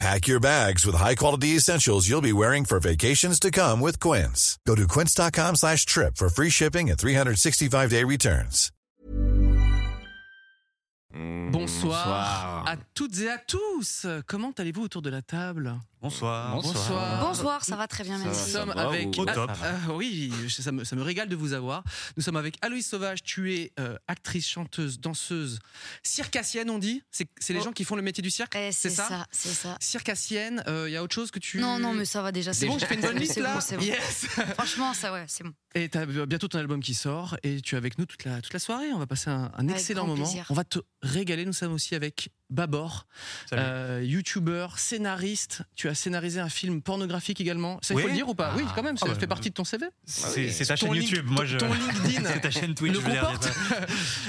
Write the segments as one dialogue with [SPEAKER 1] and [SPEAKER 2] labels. [SPEAKER 1] Pack your bags with high-quality essentials you'll be wearing for vacations to come with Quince. Go to quince.com slash trip for free shipping and 365-day returns. Mmh.
[SPEAKER 2] Bonsoir, Ah, à toutes et à tous. Comment allez-vous autour de la table
[SPEAKER 3] Bonsoir.
[SPEAKER 2] Bonsoir.
[SPEAKER 4] Bonsoir, ça va très bien,
[SPEAKER 2] Nous
[SPEAKER 4] merci. Ah,
[SPEAKER 2] sommes
[SPEAKER 3] va,
[SPEAKER 2] avec.
[SPEAKER 3] ou- Au top.
[SPEAKER 2] euh, oui, je- ça me, ça me régale de vous avoir. Nous sommes avec Aloïse Sauvage. Tu es euh, actrice, chanteuse, danseuse, circassienne, on dit C'est c'est les
[SPEAKER 4] Oh.
[SPEAKER 2] gens qui font le métier du cirque
[SPEAKER 4] Eh,
[SPEAKER 2] C'est
[SPEAKER 4] c'est
[SPEAKER 2] ça
[SPEAKER 4] ça, c'est ça.
[SPEAKER 2] Circassienne, il y a autre chose que tu.
[SPEAKER 4] Non, non, mais ça va déjà,
[SPEAKER 2] C'est bon, je fais une bonne liste
[SPEAKER 4] C'est
[SPEAKER 2] là
[SPEAKER 4] bon, c'est bon.
[SPEAKER 2] Yes
[SPEAKER 4] Franchement, ça, ouais, c'est bon.
[SPEAKER 2] Et tu as bientôt ton album qui sort et tu es avec nous toute la, toute la soirée. On va passer un, un excellent
[SPEAKER 4] grand
[SPEAKER 2] moment.
[SPEAKER 4] plaisir.
[SPEAKER 2] On va te régaler. Nous sommes aussi avec Babor,
[SPEAKER 3] Salut.
[SPEAKER 2] euh, youtubeur, scénariste. Tu as scénarisé un film pornographique également. Ça, il
[SPEAKER 3] Oui.
[SPEAKER 2] faut le dire ou pas Oui, quand même, ça
[SPEAKER 3] Ah bah,
[SPEAKER 2] fait partie de ton CV.
[SPEAKER 3] C'est c'est ta
[SPEAKER 2] Ton
[SPEAKER 3] chaîne
[SPEAKER 2] link-
[SPEAKER 3] YouTube. Moi,
[SPEAKER 2] ton-
[SPEAKER 3] je...
[SPEAKER 2] ton LinkedIn.
[SPEAKER 3] c'est ta chaîne Twitch.
[SPEAKER 2] le
[SPEAKER 3] je veux dire,
[SPEAKER 2] comporte.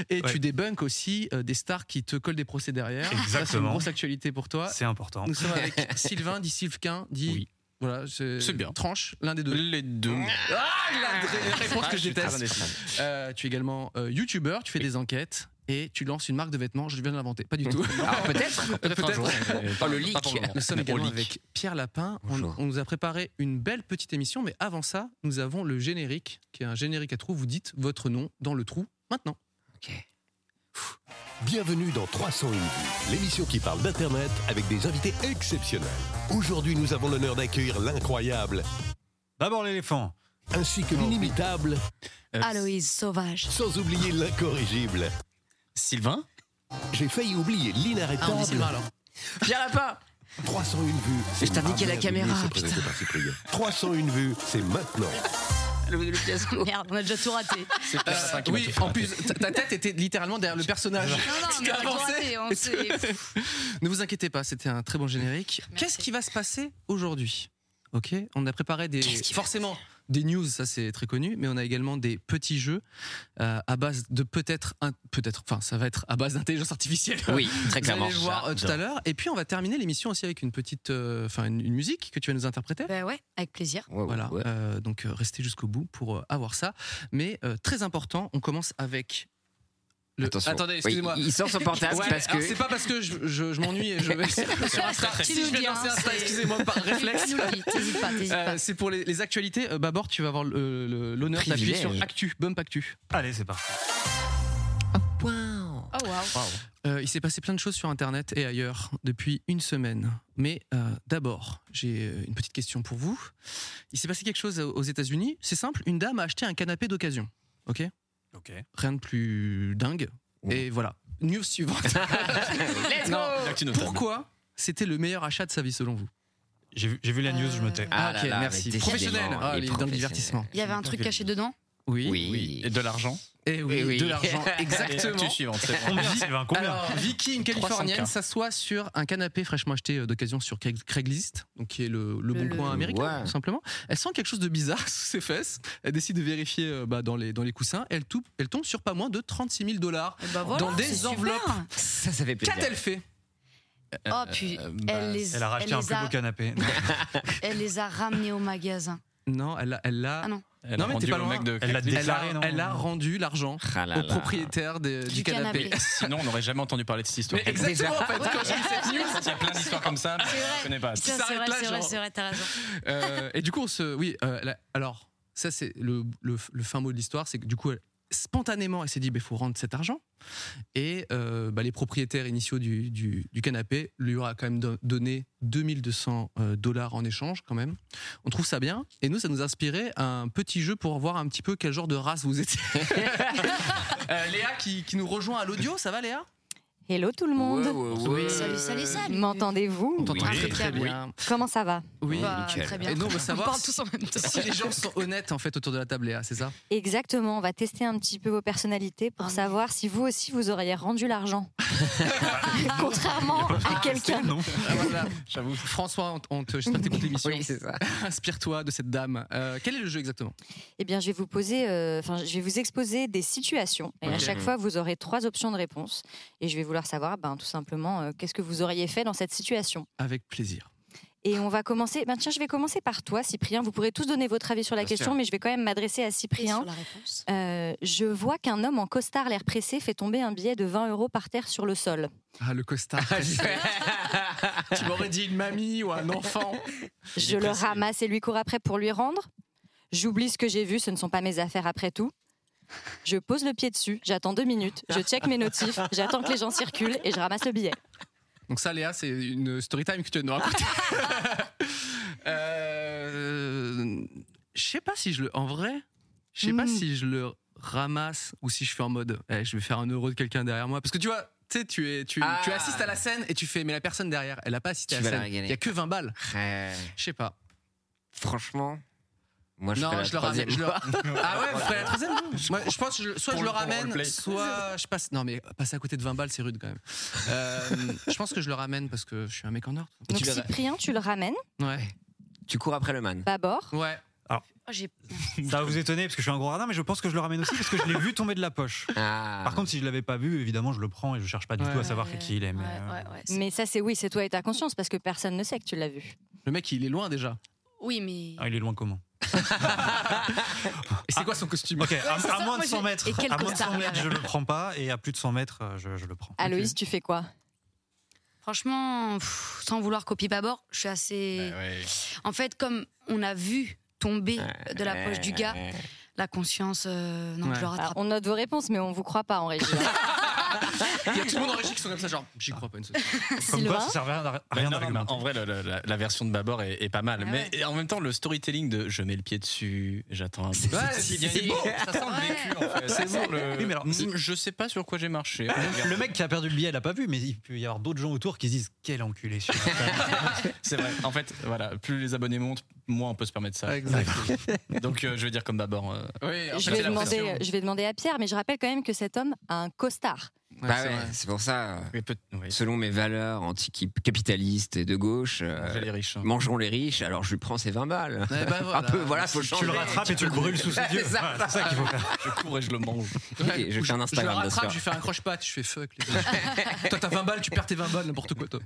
[SPEAKER 3] j'ai
[SPEAKER 2] et
[SPEAKER 3] Ouais.
[SPEAKER 2] tu débunks aussi euh, des stars qui te collent des procès derrière. Ça, c'est une
[SPEAKER 3] Exactement.
[SPEAKER 2] grosse actualité pour
[SPEAKER 3] pas-
[SPEAKER 2] toi.
[SPEAKER 3] C'est important.
[SPEAKER 2] Nous sommes avec Sylvain, dit Sylvquin, dit.
[SPEAKER 5] Oui.
[SPEAKER 2] Voilà, c'est
[SPEAKER 5] C'est bien.
[SPEAKER 2] Tranche, l'un des deux.
[SPEAKER 5] Les deux.
[SPEAKER 2] Ah, la réponse
[SPEAKER 5] Ah,
[SPEAKER 2] que je
[SPEAKER 5] suis
[SPEAKER 2] déteste.
[SPEAKER 5] très fan.
[SPEAKER 2] Euh, tu es également euh, youtubeur, tu fais des enquêtes et tu lances une marque de vêtements. Je viens de l'inventer, pas du tout.
[SPEAKER 5] Ah, peut-être.
[SPEAKER 2] Peut-être.
[SPEAKER 5] Pas le leak.
[SPEAKER 2] Nous sommes
[SPEAKER 5] Au
[SPEAKER 2] également
[SPEAKER 5] leak.
[SPEAKER 2] avec Pierre Lapin. On,
[SPEAKER 5] Bonjour.
[SPEAKER 2] on nous a préparé une belle petite émission, mais avant ça, nous avons le générique, qui est un générique à trous. Vous dites votre nom dans le trou maintenant.
[SPEAKER 6] Bienvenue dans 301 vues, l'émission qui parle d'Internet avec des invités exceptionnels. Aujourd'hui, nous avons l'honneur d'accueillir l'incroyable
[SPEAKER 3] D'abord l'éléphant. Oh, Euh,
[SPEAKER 6] ainsi que l'inimitable,
[SPEAKER 4] Aloïse Sauvage.
[SPEAKER 6] sans oublier l'incorrigible.
[SPEAKER 5] Sylvain.
[SPEAKER 6] J'ai failli oublier
[SPEAKER 2] Ah, on dit
[SPEAKER 6] l'inarrêtable.
[SPEAKER 2] Sylvain, alors.
[SPEAKER 6] 301 vues. c'est
[SPEAKER 5] je t'ai indiqué
[SPEAKER 6] Marc
[SPEAKER 5] la caméra,
[SPEAKER 6] Merguier, c'est présenté par Cyprien. 301 vues, c'est maintenant.
[SPEAKER 4] Merde, on a déjà tout raté.
[SPEAKER 5] C'est pas ça qui m'a
[SPEAKER 2] Euh, oui,
[SPEAKER 5] tout fait
[SPEAKER 2] en
[SPEAKER 5] rater.
[SPEAKER 2] plus, ta ta tête était littéralement derrière le personnage.
[SPEAKER 4] Non, non, on
[SPEAKER 2] T'es
[SPEAKER 4] a tout
[SPEAKER 2] avancé.
[SPEAKER 4] raté. hein, On s'est-
[SPEAKER 2] Ne vous inquiétez pas, c'était un très bon générique.
[SPEAKER 4] Merci.
[SPEAKER 2] Qu'est-ce qui va se passer aujourd'hui Ok, on a préparé des forcément des news, ça c'est très connu, mais on a également des petits jeux euh, à base de peut-être un- peut-être, enfin ça va être à base d'intelligence artificielle.
[SPEAKER 5] Oui, très
[SPEAKER 2] Vous allez
[SPEAKER 5] clairement.
[SPEAKER 2] le voir euh, tout à l'heure. Et puis on va terminer l'émission aussi avec une petite, euh, enfin une, une musique que tu vas nous interpréter.
[SPEAKER 4] Bah ouais, avec plaisir.
[SPEAKER 5] Ouais, ouais,
[SPEAKER 2] Voilà,
[SPEAKER 5] ouais.
[SPEAKER 2] euh, donc euh, restez jusqu'au bout pour euh, avoir ça. Mais euh, très important, on commence avec. Le...
[SPEAKER 5] Attention.
[SPEAKER 2] Attendez,
[SPEAKER 5] Oui,
[SPEAKER 2] excusez-moi.
[SPEAKER 5] il sort son portable
[SPEAKER 2] Ouais,
[SPEAKER 5] parce
[SPEAKER 2] alors
[SPEAKER 5] que.
[SPEAKER 2] c'est pas parce que je, je- je m'ennuie et je vais sur Insta.
[SPEAKER 4] très,
[SPEAKER 2] Si
[SPEAKER 4] très
[SPEAKER 2] je vais
[SPEAKER 4] bien,
[SPEAKER 2] lancer Insta,
[SPEAKER 4] c'est-
[SPEAKER 2] excusez-moi par réflexe.
[SPEAKER 4] Tu nous le dis, T'hésites pas, t'hésites
[SPEAKER 2] Euh,
[SPEAKER 4] pas.
[SPEAKER 2] c'est pour les, les actualités. Euh, Babord, tu vas avoir le- le- l'honneur d'appuyer sur
[SPEAKER 5] Privilège.
[SPEAKER 2] Actu, Bump Actu.
[SPEAKER 3] Allez, c'est parti.
[SPEAKER 4] Oh wow.
[SPEAKER 2] Euh, il s'est passé plein de choses sur Internet et ailleurs depuis une semaine. Mais euh, d'abord, j'ai euh, une petite question pour vous. Il s'est passé quelque chose aux aux États-Unis. C'est simple, une dame a acheté un canapé d'occasion. Ok
[SPEAKER 3] Ok.
[SPEAKER 2] Rien de plus dingue. Et voilà. News suivante.
[SPEAKER 5] Let's
[SPEAKER 2] Non.
[SPEAKER 5] go.
[SPEAKER 2] Pourquoi c'était le meilleur achat de sa vie selon vous
[SPEAKER 3] J'ai vu, j'ai vu la news, je me tais.
[SPEAKER 2] Ah,
[SPEAKER 5] Ah,
[SPEAKER 2] ok,
[SPEAKER 5] là, là,
[SPEAKER 2] merci.
[SPEAKER 5] mais
[SPEAKER 2] Professionnel.
[SPEAKER 5] décidément,
[SPEAKER 2] Ah,
[SPEAKER 5] les
[SPEAKER 2] il est dans le
[SPEAKER 5] professionnels.
[SPEAKER 2] divertissement.
[SPEAKER 4] Il y avait un truc caché dedans
[SPEAKER 2] Oui.
[SPEAKER 5] Oui.
[SPEAKER 7] Et de l'argent.
[SPEAKER 2] Et oui,
[SPEAKER 5] Et oui.
[SPEAKER 2] de l'argent. Exactement.
[SPEAKER 7] Tu suivantes. c'est bon.
[SPEAKER 3] Combien, Sylvain Combien
[SPEAKER 2] Alors, Vicky, une californienne,
[SPEAKER 7] 300K.
[SPEAKER 2] s'assoit sur un canapé fraîchement acheté euh, d'occasion sur Craig- Craigslist, donc qui est le, le
[SPEAKER 4] Le-
[SPEAKER 2] bon
[SPEAKER 4] le-
[SPEAKER 2] coin américain,
[SPEAKER 5] Ouais.
[SPEAKER 2] tout simplement. Elle sent quelque chose de bizarre sous ses fesses. Elle décide de vérifier euh, bah, dans, les, dans les coussins. Elle, tou- elle tombe sur pas moins de 36 000 dollars.
[SPEAKER 4] Eh bah voilà,
[SPEAKER 2] Dans des
[SPEAKER 4] c'est super.
[SPEAKER 2] enveloppes.
[SPEAKER 5] Ça, ça fait plaisir.
[SPEAKER 2] Qu'a-t-elle fait
[SPEAKER 4] Oh, puis
[SPEAKER 7] Euh,
[SPEAKER 4] elle
[SPEAKER 7] bah,
[SPEAKER 4] les,
[SPEAKER 3] Elle a racheté
[SPEAKER 4] elle
[SPEAKER 3] un
[SPEAKER 4] les
[SPEAKER 3] plus beau canapé. Non,
[SPEAKER 4] elle les a ramenés au magasin.
[SPEAKER 2] Non, elle l'a. Elle l'a
[SPEAKER 4] Ah non.
[SPEAKER 7] Elle
[SPEAKER 2] Non,
[SPEAKER 7] a
[SPEAKER 2] mais t'es
[SPEAKER 7] rendu
[SPEAKER 2] pas
[SPEAKER 7] au
[SPEAKER 2] loin.
[SPEAKER 7] mec de
[SPEAKER 3] Elle l'a
[SPEAKER 7] Craigslist.
[SPEAKER 2] elle,
[SPEAKER 3] déclaré,
[SPEAKER 2] a,
[SPEAKER 3] non
[SPEAKER 2] elle a rendu l'argent
[SPEAKER 5] Ah là
[SPEAKER 2] au
[SPEAKER 5] là.
[SPEAKER 2] propriétaire des- du, canapé.
[SPEAKER 7] Sinon, on n'aurait jamais entendu parler de cette histoire.
[SPEAKER 2] Mais exactement, en fait, quand j'ai vu cette news,
[SPEAKER 7] Il y a plein d'histoires comme ça, mais
[SPEAKER 4] C'est
[SPEAKER 7] je
[SPEAKER 4] vrai.
[SPEAKER 7] connais pas.
[SPEAKER 4] C'est
[SPEAKER 2] Ça
[SPEAKER 4] c'est
[SPEAKER 2] s'arrête
[SPEAKER 4] vrai,
[SPEAKER 2] là,
[SPEAKER 4] c'est vrai,
[SPEAKER 2] genre.
[SPEAKER 4] c'est vrai, t'as raison.
[SPEAKER 2] Euh, et du coup, on se- oui, euh, la- alors, ça, c'est le, le- le fin mot de l'histoire, c'est que du coup, elle- spontanément, elle s'est dit, bah, il faut rendre cet argent. Et euh, bah, les propriétaires initiaux du, du- du canapé lui aura quand même don- donné 2200 euh, dollars en échange, quand même. On trouve ça bien. Et nous, ça nous a inspiré un petit jeu pour voir un petit peu quel genre de race vous étiez. Euh, Léa qui, qui nous rejoint à l'audio, ça va Léa
[SPEAKER 8] Hello tout le monde.
[SPEAKER 4] Salut, salut, salut.
[SPEAKER 8] M'entendez-vous
[SPEAKER 2] On t'entend
[SPEAKER 5] Oui.
[SPEAKER 2] très très
[SPEAKER 4] Impeccable.
[SPEAKER 2] bien.
[SPEAKER 8] Comment ça va
[SPEAKER 2] Oui.
[SPEAKER 4] Bah,
[SPEAKER 5] nickel.
[SPEAKER 4] très bien.
[SPEAKER 2] Et nous, on veut
[SPEAKER 4] On
[SPEAKER 2] savoir
[SPEAKER 4] parle
[SPEAKER 2] si-
[SPEAKER 4] tous en même temps.
[SPEAKER 2] si les gens sont honnêtes en fait autour de la table, Léa, c'est ça
[SPEAKER 8] Exactement, on va tester un petit peu vos personnalités
[SPEAKER 4] Ah
[SPEAKER 8] pour
[SPEAKER 4] non.
[SPEAKER 8] savoir si vous aussi vous auriez rendu l'argent. Contrairement à quelqu'un.
[SPEAKER 3] Non.
[SPEAKER 2] Voilà. François, on, on te, j'espère que t'écoutes l'émission.
[SPEAKER 5] Oui, c'est ça.
[SPEAKER 2] Inspire-toi de cette dame. Euh, quel est le jeu exactement
[SPEAKER 8] Eh bien, je vais vous poser, euh, enfin, je vais vous exposer des situations. Et à
[SPEAKER 5] Ok.
[SPEAKER 8] chaque fois, vous aurez trois options de réponse. Et je vais vouloir savoir, ben, tout simplement, euh, qu'est-ce que vous auriez fait dans cette situation.
[SPEAKER 2] Avec plaisir.
[SPEAKER 8] Et on va commencer. Ben, tiens, je vais commencer par toi, Cyprien. Vous pourrez tous donner votre avis sur la
[SPEAKER 7] Bien sûr.
[SPEAKER 8] question, mais je vais quand même m'adresser à
[SPEAKER 4] Et sur
[SPEAKER 8] Cyprien.
[SPEAKER 4] la réponse.
[SPEAKER 8] Euh, je vois qu'un homme en costard l'air pressé fait tomber un billet de 20 euros par terre sur le sol.
[SPEAKER 2] Ah, le costard. tu m'aurais dit une mamie ou un enfant.
[SPEAKER 8] Je le ramasse et lui cours après pour lui rendre. J'oublie ce que j'ai vu, ce ne sont pas mes affaires après tout. Je pose le pied dessus, j'attends deux minutes, je check mes notifs, j'attends que les gens circulent et je ramasse le billet.
[SPEAKER 2] Donc ça, Léa, c'est une story time que tu viens de nous raconter. Euh, je sais pas si je le... En vrai, je sais pas
[SPEAKER 8] Mm.
[SPEAKER 2] si je le ramasse ou si je suis en mode eh, je vais faire un euro de quelqu'un derrière moi. Parce que tu vois, tu sais, tu, es, tu,
[SPEAKER 5] Ah.
[SPEAKER 2] tu assistes à la scène et tu fais mais la personne derrière, elle a pas assisté
[SPEAKER 5] Tu
[SPEAKER 2] à la
[SPEAKER 5] vas la
[SPEAKER 2] scène. Il
[SPEAKER 5] régaler.
[SPEAKER 2] y a que 20 balles.
[SPEAKER 5] Euh,
[SPEAKER 2] Je sais pas.
[SPEAKER 5] franchement, moi je ferais
[SPEAKER 2] non,
[SPEAKER 5] la
[SPEAKER 2] je le
[SPEAKER 5] troisième.
[SPEAKER 2] ramène. je le- Ah ouais, vous ferez la troisième Moi, je pense que je- soit
[SPEAKER 7] Pour le- pour
[SPEAKER 2] je le
[SPEAKER 7] le
[SPEAKER 2] ramène,
[SPEAKER 7] roleplay.
[SPEAKER 2] soit je passe. Non, mais passer à côté de 20 balles, c'est rude quand même. Euh, je pense que je le ramène parce que je suis un mec en or.
[SPEAKER 8] Donc
[SPEAKER 5] Tu le ra-
[SPEAKER 8] Cyprien, tu le ramènes,
[SPEAKER 2] Ouais.
[SPEAKER 5] Tu cours après le man.
[SPEAKER 8] bâbord.
[SPEAKER 2] Ouais.
[SPEAKER 4] Oh, j'ai-
[SPEAKER 3] Ça va vous étonner parce que je suis un gros radin, mais je pense que je le ramène aussi parce que je l'ai vu tomber de la poche.
[SPEAKER 5] Ah.
[SPEAKER 3] Par contre, si je l'avais pas vu, évidemment, je le prends et je cherche pas du
[SPEAKER 2] Ouais.
[SPEAKER 3] tout à savoir
[SPEAKER 4] Ouais,
[SPEAKER 3] qui il est. mais,
[SPEAKER 4] ouais,
[SPEAKER 7] Ah.
[SPEAKER 3] euh,
[SPEAKER 4] ouais, ouais, c'est-
[SPEAKER 8] Mais ça, c'est oui, c'est toi et ta conscience parce que personne ne sait que tu l'as vu.
[SPEAKER 2] Le mec, il est loin déjà.
[SPEAKER 4] Oui, mais.
[SPEAKER 3] ah, il est loin comment
[SPEAKER 2] Et c'est quoi son costume
[SPEAKER 3] Ok, à,
[SPEAKER 4] c'est
[SPEAKER 3] à
[SPEAKER 4] ça,
[SPEAKER 3] moins de
[SPEAKER 4] moi,
[SPEAKER 3] 100
[SPEAKER 4] j'ai-
[SPEAKER 3] mètres,
[SPEAKER 4] Et quel
[SPEAKER 3] à moins de
[SPEAKER 4] costard,
[SPEAKER 3] 100 mètres,
[SPEAKER 4] ouais.
[SPEAKER 3] je le prends pas, et à plus de 100 mètres, euh, je, je le prends.
[SPEAKER 8] Aloïs, tu fais quoi
[SPEAKER 4] Franchement, pff, sans vouloir copier bâbord, je suis assez. En fait, comme on a vu tomber de la poche du gars, la conscience. euh, Non,
[SPEAKER 2] Ouais.
[SPEAKER 4] je le
[SPEAKER 8] Alors,
[SPEAKER 4] rattrape.
[SPEAKER 8] On note vos réponses, mais on vous croit pas en régie. hein.
[SPEAKER 2] Il y a tout le monde en régie qui sont comme ça, genre, j'y crois pas une seconde.
[SPEAKER 3] Comme quoi,
[SPEAKER 8] Sylvain,
[SPEAKER 3] ça servait à rien, à
[SPEAKER 7] Mais
[SPEAKER 3] rien
[SPEAKER 7] non, non,
[SPEAKER 3] d'argument.
[SPEAKER 7] mais en vrai, la, la- la- la version de Babord est, est pas mal.
[SPEAKER 4] Ah
[SPEAKER 7] mais
[SPEAKER 4] ouais.
[SPEAKER 7] et en même temps, le storytelling de je mets le pied dessus, j'attends un peu.
[SPEAKER 2] Ouais,
[SPEAKER 7] si,
[SPEAKER 2] c'est
[SPEAKER 7] si.
[SPEAKER 2] bon, ça sent le
[SPEAKER 4] Ouais.
[SPEAKER 2] vécu en fait. C'est bon le.
[SPEAKER 3] Oui, mais alors,
[SPEAKER 7] Mm, Je sais pas sur quoi j'ai marché.
[SPEAKER 3] le mec qui a perdu le billet, il a pas vu, mais il peut y avoir d'autres gens autour qui se disent quel enculé. celui-là.
[SPEAKER 7] C'est vrai. En fait, voilà, plus les abonnés montent, moins on peut se permettre ça.
[SPEAKER 2] Exactement.
[SPEAKER 7] Donc, euh, je vais dire comme Babord. euh,
[SPEAKER 2] Oui, en
[SPEAKER 8] je
[SPEAKER 2] fait,
[SPEAKER 8] vais,
[SPEAKER 2] c'est la pression.
[SPEAKER 8] demander, je vais demander à Pierre, mais je rappelle quand même que cet homme a un costard.
[SPEAKER 2] Ouais,
[SPEAKER 5] Bah
[SPEAKER 2] c'est
[SPEAKER 5] ouais,
[SPEAKER 2] vrai.
[SPEAKER 5] c'est pour ça. euh,
[SPEAKER 7] mais peut- oui,
[SPEAKER 5] Selon mes valeurs anticapitalistes et de gauche, euh,
[SPEAKER 7] j'ai les riches. hein.
[SPEAKER 5] mangeons les riches, alors je lui prends ses 20 balles.
[SPEAKER 2] Eh ben, voilà.
[SPEAKER 5] Un peu, voilà, faut changer.
[SPEAKER 3] tu le rattrapes et tu le brûles sous ses yeux.
[SPEAKER 5] C'est ça.
[SPEAKER 3] Voilà, c'est ça qu'il faut faire.
[SPEAKER 7] Je cours et je le mange.
[SPEAKER 5] Ok, je
[SPEAKER 2] Ou
[SPEAKER 5] fais un Instagram
[SPEAKER 2] Je le
[SPEAKER 5] de ce
[SPEAKER 2] rattrape,
[SPEAKER 5] soir.
[SPEAKER 2] je fais un croche-patte, je fais fuck. Les gars. toi, t'as 20 balles, tu perds tes 20 balles, n'importe quoi, toi.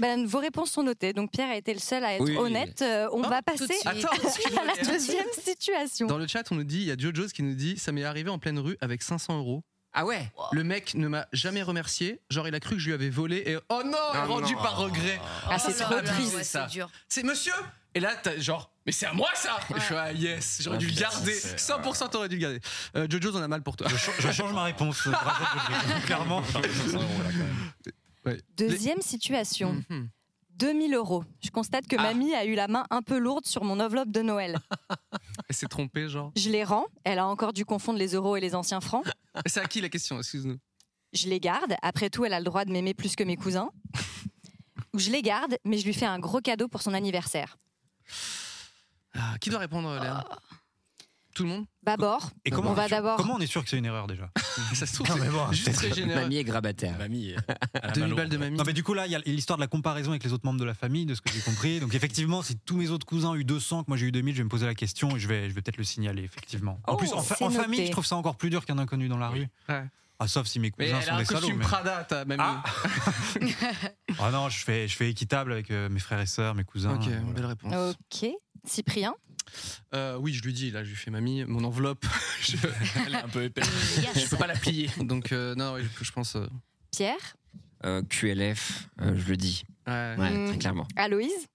[SPEAKER 8] Ben, vos réponses sont notées, donc Pierre a été le seul à être
[SPEAKER 5] Oui.
[SPEAKER 8] honnête. Euh, on
[SPEAKER 2] Oh,
[SPEAKER 8] va
[SPEAKER 4] tout de
[SPEAKER 8] passer
[SPEAKER 4] suite.
[SPEAKER 2] Attends,
[SPEAKER 8] à la deuxième situation.
[SPEAKER 2] Dans le chat, on nous dit, il y a JoJo's qui nous dit Ça m'est arrivé en pleine rue avec 500 euros.
[SPEAKER 5] Ah ouais
[SPEAKER 2] Le mec ne m'a jamais remercié. Genre, il a cru que je lui avais volé et oh non,
[SPEAKER 5] Ah
[SPEAKER 2] rendu
[SPEAKER 5] non.
[SPEAKER 2] par regret.
[SPEAKER 8] Ah, c'est
[SPEAKER 2] Oh
[SPEAKER 8] trop
[SPEAKER 2] là là,
[SPEAKER 8] triste.
[SPEAKER 2] c'est
[SPEAKER 4] Ouais,
[SPEAKER 2] ça.
[SPEAKER 4] c'est dur.
[SPEAKER 2] C'est monsieur Et là, t'as genre, mais c'est à moi ça Je suis ah, yes, j'aurais dû le garder. 100% t'aurais dû le garder. Euh, Jojo, on a mal pour toi.
[SPEAKER 3] Je, cha- je change ma réponse. euh, grâce à Dieu, Clairement.
[SPEAKER 8] Deuxième situation. 2000 euros. Je constate que
[SPEAKER 2] Ah.
[SPEAKER 8] mamie a eu la main un peu lourde sur mon enveloppe de Noël.
[SPEAKER 2] Elle s'est trompée, genre.
[SPEAKER 8] Je les rends. Elle a encore dû confondre les euros et les anciens francs.
[SPEAKER 2] C'est à qui la question Excuse-nous.
[SPEAKER 8] Je les garde. Après tout, elle a le droit de m'aimer plus que mes cousins. Ou Je les garde, mais je lui fais un gros cadeau pour son anniversaire.
[SPEAKER 2] Ah, qui doit répondre, Léa Tout le monde
[SPEAKER 8] D'abord,
[SPEAKER 3] Et comment,
[SPEAKER 8] on
[SPEAKER 3] on
[SPEAKER 8] va
[SPEAKER 3] est sûr-
[SPEAKER 8] d'abord.
[SPEAKER 3] comment on est sûr que c'est une erreur déjà
[SPEAKER 2] Ça se trouve,
[SPEAKER 3] Non, mais
[SPEAKER 2] c'est
[SPEAKER 3] bon, Ah,
[SPEAKER 2] juste très généreux.
[SPEAKER 5] Mamie est grabataire.
[SPEAKER 7] Mamie. euh, à la
[SPEAKER 2] 2000
[SPEAKER 7] Malo.
[SPEAKER 2] balles de mamie.
[SPEAKER 3] Non mais du coup là, il y a l'histoire de la comparaison avec les autres membres de la famille, de ce que j'ai compris. Donc effectivement, si tous mes autres cousins ont eu 200, que moi j'ai eu 2000, je vais me poser la question et je vais, je vais peut-être le signaler effectivement. En
[SPEAKER 8] Oh,
[SPEAKER 3] plus, en, fa-
[SPEAKER 8] c'est
[SPEAKER 3] en famille,
[SPEAKER 8] noté.
[SPEAKER 3] je trouve ça encore plus dur qu'un inconnu dans la
[SPEAKER 7] Oui.
[SPEAKER 3] rue.
[SPEAKER 2] Ouais.
[SPEAKER 3] Ah, sauf si mes
[SPEAKER 2] Mais
[SPEAKER 3] cousins
[SPEAKER 2] elle
[SPEAKER 3] sont
[SPEAKER 2] a un
[SPEAKER 3] des salauds.
[SPEAKER 2] costume
[SPEAKER 3] mais-
[SPEAKER 2] Prada, euh, ta mamie.
[SPEAKER 3] Ah. Ah non, je fais, je fais équitable avec euh, mes frères et sœurs, mes cousins.
[SPEAKER 2] Ok,
[SPEAKER 3] euh, voilà.
[SPEAKER 2] belle réponse.
[SPEAKER 8] Ok. Cyprien,
[SPEAKER 2] Euh, oui, je lui dis, là, je lui fais mamie, mon enveloppe, je, elle est un peu épaisse.
[SPEAKER 4] Yes.
[SPEAKER 2] Je peux pas la plier. Donc, euh, non, oui, je, je pense. euh,
[SPEAKER 8] Pierre,
[SPEAKER 5] Euh, QLF, euh, je le dis.
[SPEAKER 2] ouais.
[SPEAKER 5] Ouais,
[SPEAKER 8] Mm.
[SPEAKER 5] très clairement.
[SPEAKER 8] Aloïse.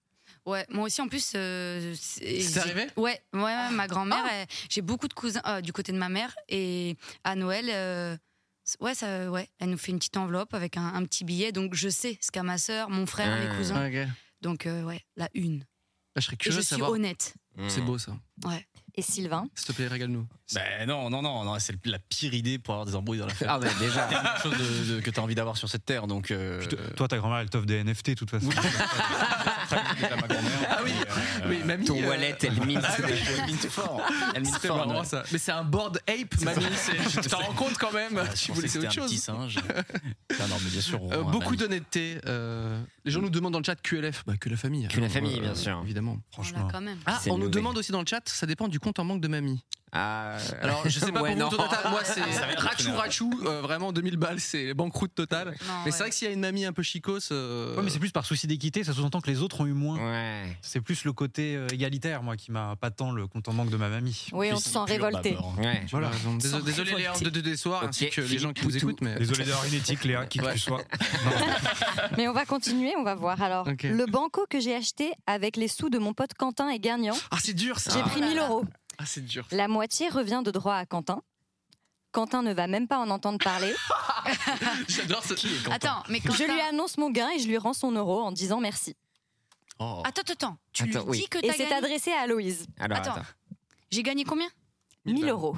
[SPEAKER 4] Ouais, moi aussi en plus. euh, c'est
[SPEAKER 2] C'est
[SPEAKER 4] j'ai-
[SPEAKER 2] arrivé
[SPEAKER 4] Ouais, ouais, ouais, ma grand-mère,
[SPEAKER 8] Ah.
[SPEAKER 4] elle- j'ai beaucoup de cousins euh, du côté de ma mère et à Noël, euh, c- ouais, ça, ouais, elle nous fait une petite enveloppe avec un, un petit billet, donc je sais ce qu'a ma sœur, mon frère, mes
[SPEAKER 5] Ah.
[SPEAKER 4] cousins,
[SPEAKER 2] Ah, ok. Là,
[SPEAKER 4] donc euh, ouais, la une.
[SPEAKER 2] je serais
[SPEAKER 4] Et
[SPEAKER 2] curieux
[SPEAKER 4] je
[SPEAKER 2] de
[SPEAKER 4] suis
[SPEAKER 2] savoir.
[SPEAKER 4] honnête.
[SPEAKER 5] Mm.
[SPEAKER 2] C'est beau ça.
[SPEAKER 4] Ouais.
[SPEAKER 8] et Sylvain.
[SPEAKER 2] S'il te plaît, régale-nous.
[SPEAKER 7] Ben non, non, non, non, c'est la pire idée pour avoir des embrouilles dans la famille.
[SPEAKER 5] Ah ouais, déjà.
[SPEAKER 7] quelque chose de- de- que t'as envie d'avoir sur cette terre, donc. euh,
[SPEAKER 3] Puis te- Toi, ta grand-mère, elle t'offre des NFT, de toute façon.
[SPEAKER 7] à ma grand-mère.
[SPEAKER 2] Ah oui,
[SPEAKER 7] Euh,
[SPEAKER 2] oui, mamie.
[SPEAKER 5] Ton
[SPEAKER 2] euh,
[SPEAKER 5] wallet, elle mine.
[SPEAKER 2] Ah oui.
[SPEAKER 5] Elle mine fort. Elle mine
[SPEAKER 2] C'est
[SPEAKER 5] fort.
[SPEAKER 2] vraiment
[SPEAKER 5] ouais.
[SPEAKER 2] ça. Mais c'est un board ape, mamie. c'est- Tu t'en rends compte quand même.
[SPEAKER 7] Ah,
[SPEAKER 2] tu
[SPEAKER 7] je
[SPEAKER 2] voulais
[SPEAKER 7] pensais que c'était
[SPEAKER 2] c'est autre
[SPEAKER 7] un
[SPEAKER 2] chose.
[SPEAKER 7] petit singe. non, non, mais bien sûr. on-
[SPEAKER 2] Euh,
[SPEAKER 7] on a
[SPEAKER 2] beaucoup
[SPEAKER 7] mis-
[SPEAKER 2] d'honnêteté. euh, les gens nous demandent dans le chat QLF. Bah, que la famille.
[SPEAKER 5] Que la
[SPEAKER 2] alors,
[SPEAKER 5] famille, bien sûr.
[SPEAKER 2] Évidemment.
[SPEAKER 3] Franchement.
[SPEAKER 4] Voilà, quand même.
[SPEAKER 2] Ah,
[SPEAKER 5] C'est
[SPEAKER 2] on nous
[SPEAKER 5] mauvais.
[SPEAKER 2] demande aussi dans le chat, ça dépend du compte en banque de mamie.
[SPEAKER 3] Euh,
[SPEAKER 5] Ah,
[SPEAKER 2] Alors, je sais pas
[SPEAKER 5] ouais,
[SPEAKER 2] pour
[SPEAKER 5] non.
[SPEAKER 2] vous, Tonata, moi
[SPEAKER 3] Ah,
[SPEAKER 2] c'est
[SPEAKER 7] Ça va être
[SPEAKER 2] rachou
[SPEAKER 7] autre
[SPEAKER 2] rachou, euh, vraiment 2000 balles, c'est banqueroute totale.
[SPEAKER 4] Non,
[SPEAKER 2] Mais c'est
[SPEAKER 4] ouais.
[SPEAKER 2] vrai que s'il y a une mamie un peu chicose. euh,
[SPEAKER 3] Ouais, mais c'est plus par souci d'équité, ça sous-entend que les autres ont eu moins.
[SPEAKER 5] Ouais.
[SPEAKER 3] C'est plus le côté euh, égalitaire, moi, qui m'a pas tant le compte en banque de ma mamie.
[SPEAKER 8] Oui, on
[SPEAKER 7] Puis
[SPEAKER 8] se
[SPEAKER 7] c'est
[SPEAKER 8] sent
[SPEAKER 7] pur
[SPEAKER 8] révolté.
[SPEAKER 7] bavard.
[SPEAKER 5] Ouais.
[SPEAKER 2] Voilà. Désolé,
[SPEAKER 5] Sans
[SPEAKER 2] désolé les
[SPEAKER 5] révolter.
[SPEAKER 2] heures de, de, des soirs,
[SPEAKER 5] Ok,
[SPEAKER 2] ainsi que les gens qui nous
[SPEAKER 5] Philippe Poutou.
[SPEAKER 2] écoutent, mais.
[SPEAKER 3] Désolé d'avoir une éthique, Léa, qui que tu sois.
[SPEAKER 8] Mais on va continuer, on va voir. Alors,
[SPEAKER 2] Ok.
[SPEAKER 8] le banco que j'ai acheté avec les sous de mon pote Quentin est gagnant.
[SPEAKER 2] Ah, c'est dur ça
[SPEAKER 8] J'ai pris 1000 euros.
[SPEAKER 2] Ah, c'est dur.
[SPEAKER 8] La moitié revient de droit à Quentin. Quentin ne va même pas en entendre parler.
[SPEAKER 2] J'adore ce.
[SPEAKER 4] Attends, mais quand
[SPEAKER 8] Je lui
[SPEAKER 4] t'as-
[SPEAKER 8] annonce mon gain et je lui rends son euro en disant merci.
[SPEAKER 5] Oh.
[SPEAKER 4] Attends, attends, attends. Tu
[SPEAKER 5] Attends,
[SPEAKER 4] lui
[SPEAKER 5] oui.
[SPEAKER 4] dis que
[SPEAKER 8] Et
[SPEAKER 4] t'as
[SPEAKER 8] c'est
[SPEAKER 4] gagné.
[SPEAKER 8] adressé à Aloïse.
[SPEAKER 5] Alors,
[SPEAKER 4] Attends.
[SPEAKER 5] attends.
[SPEAKER 4] J'ai gagné combien
[SPEAKER 8] 1000
[SPEAKER 2] balles.
[SPEAKER 8] euros.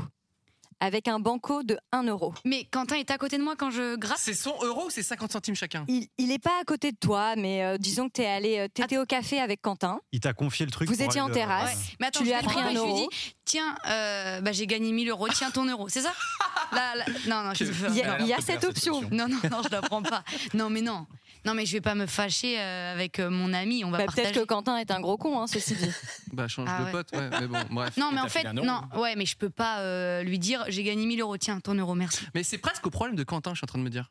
[SPEAKER 8] Avec un banco de 1 euro.
[SPEAKER 4] Mais Quentin est à côté de moi quand je gratte.
[SPEAKER 2] C'est 100 euros ou Oh, c'est 50 centimes chacun
[SPEAKER 8] Il, il est pas à côté de toi, mais euh, disons que t'es allé, euh, t'étais au café avec Quentin.
[SPEAKER 3] Il t'a confié le truc.
[SPEAKER 8] Vous
[SPEAKER 3] pour
[SPEAKER 8] étiez
[SPEAKER 3] aller
[SPEAKER 8] en
[SPEAKER 3] le-
[SPEAKER 8] terrasse.
[SPEAKER 3] Ouais.
[SPEAKER 4] Mais attends,
[SPEAKER 8] tu lui
[SPEAKER 4] je
[SPEAKER 8] as
[SPEAKER 4] prends
[SPEAKER 8] pris
[SPEAKER 4] et
[SPEAKER 8] un
[SPEAKER 4] je lui
[SPEAKER 8] euro.
[SPEAKER 4] dis, tiens, euh, bah, j'ai gagné 1000 euros, tiens ton euro, c'est ça Là, là- Non, non, je
[SPEAKER 8] Il y a,
[SPEAKER 7] Elle a
[SPEAKER 8] il y a
[SPEAKER 7] l'air de faire
[SPEAKER 8] cette
[SPEAKER 7] cette
[SPEAKER 8] option.
[SPEAKER 7] option.
[SPEAKER 4] Non, non, non, je la prends pas. Non, mais non. Non, mais je vais pas me fâcher euh, avec euh, mon ami, on va
[SPEAKER 8] Bah,
[SPEAKER 4] partager.
[SPEAKER 8] Peut-être que Quentin est un gros con, hein, ceci dit.
[SPEAKER 2] Bah, change
[SPEAKER 4] Ah
[SPEAKER 2] de
[SPEAKER 4] ouais.
[SPEAKER 2] pote, ouais, mais bon, bref.
[SPEAKER 4] Non, mais
[SPEAKER 7] t'as
[SPEAKER 4] en fait,
[SPEAKER 7] filé un euro.
[SPEAKER 4] non, ouais, mais je peux pas euh, lui dire, j'ai gagné 1000 euros, tiens ton euro, merci.
[SPEAKER 2] Mais c'est presque au problème de Quentin, je suis en train de me dire.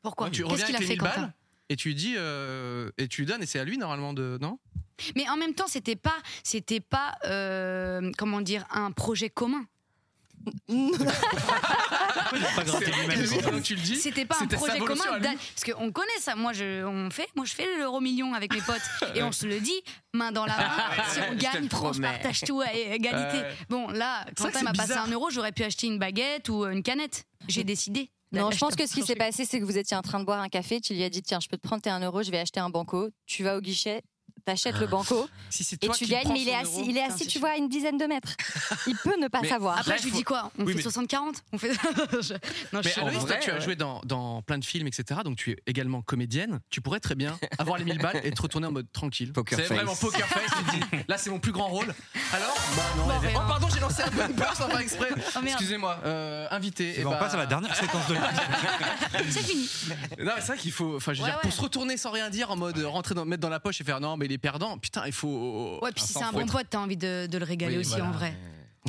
[SPEAKER 4] Pourquoi
[SPEAKER 2] tu
[SPEAKER 4] Qu'est-ce
[SPEAKER 2] reviens
[SPEAKER 4] qu'il
[SPEAKER 2] avec
[SPEAKER 4] a
[SPEAKER 2] les
[SPEAKER 4] fait
[SPEAKER 2] 1000 balles
[SPEAKER 4] Quentin
[SPEAKER 2] et tu lui dis euh, et tu lui donnes et c'est à lui normalement de non
[SPEAKER 4] Mais en même temps, c'était pas, c'était pas, euh, comment dire, un projet commun.
[SPEAKER 3] Il a pas gratté lui-même. quoi.
[SPEAKER 2] Donc tu le dis.
[SPEAKER 4] C'était pas un
[SPEAKER 2] C'était sa
[SPEAKER 4] projet
[SPEAKER 2] volonté à
[SPEAKER 4] commun.
[SPEAKER 2] lui.
[SPEAKER 4] d'a- Parce qu'on connaît ça. Moi, je, on fait, moi, je fais l'euro million avec mes potes. et on se le dit, main dans la
[SPEAKER 2] Ah
[SPEAKER 4] main. si on
[SPEAKER 5] Je te
[SPEAKER 4] gagne,
[SPEAKER 5] le
[SPEAKER 4] on se
[SPEAKER 5] promets.
[SPEAKER 4] partage tout à égalité.
[SPEAKER 2] Ouais.
[SPEAKER 4] Bon, là,
[SPEAKER 2] C'est vrai que
[SPEAKER 4] Quentin
[SPEAKER 2] c'est
[SPEAKER 4] m'a passé
[SPEAKER 2] bizarre.
[SPEAKER 4] un euro, j'aurais pu acheter une baguette ou euh, une canette. J'ai décidé.
[SPEAKER 8] Non,
[SPEAKER 4] d'aller
[SPEAKER 8] je pense
[SPEAKER 4] acheter
[SPEAKER 8] que ce qui s'est passé, c'est que vous étiez en train de boire un café, tu lui as dit tiens, je peux te prendre tes 1 euro, je vais acheter un banco, tu vas au guichet, t'achètes le banco
[SPEAKER 2] Ah. Si c'est
[SPEAKER 8] et
[SPEAKER 2] toi
[SPEAKER 8] tu
[SPEAKER 2] qui
[SPEAKER 8] gagnes,
[SPEAKER 2] prends
[SPEAKER 8] mais il est
[SPEAKER 2] son
[SPEAKER 8] assis,
[SPEAKER 2] euro.
[SPEAKER 8] il est
[SPEAKER 4] Putain,
[SPEAKER 8] assis
[SPEAKER 4] c'est
[SPEAKER 8] tu vois, à une dizaine de mètres. Il peut ne pas
[SPEAKER 2] Mais
[SPEAKER 8] savoir.
[SPEAKER 4] Après,
[SPEAKER 2] Là,
[SPEAKER 4] je lui
[SPEAKER 2] faut-
[SPEAKER 4] dis quoi On
[SPEAKER 2] Oui,
[SPEAKER 4] fait
[SPEAKER 2] mais-
[SPEAKER 4] 60-40 On fait. Je- Non, je
[SPEAKER 2] Mais
[SPEAKER 4] suis
[SPEAKER 2] en
[SPEAKER 4] honnête.
[SPEAKER 2] vrai, euh,
[SPEAKER 5] vrai,
[SPEAKER 2] tu as
[SPEAKER 5] ouais.
[SPEAKER 2] joué dans, dans plein de films, etc. Donc tu es également comédienne. Tu pourrais très bien avoir les 1000 balles et te retourner en mode tranquille.
[SPEAKER 5] Poker
[SPEAKER 2] c'est
[SPEAKER 5] face.
[SPEAKER 2] vraiment poker face. Tu te dis, là, c'est mon plus grand rôle. Alors,
[SPEAKER 4] Bon,
[SPEAKER 2] oh
[SPEAKER 4] mais non.
[SPEAKER 2] pardon, j'ai lancé un bonne beurre sans faire exprès.
[SPEAKER 4] Oh, merde.
[SPEAKER 2] Excusez-moi, euh, invité.
[SPEAKER 3] Et
[SPEAKER 2] eh
[SPEAKER 3] ben,
[SPEAKER 2] bah-
[SPEAKER 3] on passe à la dernière séquence de l'épisode.
[SPEAKER 4] C'est fini.
[SPEAKER 2] Non, mais c'est vrai qu'il faut, enfin, je veux
[SPEAKER 4] Ouais,
[SPEAKER 2] dire, pour
[SPEAKER 4] ouais.
[SPEAKER 2] se retourner sans rien dire, en mode euh, rentrer dans, mettre dans la poche et faire non, mais il est perdant. Putain, il faut.
[SPEAKER 4] Ouais, puis si
[SPEAKER 2] Enfin,
[SPEAKER 4] c'est un
[SPEAKER 2] faut
[SPEAKER 4] bon
[SPEAKER 2] être-
[SPEAKER 4] pote, t'as envie de, de le régaler
[SPEAKER 2] Oh, Oui,
[SPEAKER 4] aussi
[SPEAKER 2] voilà.
[SPEAKER 4] en vrai.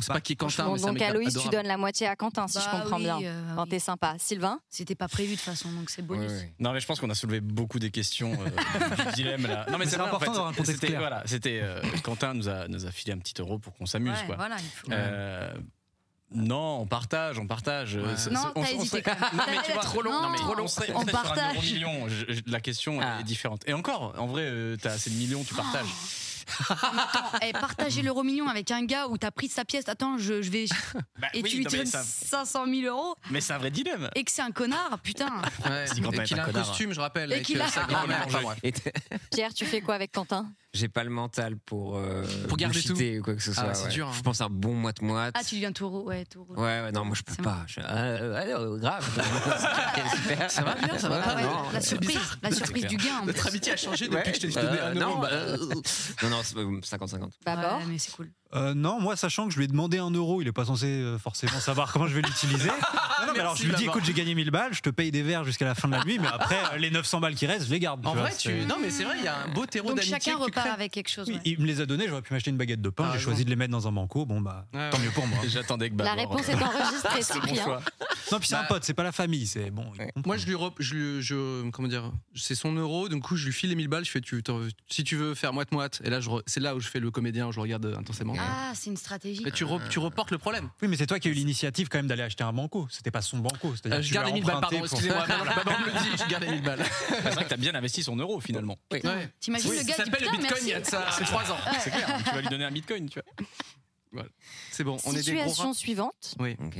[SPEAKER 2] On sait pas qui est Quentin,
[SPEAKER 8] Bon,
[SPEAKER 2] mais c'est un
[SPEAKER 8] donc,
[SPEAKER 2] mec
[SPEAKER 8] Aloïs, tu
[SPEAKER 2] adorable.
[SPEAKER 8] donnes la moitié à Quentin, si je
[SPEAKER 4] Bah
[SPEAKER 8] comprends
[SPEAKER 4] oui,
[SPEAKER 8] bien.
[SPEAKER 4] euh,
[SPEAKER 8] Quand
[SPEAKER 4] oui.
[SPEAKER 8] t'es sympa. Sylvain
[SPEAKER 4] C'était pas prévu de toute façon, donc c'est bonus.
[SPEAKER 7] Non, mais je pense qu'on a soulevé beaucoup des questions euh, du dilemme là. Non,
[SPEAKER 3] Mais c'est
[SPEAKER 7] vrai,
[SPEAKER 3] important
[SPEAKER 7] en fait,
[SPEAKER 3] d'avoir un contexte
[SPEAKER 7] c'était-
[SPEAKER 3] clair.
[SPEAKER 7] Voilà, c'était euh, Quentin nous a nous a filé un petit euro pour qu'on s'amuse
[SPEAKER 4] Ouais,
[SPEAKER 7] quoi.
[SPEAKER 4] voilà, il faut.
[SPEAKER 7] Euh, non, on partage, on partage. Euh,
[SPEAKER 2] Ouais.
[SPEAKER 7] c'est-
[SPEAKER 4] Non,
[SPEAKER 7] c'est- on-
[SPEAKER 4] t'as
[SPEAKER 7] on serait-
[SPEAKER 4] hésité quand même.
[SPEAKER 7] Non, mais
[SPEAKER 4] T'as-
[SPEAKER 7] tu vois,
[SPEAKER 4] trop long.
[SPEAKER 7] non, mais
[SPEAKER 4] Non,
[SPEAKER 7] trop long. On serait, on
[SPEAKER 4] on
[SPEAKER 7] serait sur un
[SPEAKER 4] partage.
[SPEAKER 7] euro million. Je- je- la question
[SPEAKER 5] Ah.
[SPEAKER 7] est différente. Et encore, en vrai, euh, t'as assez de millions,
[SPEAKER 4] Oh.
[SPEAKER 7] tu partages.
[SPEAKER 4] Eh, partager l'euro million avec un gars où t'as pris sa pièce, attends, je, je vais.
[SPEAKER 7] Bah
[SPEAKER 4] Et
[SPEAKER 7] oui,
[SPEAKER 4] tu lui
[SPEAKER 7] non, mais
[SPEAKER 4] donnes
[SPEAKER 7] ça-
[SPEAKER 4] 500 000 euros
[SPEAKER 7] mais c'est un vrai dilemme.
[SPEAKER 4] et que c'est un connard, putain.
[SPEAKER 2] Ouais,
[SPEAKER 7] Si Quentin
[SPEAKER 2] et
[SPEAKER 7] est
[SPEAKER 2] qu'il
[SPEAKER 7] un
[SPEAKER 2] a un
[SPEAKER 7] connard.
[SPEAKER 2] costume, je rappelle.
[SPEAKER 4] Et
[SPEAKER 2] avec,
[SPEAKER 4] qu'il
[SPEAKER 2] euh,
[SPEAKER 4] a-
[SPEAKER 2] sa grand-mère.
[SPEAKER 7] Ah,
[SPEAKER 2] Enfin, bref.
[SPEAKER 5] Et t-
[SPEAKER 8] Pierre, tu fais quoi avec Quentin
[SPEAKER 5] J'ai pas le mental pour euh,
[SPEAKER 2] Pour garder
[SPEAKER 5] bullshiter ou quoi que ce
[SPEAKER 2] Ah
[SPEAKER 5] soit.
[SPEAKER 2] ouais, c'est
[SPEAKER 5] ouais.
[SPEAKER 2] dur, hein.
[SPEAKER 5] Je pense à un bon moite moite.
[SPEAKER 4] Ah, tu deviens tout roux, ouais, tout roux.
[SPEAKER 5] Ouais, ouais, non, moi je peux
[SPEAKER 4] C'est
[SPEAKER 5] pas. Je- Ah, ouais, ouais, grave.
[SPEAKER 2] Ça va bien, ça va
[SPEAKER 5] Ouais,
[SPEAKER 2] pas
[SPEAKER 4] Ah ouais,
[SPEAKER 5] non,
[SPEAKER 4] la
[SPEAKER 5] euh,
[SPEAKER 4] surprise, la surprise
[SPEAKER 5] clair.
[SPEAKER 4] du gain. en
[SPEAKER 2] Notre
[SPEAKER 4] plus.
[SPEAKER 2] amitié a changé depuis
[SPEAKER 5] Ouais.
[SPEAKER 2] que je t'ai donné
[SPEAKER 5] Euh,
[SPEAKER 2] un
[SPEAKER 5] non,
[SPEAKER 2] euro.
[SPEAKER 5] bah, euh, non, non, c'est pas- 50-50.
[SPEAKER 8] D'abord.
[SPEAKER 4] Ouais, mais c'est cool.
[SPEAKER 3] Euh, non, moi, sachant que je lui ai demandé un euro, il est pas censé euh, forcément savoir comment je vais l'utiliser. Non, non, mais alors je lui dis,
[SPEAKER 2] Babar.
[SPEAKER 3] écoute, j'ai gagné 1000 balles, je te paye des verres jusqu'à la fin de la nuit, mais après, euh, les 900 balles qui restent, je les garde.
[SPEAKER 2] En
[SPEAKER 3] vois,
[SPEAKER 2] vrai,
[SPEAKER 3] c'est-
[SPEAKER 2] tu. Non, mais c'est vrai, il y a un beau terreau
[SPEAKER 4] Donc
[SPEAKER 2] d'amitié.
[SPEAKER 4] chacun
[SPEAKER 2] que tu
[SPEAKER 4] repart
[SPEAKER 2] crées.
[SPEAKER 4] avec quelque chose.
[SPEAKER 3] Oui,
[SPEAKER 4] ouais.
[SPEAKER 3] Il me les a donnés, j'aurais pu m'acheter une baguette de pain,
[SPEAKER 2] T'as
[SPEAKER 3] j'ai choisi de les mettre dans un banco, bon bah.
[SPEAKER 2] Ouais,
[SPEAKER 3] Tant
[SPEAKER 2] Ah ouais.
[SPEAKER 3] mieux pour moi.
[SPEAKER 7] J'attendais que
[SPEAKER 8] La
[SPEAKER 7] Babar,
[SPEAKER 8] réponse
[SPEAKER 7] euh,
[SPEAKER 8] est enregistrée,
[SPEAKER 7] c'est bon
[SPEAKER 8] Cyprien.
[SPEAKER 7] choix.
[SPEAKER 3] Non, puis c'est un
[SPEAKER 2] Bah-
[SPEAKER 3] pote, c'est pas la famille, c'est bon. il
[SPEAKER 5] Ouais.
[SPEAKER 3] comprend.
[SPEAKER 2] Moi, je lui, rep- je, lui- je- comment dire, c'est son euro, du coup, je lui file les 1000 balles, je fais, tu, t'en- si tu veux faire moite moite, et là, je re- c'est là où je fais le comédien, où je regarde intensément.
[SPEAKER 4] Ah, c'est une stratégie.
[SPEAKER 2] Mais tu, re-
[SPEAKER 8] Euh,
[SPEAKER 2] tu reportes le problème.
[SPEAKER 3] Oui, mais c'est toi qui as eu l'initiative quand même d'aller acheter un banco. C'était pas son banco. C'est-à-dire
[SPEAKER 2] Euh,
[SPEAKER 3] que tu
[SPEAKER 2] je garde
[SPEAKER 3] lui
[SPEAKER 2] les
[SPEAKER 3] as
[SPEAKER 2] 1000 balles,
[SPEAKER 3] emprunté
[SPEAKER 2] pardon,
[SPEAKER 3] pour-
[SPEAKER 2] excusez-moi, maman, maman me le dit, je garde les 1000 balles.
[SPEAKER 7] C'est vrai que t'as bien investi son euro finalement.
[SPEAKER 4] Putain,
[SPEAKER 2] Ouais.
[SPEAKER 4] T'imagines le
[SPEAKER 2] ça
[SPEAKER 4] gars qui dit,
[SPEAKER 2] s'appelle le
[SPEAKER 4] putain,
[SPEAKER 2] bitcoin il y a de
[SPEAKER 4] merci.
[SPEAKER 2] ça 3 ans.
[SPEAKER 7] C'est clair, tu vas lui donner un bitcoin, tu vois.
[SPEAKER 2] C'est bon, on est des gros
[SPEAKER 8] Situation
[SPEAKER 2] rats.
[SPEAKER 8] suivante.
[SPEAKER 5] Ok.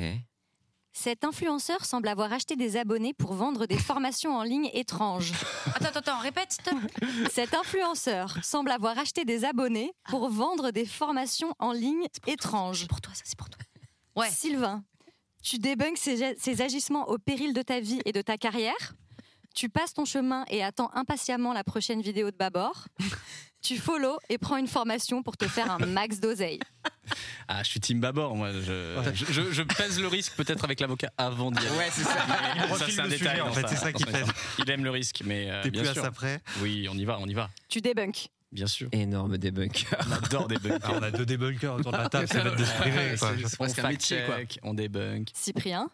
[SPEAKER 8] Cet influenceur semble avoir acheté des abonnés pour vendre des formations en ligne étranges.
[SPEAKER 4] Attends, attends, attends, répète, stop.
[SPEAKER 8] Cet influenceur semble avoir acheté des abonnés pour vendre des formations en ligne étranges.
[SPEAKER 4] Pour toi, ça, c'est pour toi. Ouais.
[SPEAKER 8] Sylvain, tu débunkes ces, ces agissements au péril de ta vie et de ta carrière. Tu passes ton chemin et attends impatiemment la prochaine vidéo de Babord. Tu follow et prends une formation pour te faire un max d'oseille.
[SPEAKER 7] Ah, je suis Team Babor, moi. Je, je, je- je pèse le risque peut-être avec l'avocat avant d'y aller.
[SPEAKER 5] Ouais, c'est ça.
[SPEAKER 7] Mais ça,
[SPEAKER 3] refile
[SPEAKER 7] c'est un
[SPEAKER 3] le
[SPEAKER 7] détail.
[SPEAKER 3] sujet, en
[SPEAKER 7] dans
[SPEAKER 3] fait,
[SPEAKER 7] sa-
[SPEAKER 3] c'est ça qui
[SPEAKER 7] dans sa-
[SPEAKER 3] pèse.
[SPEAKER 7] Il aime le risque, mais euh,
[SPEAKER 3] T'es
[SPEAKER 7] bien
[SPEAKER 3] plus à
[SPEAKER 7] sûr.
[SPEAKER 3] ça près.
[SPEAKER 7] Oui, on y va, on y va.
[SPEAKER 8] Tu débunkes.
[SPEAKER 7] Bien sûr.
[SPEAKER 5] Énorme débunker.
[SPEAKER 7] On adore des bugs.
[SPEAKER 3] Ah, on a deux débunkers autour de la table, ça va être
[SPEAKER 2] Ouais,
[SPEAKER 3] désespéré.
[SPEAKER 2] c'est-
[SPEAKER 3] quoi.
[SPEAKER 2] c'est
[SPEAKER 7] On
[SPEAKER 2] presque un métier, quoi.
[SPEAKER 7] fact-check, on débunk.
[SPEAKER 8] Cyprien,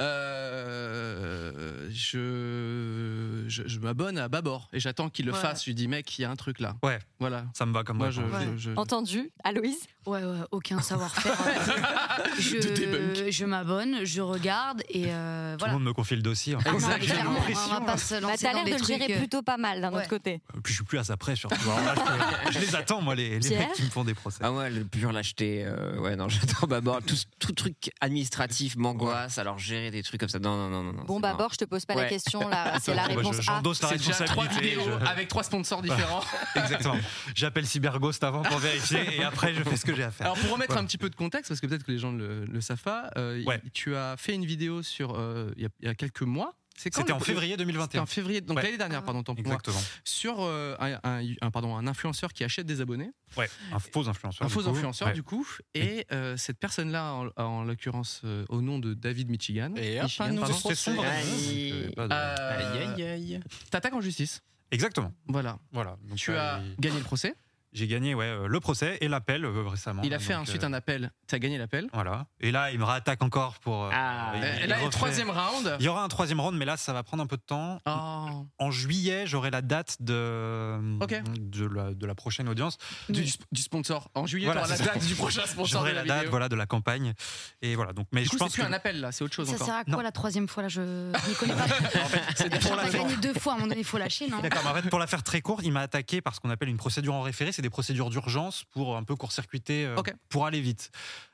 [SPEAKER 2] Euh, je, je, je m'abonne à Babor et j'attends qu'il le
[SPEAKER 4] Ouais.
[SPEAKER 2] fasse. Je lui dis, mec, il y a un truc là.
[SPEAKER 3] Ouais.
[SPEAKER 2] Voilà.
[SPEAKER 3] Ça me va comme
[SPEAKER 2] Moi, je.
[SPEAKER 3] réponse.
[SPEAKER 2] je- je-
[SPEAKER 8] entendu. Aloïse,
[SPEAKER 4] Ouais, ouais, aucun savoir-faire. je je m'abonne, je regarde et
[SPEAKER 3] Tout
[SPEAKER 4] euh,
[SPEAKER 3] le
[SPEAKER 4] voilà.
[SPEAKER 3] monde me confie le dossier. en fait.
[SPEAKER 4] Ah non, mais
[SPEAKER 2] Exactement.
[SPEAKER 4] clairement, On va pas se
[SPEAKER 8] bah,
[SPEAKER 4] lancer
[SPEAKER 8] t'as
[SPEAKER 4] dans
[SPEAKER 8] l'air
[SPEAKER 4] des
[SPEAKER 8] de le
[SPEAKER 4] trucs,
[SPEAKER 8] gérer
[SPEAKER 4] euh,
[SPEAKER 8] plutôt pas mal d'un
[SPEAKER 4] ouais.
[SPEAKER 8] autre côté.
[SPEAKER 3] Puis je suis plus à ça près, surtout. Alors là, je, je les attends, moi, les, les
[SPEAKER 8] Pierre
[SPEAKER 3] mecs qui me font des procès.
[SPEAKER 5] Ah ouais, le pur lâcheté. euh, ouais, non, j'attends Babord. Tout, tout truc administratif, m'angoisse. Alors gérer des trucs comme ça. Non, non, non, non. non,
[SPEAKER 8] Bon, bah,
[SPEAKER 5] c'est marrant.
[SPEAKER 8] Babord, je te pose pas la
[SPEAKER 5] Ouais. Bah,
[SPEAKER 8] question là. C'est
[SPEAKER 3] Moi,
[SPEAKER 8] la
[SPEAKER 3] Bah, je-
[SPEAKER 8] réponse A.
[SPEAKER 3] J'endosse la
[SPEAKER 2] C'est déjà trois
[SPEAKER 3] responsabilité.
[SPEAKER 2] vidéos
[SPEAKER 3] je-
[SPEAKER 2] avec trois sponsors différents.
[SPEAKER 3] Exactement. J'appelle Cyberghost avant pour vérifier et après, je fais ce que j'ai à faire.
[SPEAKER 2] Alors pour remettre
[SPEAKER 3] Voilà.
[SPEAKER 2] un petit peu de contexte, parce que peut-être que les gens ne le, le savent pas, euh,
[SPEAKER 3] Ouais.
[SPEAKER 2] tu as fait une vidéo sur euh, il y, a- il y a quelques mois. C'est quand
[SPEAKER 3] C'était
[SPEAKER 2] le-
[SPEAKER 3] en février
[SPEAKER 2] C'était
[SPEAKER 3] 2021.
[SPEAKER 2] en février, donc
[SPEAKER 3] Ouais.
[SPEAKER 2] l'année dernière, pardon, tant pour moi,
[SPEAKER 3] Exactement.
[SPEAKER 2] sur euh, un, un- un- pardon, un influenceur qui achète des abonnés,
[SPEAKER 3] Ouais, un faux influenceur.
[SPEAKER 2] un
[SPEAKER 3] du
[SPEAKER 2] faux
[SPEAKER 3] coup.
[SPEAKER 2] influenceur
[SPEAKER 3] Ouais.
[SPEAKER 2] du coup, et euh, cette personne-là, en, en l'occurrence euh, au nom de David Michigan,
[SPEAKER 7] Et hop,
[SPEAKER 2] Michigan,
[SPEAKER 7] un nouveau
[SPEAKER 2] pardon, hein,
[SPEAKER 3] C'est son vrai nom,
[SPEAKER 5] Aïe.
[SPEAKER 3] donc, euh, pas de-
[SPEAKER 2] euh,
[SPEAKER 7] Aïe, aïe, aïe.
[SPEAKER 2] t'attaques en justice.
[SPEAKER 3] Exactement.
[SPEAKER 2] Voilà,
[SPEAKER 3] Voilà. Donc,
[SPEAKER 2] tu
[SPEAKER 3] euh,
[SPEAKER 2] as gagné le procès.
[SPEAKER 3] J'ai gagné ouais, euh, le procès et l'appel euh, récemment.
[SPEAKER 2] Il a fait
[SPEAKER 3] Donc,
[SPEAKER 2] ensuite
[SPEAKER 3] euh,
[SPEAKER 2] un appel. T'as gagné l'appel.
[SPEAKER 3] Voilà. Et là, il me rattaque encore pour. euh,
[SPEAKER 5] Ah.
[SPEAKER 3] il-
[SPEAKER 2] Et
[SPEAKER 3] il
[SPEAKER 2] là, il y a le
[SPEAKER 3] refait-
[SPEAKER 2] troisième round.
[SPEAKER 3] Il y aura un troisième round, mais là, ça va prendre un peu de temps.
[SPEAKER 2] Oh.
[SPEAKER 3] En juillet, j'aurai la date de,
[SPEAKER 2] Ok.
[SPEAKER 3] de, la, de la prochaine audience.
[SPEAKER 2] Du, du sp- du sponsor. En juillet,
[SPEAKER 3] Voilà,
[SPEAKER 2] t'auras
[SPEAKER 3] c'est
[SPEAKER 2] la
[SPEAKER 3] ça.
[SPEAKER 2] date du prochain sponsor de
[SPEAKER 3] J'aurai
[SPEAKER 2] la,
[SPEAKER 3] la,
[SPEAKER 2] vidéo.
[SPEAKER 3] date voilà, de la campagne. Et voilà. Donc, mais
[SPEAKER 2] Du
[SPEAKER 3] je
[SPEAKER 2] coup, c'est
[SPEAKER 3] pense
[SPEAKER 2] plus
[SPEAKER 3] que.
[SPEAKER 2] un appel là, c'est autre chose
[SPEAKER 4] Ça
[SPEAKER 2] encore.
[SPEAKER 4] sert à quoi
[SPEAKER 3] Non.
[SPEAKER 4] la troisième fois là Je n'y connais pas.
[SPEAKER 3] pour
[SPEAKER 4] J'en
[SPEAKER 3] la-
[SPEAKER 4] ai gagné deux fois, à un moment donné, il faut lâcher, non
[SPEAKER 3] D'accord, mais en fait, pour la faire très courte, il m'a attaqué par ce qu'on appelle une procédure en référé. C'est des procédures d'urgence pour un peu court-circuiter, euh,
[SPEAKER 2] Ok.
[SPEAKER 3] pour aller vite.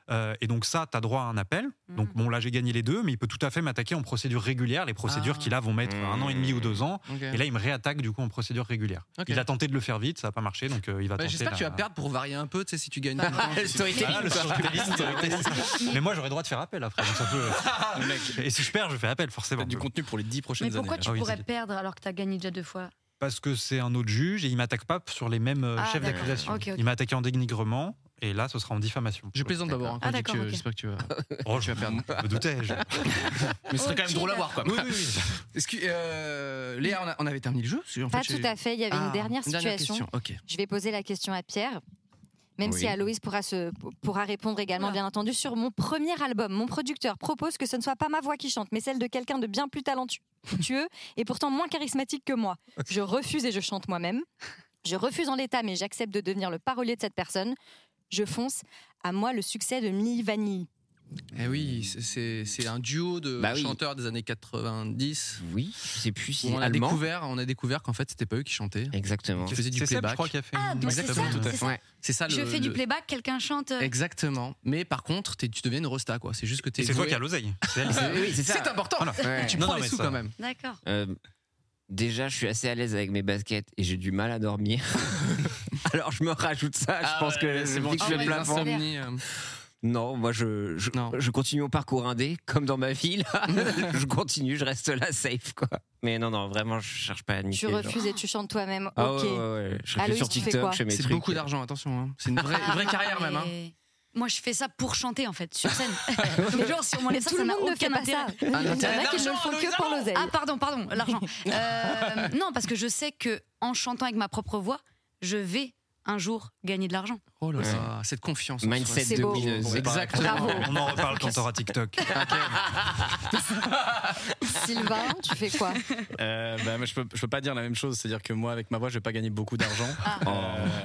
[SPEAKER 3] Euh, et donc, ça, tu as droit à un appel.
[SPEAKER 2] Hmm.
[SPEAKER 3] Donc,
[SPEAKER 4] Mhm.
[SPEAKER 3] bon, là, j'ai gagné les deux, mais il peut tout à fait m'attaquer en procédure régulière, les procédures
[SPEAKER 2] Ah. Hmm.
[SPEAKER 3] qui, là, vont mettre
[SPEAKER 5] Mhm.
[SPEAKER 3] un an et demi ou deux ans.
[SPEAKER 2] Ok.
[SPEAKER 3] Et là, il me réattaque, du coup, en procédure régulière.
[SPEAKER 2] Ok.
[SPEAKER 3] Il a tenté de le faire vite, ça n'a pas marché, donc euh, il va
[SPEAKER 2] Bah,
[SPEAKER 3] tenter.
[SPEAKER 2] J'espère que tu
[SPEAKER 3] la- Ah,
[SPEAKER 2] vas perdre pour varier un peu, tu sais, si tu gagnes.
[SPEAKER 4] Bah,
[SPEAKER 2] tout le temps,
[SPEAKER 5] le
[SPEAKER 2] c'est-
[SPEAKER 5] storytelling,
[SPEAKER 2] Voilà, le
[SPEAKER 5] quoi.
[SPEAKER 2] storytelling.
[SPEAKER 3] Mais moi, j'aurais le droit de faire appel après. donc ça peut-
[SPEAKER 7] Le mec,
[SPEAKER 3] Et si je perds, je fais appel, forcément.
[SPEAKER 7] peut-être du contenu pour les dix
[SPEAKER 4] Mais
[SPEAKER 7] prochaines
[SPEAKER 4] pourquoi
[SPEAKER 7] années.
[SPEAKER 4] tu
[SPEAKER 3] Ah oui,
[SPEAKER 4] pourrais
[SPEAKER 3] c'est-
[SPEAKER 4] perdre alors que tu as gagné déjà deux fois
[SPEAKER 3] Parce que c'est un autre juge et il m'attaque pas sur les mêmes euh,
[SPEAKER 4] Ah,
[SPEAKER 3] chefs
[SPEAKER 4] d'accord.
[SPEAKER 3] d'accusation.
[SPEAKER 4] Ok, ok.
[SPEAKER 3] Il m'a attaqué en dénigrement et là, ce sera en diffamation.
[SPEAKER 2] Je plaisante d'abord, hein, quand je
[SPEAKER 4] Ah,
[SPEAKER 2] dis que
[SPEAKER 4] d'accord, ok.
[SPEAKER 2] j'espère que tu vas.
[SPEAKER 3] Oh,
[SPEAKER 2] tu vas perdre.
[SPEAKER 3] Je me doutais. je-
[SPEAKER 2] Mais ce serait quand
[SPEAKER 4] Ok,
[SPEAKER 2] même drôle à voir, quoi.
[SPEAKER 3] Oui, oui, oui.
[SPEAKER 2] Excuse- euh, Léa, on, a- on avait terminé le jeu parce que, en
[SPEAKER 8] Pas
[SPEAKER 2] fait,
[SPEAKER 8] tout à fait, il y avait une
[SPEAKER 2] Ah,
[SPEAKER 8] dernière situation.
[SPEAKER 2] question, ok.
[SPEAKER 8] Je vais poser la question à Pierre, même
[SPEAKER 5] Oui.
[SPEAKER 8] si Aloïse pourra, se, pourra répondre également,
[SPEAKER 4] Oula.
[SPEAKER 8] bien entendu, sur mon premier album. Mon producteur propose que ce ne soit pas ma voix qui chante, mais celle de quelqu'un de bien plus talentueux et pourtant moins charismatique que moi. Je refuse et je chante moi-même. Je refuse en l'état, mais j'accepte de devenir le parolier de cette personne. Je fonce. À moi le succès de Milli Vanilli.
[SPEAKER 2] Eh oui, c'est- c'est c'est un duo de
[SPEAKER 5] Bah oui.
[SPEAKER 2] chanteurs des années 90.
[SPEAKER 5] Oui, je sais plus si
[SPEAKER 2] où
[SPEAKER 5] c'est
[SPEAKER 2] on a
[SPEAKER 5] allemand.
[SPEAKER 2] découvert, on a découvert qu'en fait, c'était pas eux qui chantaient.
[SPEAKER 5] Exactement.
[SPEAKER 2] faisait du
[SPEAKER 3] C'est Seb,
[SPEAKER 2] playback.
[SPEAKER 3] je crois, qui a fait.
[SPEAKER 4] Ah,
[SPEAKER 3] une-
[SPEAKER 4] donc c'est ça,
[SPEAKER 3] Exactement, tout à
[SPEAKER 4] c'est
[SPEAKER 3] fait.
[SPEAKER 4] ça.
[SPEAKER 5] Ouais.
[SPEAKER 2] C'est ça.
[SPEAKER 4] Je
[SPEAKER 2] le-
[SPEAKER 4] fais du
[SPEAKER 2] le-
[SPEAKER 4] playback, quelqu'un chante. euh,
[SPEAKER 2] Exactement. Mais par contre, t'es- tu deviens une rosta, quoi. C'est juste que t'es.
[SPEAKER 3] Et C'est toi
[SPEAKER 2] doué.
[SPEAKER 3] qui as l'oseille. C'est elle.
[SPEAKER 5] Oui, oui, c'est ça.
[SPEAKER 2] C'est important.
[SPEAKER 3] Voilà.
[SPEAKER 5] Ouais.
[SPEAKER 2] Tu
[SPEAKER 3] Non,
[SPEAKER 2] prends
[SPEAKER 3] non,
[SPEAKER 2] les
[SPEAKER 3] mais
[SPEAKER 2] sous
[SPEAKER 3] ça-
[SPEAKER 2] quand même.
[SPEAKER 4] D'accord.
[SPEAKER 5] Euh, déjà, je suis assez à l'aise avec mes baskets et j'ai du mal à dormir. Alors, je me rajoute ça. Je
[SPEAKER 2] Ah
[SPEAKER 5] pense
[SPEAKER 2] ouais,
[SPEAKER 5] que c'est bon.
[SPEAKER 2] tu
[SPEAKER 5] Je
[SPEAKER 4] fais
[SPEAKER 5] fais
[SPEAKER 4] ouais,
[SPEAKER 5] plein
[SPEAKER 4] non, c'est-
[SPEAKER 2] l'insomnie, euh,
[SPEAKER 5] Non, moi, je, je,
[SPEAKER 2] Non.
[SPEAKER 5] je continue mon parcours indé, comme dans ma vie, là. je continue, je reste là, safe, quoi. Mais non, non, vraiment, je cherche pas à niquer.
[SPEAKER 8] Tu
[SPEAKER 5] genre.
[SPEAKER 8] refuses et tu chantes toi-même.
[SPEAKER 5] Ah
[SPEAKER 8] ok.
[SPEAKER 5] ouais, ouais, ouais. Je
[SPEAKER 8] Aloïs,
[SPEAKER 5] suis sur
[SPEAKER 8] tu fais
[SPEAKER 5] TikTok,
[SPEAKER 8] quoi
[SPEAKER 5] je fais mes
[SPEAKER 2] C'est
[SPEAKER 5] trucs.
[SPEAKER 2] beaucoup d'argent, attention. hein. C'est une vraie, une vraie
[SPEAKER 4] Ah,
[SPEAKER 2] carrière même. hein.
[SPEAKER 4] mais Moi, je fais ça pour chanter, en fait, sur scène. Mais genre, si on m'enlève ça,
[SPEAKER 8] Tout
[SPEAKER 4] ça
[SPEAKER 8] le
[SPEAKER 4] n'a
[SPEAKER 8] monde ne
[SPEAKER 4] aucun
[SPEAKER 8] fait pas
[SPEAKER 4] intérêt.
[SPEAKER 8] ça. Il y en a
[SPEAKER 2] intérêt
[SPEAKER 8] qui ne le
[SPEAKER 2] d'argent,
[SPEAKER 8] font que
[SPEAKER 2] Aloïsa
[SPEAKER 8] pour l'oseille.
[SPEAKER 4] Ah, pardon, pardon, l'argent. Euh, non, parce que je sais que en chantant avec ma propre voix, je vais un jour gagner de l'argent.
[SPEAKER 2] Oh là
[SPEAKER 5] Ouais.
[SPEAKER 2] là, cette confiance. en soi.
[SPEAKER 5] Mindset
[SPEAKER 8] C'est beau.
[SPEAKER 5] domineuse.
[SPEAKER 2] Exactement.
[SPEAKER 8] Bravo.
[SPEAKER 3] On en reparle quand t'auras TikTok.
[SPEAKER 8] Sylvain, tu fais quoi
[SPEAKER 7] Euh, bah, moi, je, peux, je peux pas dire la même chose. C'est-à-dire que moi, avec ma voix, je vais pas gagner beaucoup d'argent.
[SPEAKER 4] Ah.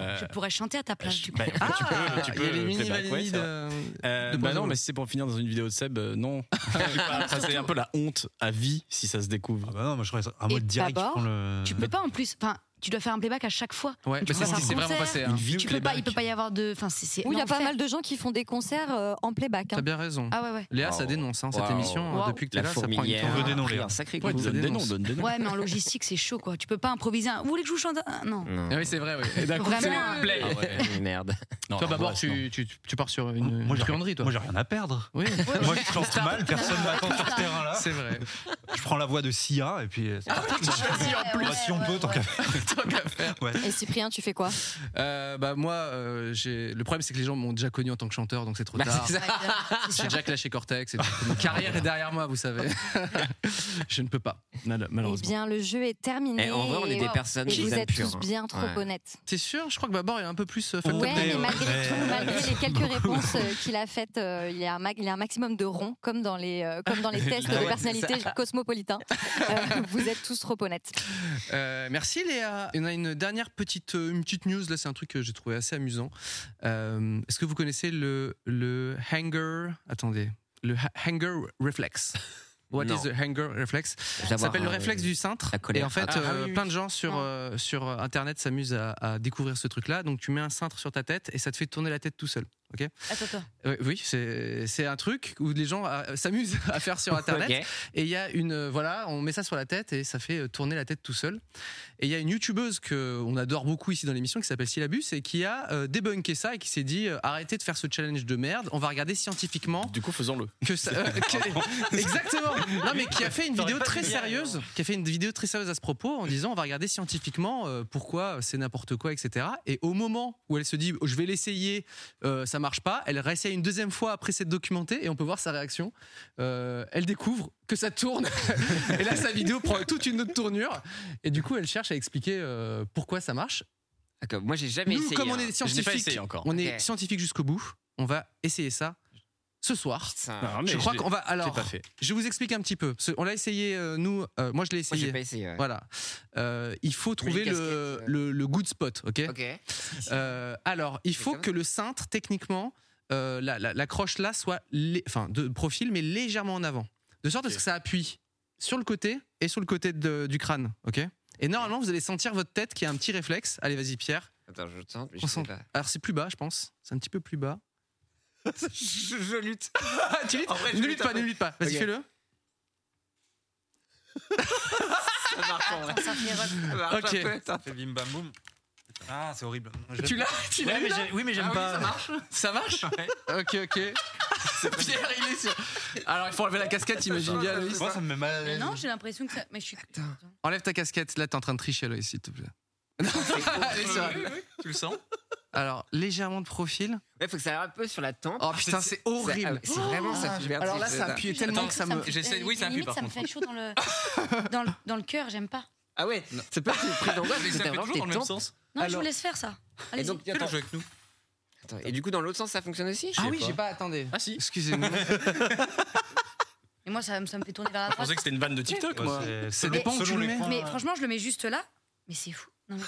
[SPEAKER 7] Euh,
[SPEAKER 4] Je pourrais chanter à ta place, du coup.
[SPEAKER 7] bah, tu peux, tu
[SPEAKER 2] Ah,
[SPEAKER 7] peux
[SPEAKER 2] Il y a les
[SPEAKER 7] le
[SPEAKER 2] mini
[SPEAKER 7] playback, ouais,
[SPEAKER 2] valides.
[SPEAKER 7] c'est vrai. Euh,
[SPEAKER 2] de
[SPEAKER 7] bah non,
[SPEAKER 2] Bonjour.
[SPEAKER 7] mais si c'est pour finir dans une vidéo de Seb, euh, non. Ça c'est un peu la honte à vie si ça se découvre.
[SPEAKER 3] Ah bah non, moi je serais à moi
[SPEAKER 8] Et
[SPEAKER 3] direct. je
[SPEAKER 8] d'abord,
[SPEAKER 3] prends le-
[SPEAKER 4] Tu peux pas en plus. Enfin, tu dois faire un playback à chaque fois.
[SPEAKER 2] Ouais,
[SPEAKER 4] Tu
[SPEAKER 2] mais ça,
[SPEAKER 4] fais un
[SPEAKER 2] c'est c'est vraiment
[SPEAKER 4] concert,
[SPEAKER 2] passé. hein.
[SPEAKER 4] Tu peux pas, il peut pas y avoir de. Enfin, c'est- c'est
[SPEAKER 8] Oui, il y a pas
[SPEAKER 4] l'enfer.
[SPEAKER 8] mal de gens qui font des concerts euh, en playback. hein.
[SPEAKER 2] T'as bien raison.
[SPEAKER 4] Ah ouais, ouais.
[SPEAKER 2] Léa, ça
[SPEAKER 5] Waouh.
[SPEAKER 2] dénonce hein, cette
[SPEAKER 5] Waouh.
[SPEAKER 2] émission.
[SPEAKER 4] Waouh.
[SPEAKER 2] Depuis que t'es
[SPEAKER 5] La
[SPEAKER 2] là, ça prend une
[SPEAKER 5] fourmilière.
[SPEAKER 2] tournure.
[SPEAKER 3] Venez non,
[SPEAKER 5] pris
[SPEAKER 3] Léa.
[SPEAKER 5] un sacré coup.
[SPEAKER 7] Ouais,
[SPEAKER 2] Écoute,
[SPEAKER 7] donne des noms,
[SPEAKER 2] dénonce.
[SPEAKER 7] donne des noms.
[SPEAKER 4] Ouais, mais en logistique, c'est chaud, quoi. Tu peux pas improviser. un- Vous voulez que je vous chante un- Non.
[SPEAKER 5] Non.
[SPEAKER 2] Ah oui, c'est vrai, oui. Et d'un coup,
[SPEAKER 4] Vraiment.
[SPEAKER 2] c'est- play.
[SPEAKER 5] Ah ouais, merde.
[SPEAKER 7] Non,
[SPEAKER 2] Toi,
[SPEAKER 7] non,
[SPEAKER 2] d'abord,
[SPEAKER 7] Boris, non.
[SPEAKER 2] tu, tu, tu pars sur une,
[SPEAKER 3] Moi,
[SPEAKER 2] une
[SPEAKER 3] j'ai-
[SPEAKER 2] truanderie, toi.
[SPEAKER 3] Moi, j'ai rien à perdre.
[SPEAKER 2] Oui,
[SPEAKER 3] Moi, je chante mal, personne m'attend sur ce
[SPEAKER 4] Putain.
[SPEAKER 3] terrain-là.
[SPEAKER 2] c'est vrai.
[SPEAKER 3] Je prends la voix de Sia et puis. euh, c'est parti.
[SPEAKER 4] en plus.
[SPEAKER 3] Bah, si on peut, tant qu'à
[SPEAKER 2] Tant qu'à faire.
[SPEAKER 8] Et Cyprien, tu fais quoi
[SPEAKER 2] Euh, bah, moi, euh, j'ai- le problème, c'est que les gens m'ont déjà connu en tant que chanteur, donc c'est trop
[SPEAKER 5] Bah,
[SPEAKER 2] tard.
[SPEAKER 5] c'est ça.
[SPEAKER 2] J'ai déjà clashé Cortex. Et tout. Mon carrière est derrière moi, vous savez. je ne peux pas, mal-
[SPEAKER 8] Eh
[SPEAKER 2] malheureusement.
[SPEAKER 8] bien, le jeu est terminé.
[SPEAKER 5] Eh, en vrai, on est
[SPEAKER 8] Et
[SPEAKER 5] des personnes
[SPEAKER 8] vous
[SPEAKER 5] qui aiment
[SPEAKER 8] êtes
[SPEAKER 5] pur.
[SPEAKER 8] tous
[SPEAKER 5] hein.
[SPEAKER 8] bien trop
[SPEAKER 5] Ouais.
[SPEAKER 8] honnêtes.
[SPEAKER 2] T'es sûr Je crois que Babor est un peu plus euh, fucked
[SPEAKER 8] Ouais,
[SPEAKER 2] up.
[SPEAKER 3] mais
[SPEAKER 8] mais
[SPEAKER 3] ouais.
[SPEAKER 8] malgré tout,
[SPEAKER 3] Ouais.
[SPEAKER 8] malgré les quelques
[SPEAKER 3] Beaucoup.
[SPEAKER 8] réponses euh, qu'il a faites, euh, il, y a un ma- il y a un maximum de ronds, comme dans les, euh, comme dans les tests
[SPEAKER 5] Ah
[SPEAKER 8] de
[SPEAKER 5] ouais,
[SPEAKER 8] personnalité cosmopolitain. Euh, vous êtes tous trop honnêtes.
[SPEAKER 2] Euh, merci Léa. Et on a une dernière petite, euh, une petite news. Là, c'est un truc que j'ai trouvé assez amusant. Euh, Est-ce que vous connaissez le, le hanger Attendez. Le ha- hanger reflex. What
[SPEAKER 5] Non.
[SPEAKER 2] is the hanger reflex Ça
[SPEAKER 5] D'avoir,
[SPEAKER 2] s'appelle le
[SPEAKER 5] euh,
[SPEAKER 2] réflexe du cintre.
[SPEAKER 5] la colère.
[SPEAKER 2] Et en fait,
[SPEAKER 5] Ah, ah
[SPEAKER 2] euh,
[SPEAKER 5] oui, oui.
[SPEAKER 2] plein de gens sur,
[SPEAKER 8] Non.
[SPEAKER 2] euh, sur Internet s'amusent à, à découvrir ce truc-là. Donc, tu mets un cintre sur ta tête et ça te fait tourner la tête tout seul.
[SPEAKER 4] Attends, attends.
[SPEAKER 2] Ouais, oui, c'est c'est un truc où les gens euh, s'amusent à faire sur Internet.
[SPEAKER 5] Ok.
[SPEAKER 2] Et il y a une euh, voilà, on met ça sur la tête et ça fait euh, tourner la tête tout seul. Et il y a une youtubeuse que euh, on adore beaucoup ici dans l'émission qui s'appelle Syllabus et qui a euh, débunké ça et qui s'est dit euh, arrêtez de faire ce challenge de merde, on va regarder scientifiquement
[SPEAKER 7] Du coup, faisons-le.
[SPEAKER 2] que ça euh, que- exactement. Non mais qui a fait une
[SPEAKER 7] T'aurais
[SPEAKER 2] vidéo
[SPEAKER 7] pas
[SPEAKER 2] très
[SPEAKER 7] dû dire,
[SPEAKER 2] sérieuse, qui a fait une vidéo très sérieuse à ce propos en disant on va regarder scientifiquement euh, pourquoi c'est n'importe quoi etc. Et au moment où elle se dit oh, je vais l'essayer, euh, ça marche pas, elle réessaye une deuxième fois après s'être documentée et on peut voir sa réaction. Euh, elle découvre que ça tourne et là sa vidéo prend toute une autre tournure et du coup elle cherche à expliquer euh, pourquoi ça marche.
[SPEAKER 5] D'accord, Moi, j'ai jamais
[SPEAKER 2] Nous,
[SPEAKER 5] essayé.
[SPEAKER 2] comme on
[SPEAKER 5] hein.
[SPEAKER 2] est
[SPEAKER 7] Je n'ai pas
[SPEAKER 2] scientifique,
[SPEAKER 7] essayé encore.
[SPEAKER 2] on est
[SPEAKER 5] Ok.
[SPEAKER 2] scientifique jusqu'au bout. On va essayer ça ce soir.
[SPEAKER 5] Putain.
[SPEAKER 7] Non,
[SPEAKER 5] Moi,
[SPEAKER 7] mais
[SPEAKER 2] je crois
[SPEAKER 7] l'ai-
[SPEAKER 2] qu'on va
[SPEAKER 7] je l'ai
[SPEAKER 2] alors
[SPEAKER 7] pas fait.
[SPEAKER 2] je vous explique un petit peu. Parce que On l'a essayé, euh, nous, euh, moi je l'ai essayé.
[SPEAKER 5] j'ai pas essayé. ouais.
[SPEAKER 2] Voilà. Euh, il faut trouver
[SPEAKER 5] casquettes,
[SPEAKER 2] le,
[SPEAKER 5] euh.
[SPEAKER 2] le, le good spot, ok,
[SPEAKER 5] Ok.
[SPEAKER 2] Euh, Alors, il
[SPEAKER 5] C'est
[SPEAKER 2] faut
[SPEAKER 5] comme
[SPEAKER 2] que le cintre, techniquement, euh, la, la- la croche là soit lé- enfin, de profil, mais légèrement en avant. De sorte à ce que ça appuie sur le côté et sur le côté de- du crâne, ok Et normalement, vous allez sentir votre tête qui a un petit réflexe. Allez, vas-y, Pierre.
[SPEAKER 5] Attends, je tente. mais
[SPEAKER 2] On
[SPEAKER 5] Je, sais
[SPEAKER 2] sent-
[SPEAKER 5] pas.
[SPEAKER 2] Alors, c'est plus bas, je pense. C'est un petit peu plus bas.
[SPEAKER 5] je, je lutte.
[SPEAKER 2] tu luttes
[SPEAKER 5] En vrai, je
[SPEAKER 2] Ne
[SPEAKER 5] lutte
[SPEAKER 2] lutte pas,
[SPEAKER 5] après.
[SPEAKER 2] ne lutte pas. Vas-y,
[SPEAKER 5] Ok.
[SPEAKER 2] fais-le.
[SPEAKER 5] Ça marche en vrai.
[SPEAKER 4] Attends, ça fait erreur.
[SPEAKER 5] Ça marche
[SPEAKER 2] Ok.
[SPEAKER 5] un peu. attends.
[SPEAKER 3] fait bim bam boum. Ah, c'est horrible. Je-
[SPEAKER 2] Tu l'as Tu l'as
[SPEAKER 3] Ouais,
[SPEAKER 2] eu,
[SPEAKER 3] mais
[SPEAKER 2] là
[SPEAKER 3] j'ai- Oui, mais j'aime
[SPEAKER 5] Ah oui,
[SPEAKER 3] pas.
[SPEAKER 5] ça marche.
[SPEAKER 2] Ça marche Ok, ok. Pierre, il est sur. Alors, il faut enlever la casquette, imagine bien, Loïs.
[SPEAKER 3] Moi, ça me met mal à
[SPEAKER 4] Mais
[SPEAKER 3] l'aise.
[SPEAKER 4] non, j'ai l'impression que ça. Mais je suis.
[SPEAKER 2] Enlève ta casquette, là, t'es en train de tricher, Loïs, s'il te plaît. Allez, ça va.
[SPEAKER 7] Tu le sens
[SPEAKER 2] Alors, légèrement de profil.
[SPEAKER 5] Ouais, faut que ça aille un peu sur la tempe. Ah,
[SPEAKER 2] Oh putain, c'est horrible.
[SPEAKER 5] C'est vraiment ça. fait bien
[SPEAKER 2] Alors là,
[SPEAKER 5] petit
[SPEAKER 2] ça
[SPEAKER 5] peu,
[SPEAKER 2] appuie
[SPEAKER 4] J'ai
[SPEAKER 2] tellement que
[SPEAKER 4] l'impression
[SPEAKER 2] ça me.
[SPEAKER 4] fait-
[SPEAKER 7] j'essaie- oui, ça
[SPEAKER 4] limite,
[SPEAKER 7] appuie, par
[SPEAKER 4] Euh, ça me fait chaud dans le dans le, dans le cœur. J'aime pas.
[SPEAKER 5] Ah ouais, c'est pas une prise d'angoisse, mais
[SPEAKER 7] Ah, Ça
[SPEAKER 5] t'as
[SPEAKER 7] fait
[SPEAKER 5] vraiment
[SPEAKER 7] toujours
[SPEAKER 5] tes
[SPEAKER 7] dans le même
[SPEAKER 5] tempes.
[SPEAKER 7] sens.
[SPEAKER 4] Non, mais je
[SPEAKER 2] Alors-
[SPEAKER 4] vous laisse faire ça.
[SPEAKER 5] Et
[SPEAKER 4] Allez-y.
[SPEAKER 5] donc,
[SPEAKER 7] Fais-le
[SPEAKER 5] attends,
[SPEAKER 7] jouer avec nous.
[SPEAKER 5] attends. Et du coup, dans l'autre sens, ça fonctionne aussi Je sais pas.
[SPEAKER 2] pas, attendez.
[SPEAKER 7] Ah si.
[SPEAKER 2] Excusez-moi.
[SPEAKER 4] Et moi, ça, me- ça me fait tourner vers la
[SPEAKER 7] Je pensais
[SPEAKER 4] droite.
[SPEAKER 7] que c'était une vanne de TikTok,
[SPEAKER 3] Ouais,
[SPEAKER 7] moi.
[SPEAKER 3] c'est-
[SPEAKER 2] Ça
[SPEAKER 3] selon-
[SPEAKER 2] dépend où
[SPEAKER 3] selon
[SPEAKER 2] tu le
[SPEAKER 3] les
[SPEAKER 2] mets.
[SPEAKER 3] points.
[SPEAKER 4] Mais franchement, je le mets juste là. Mais c'est fou. Non, mais-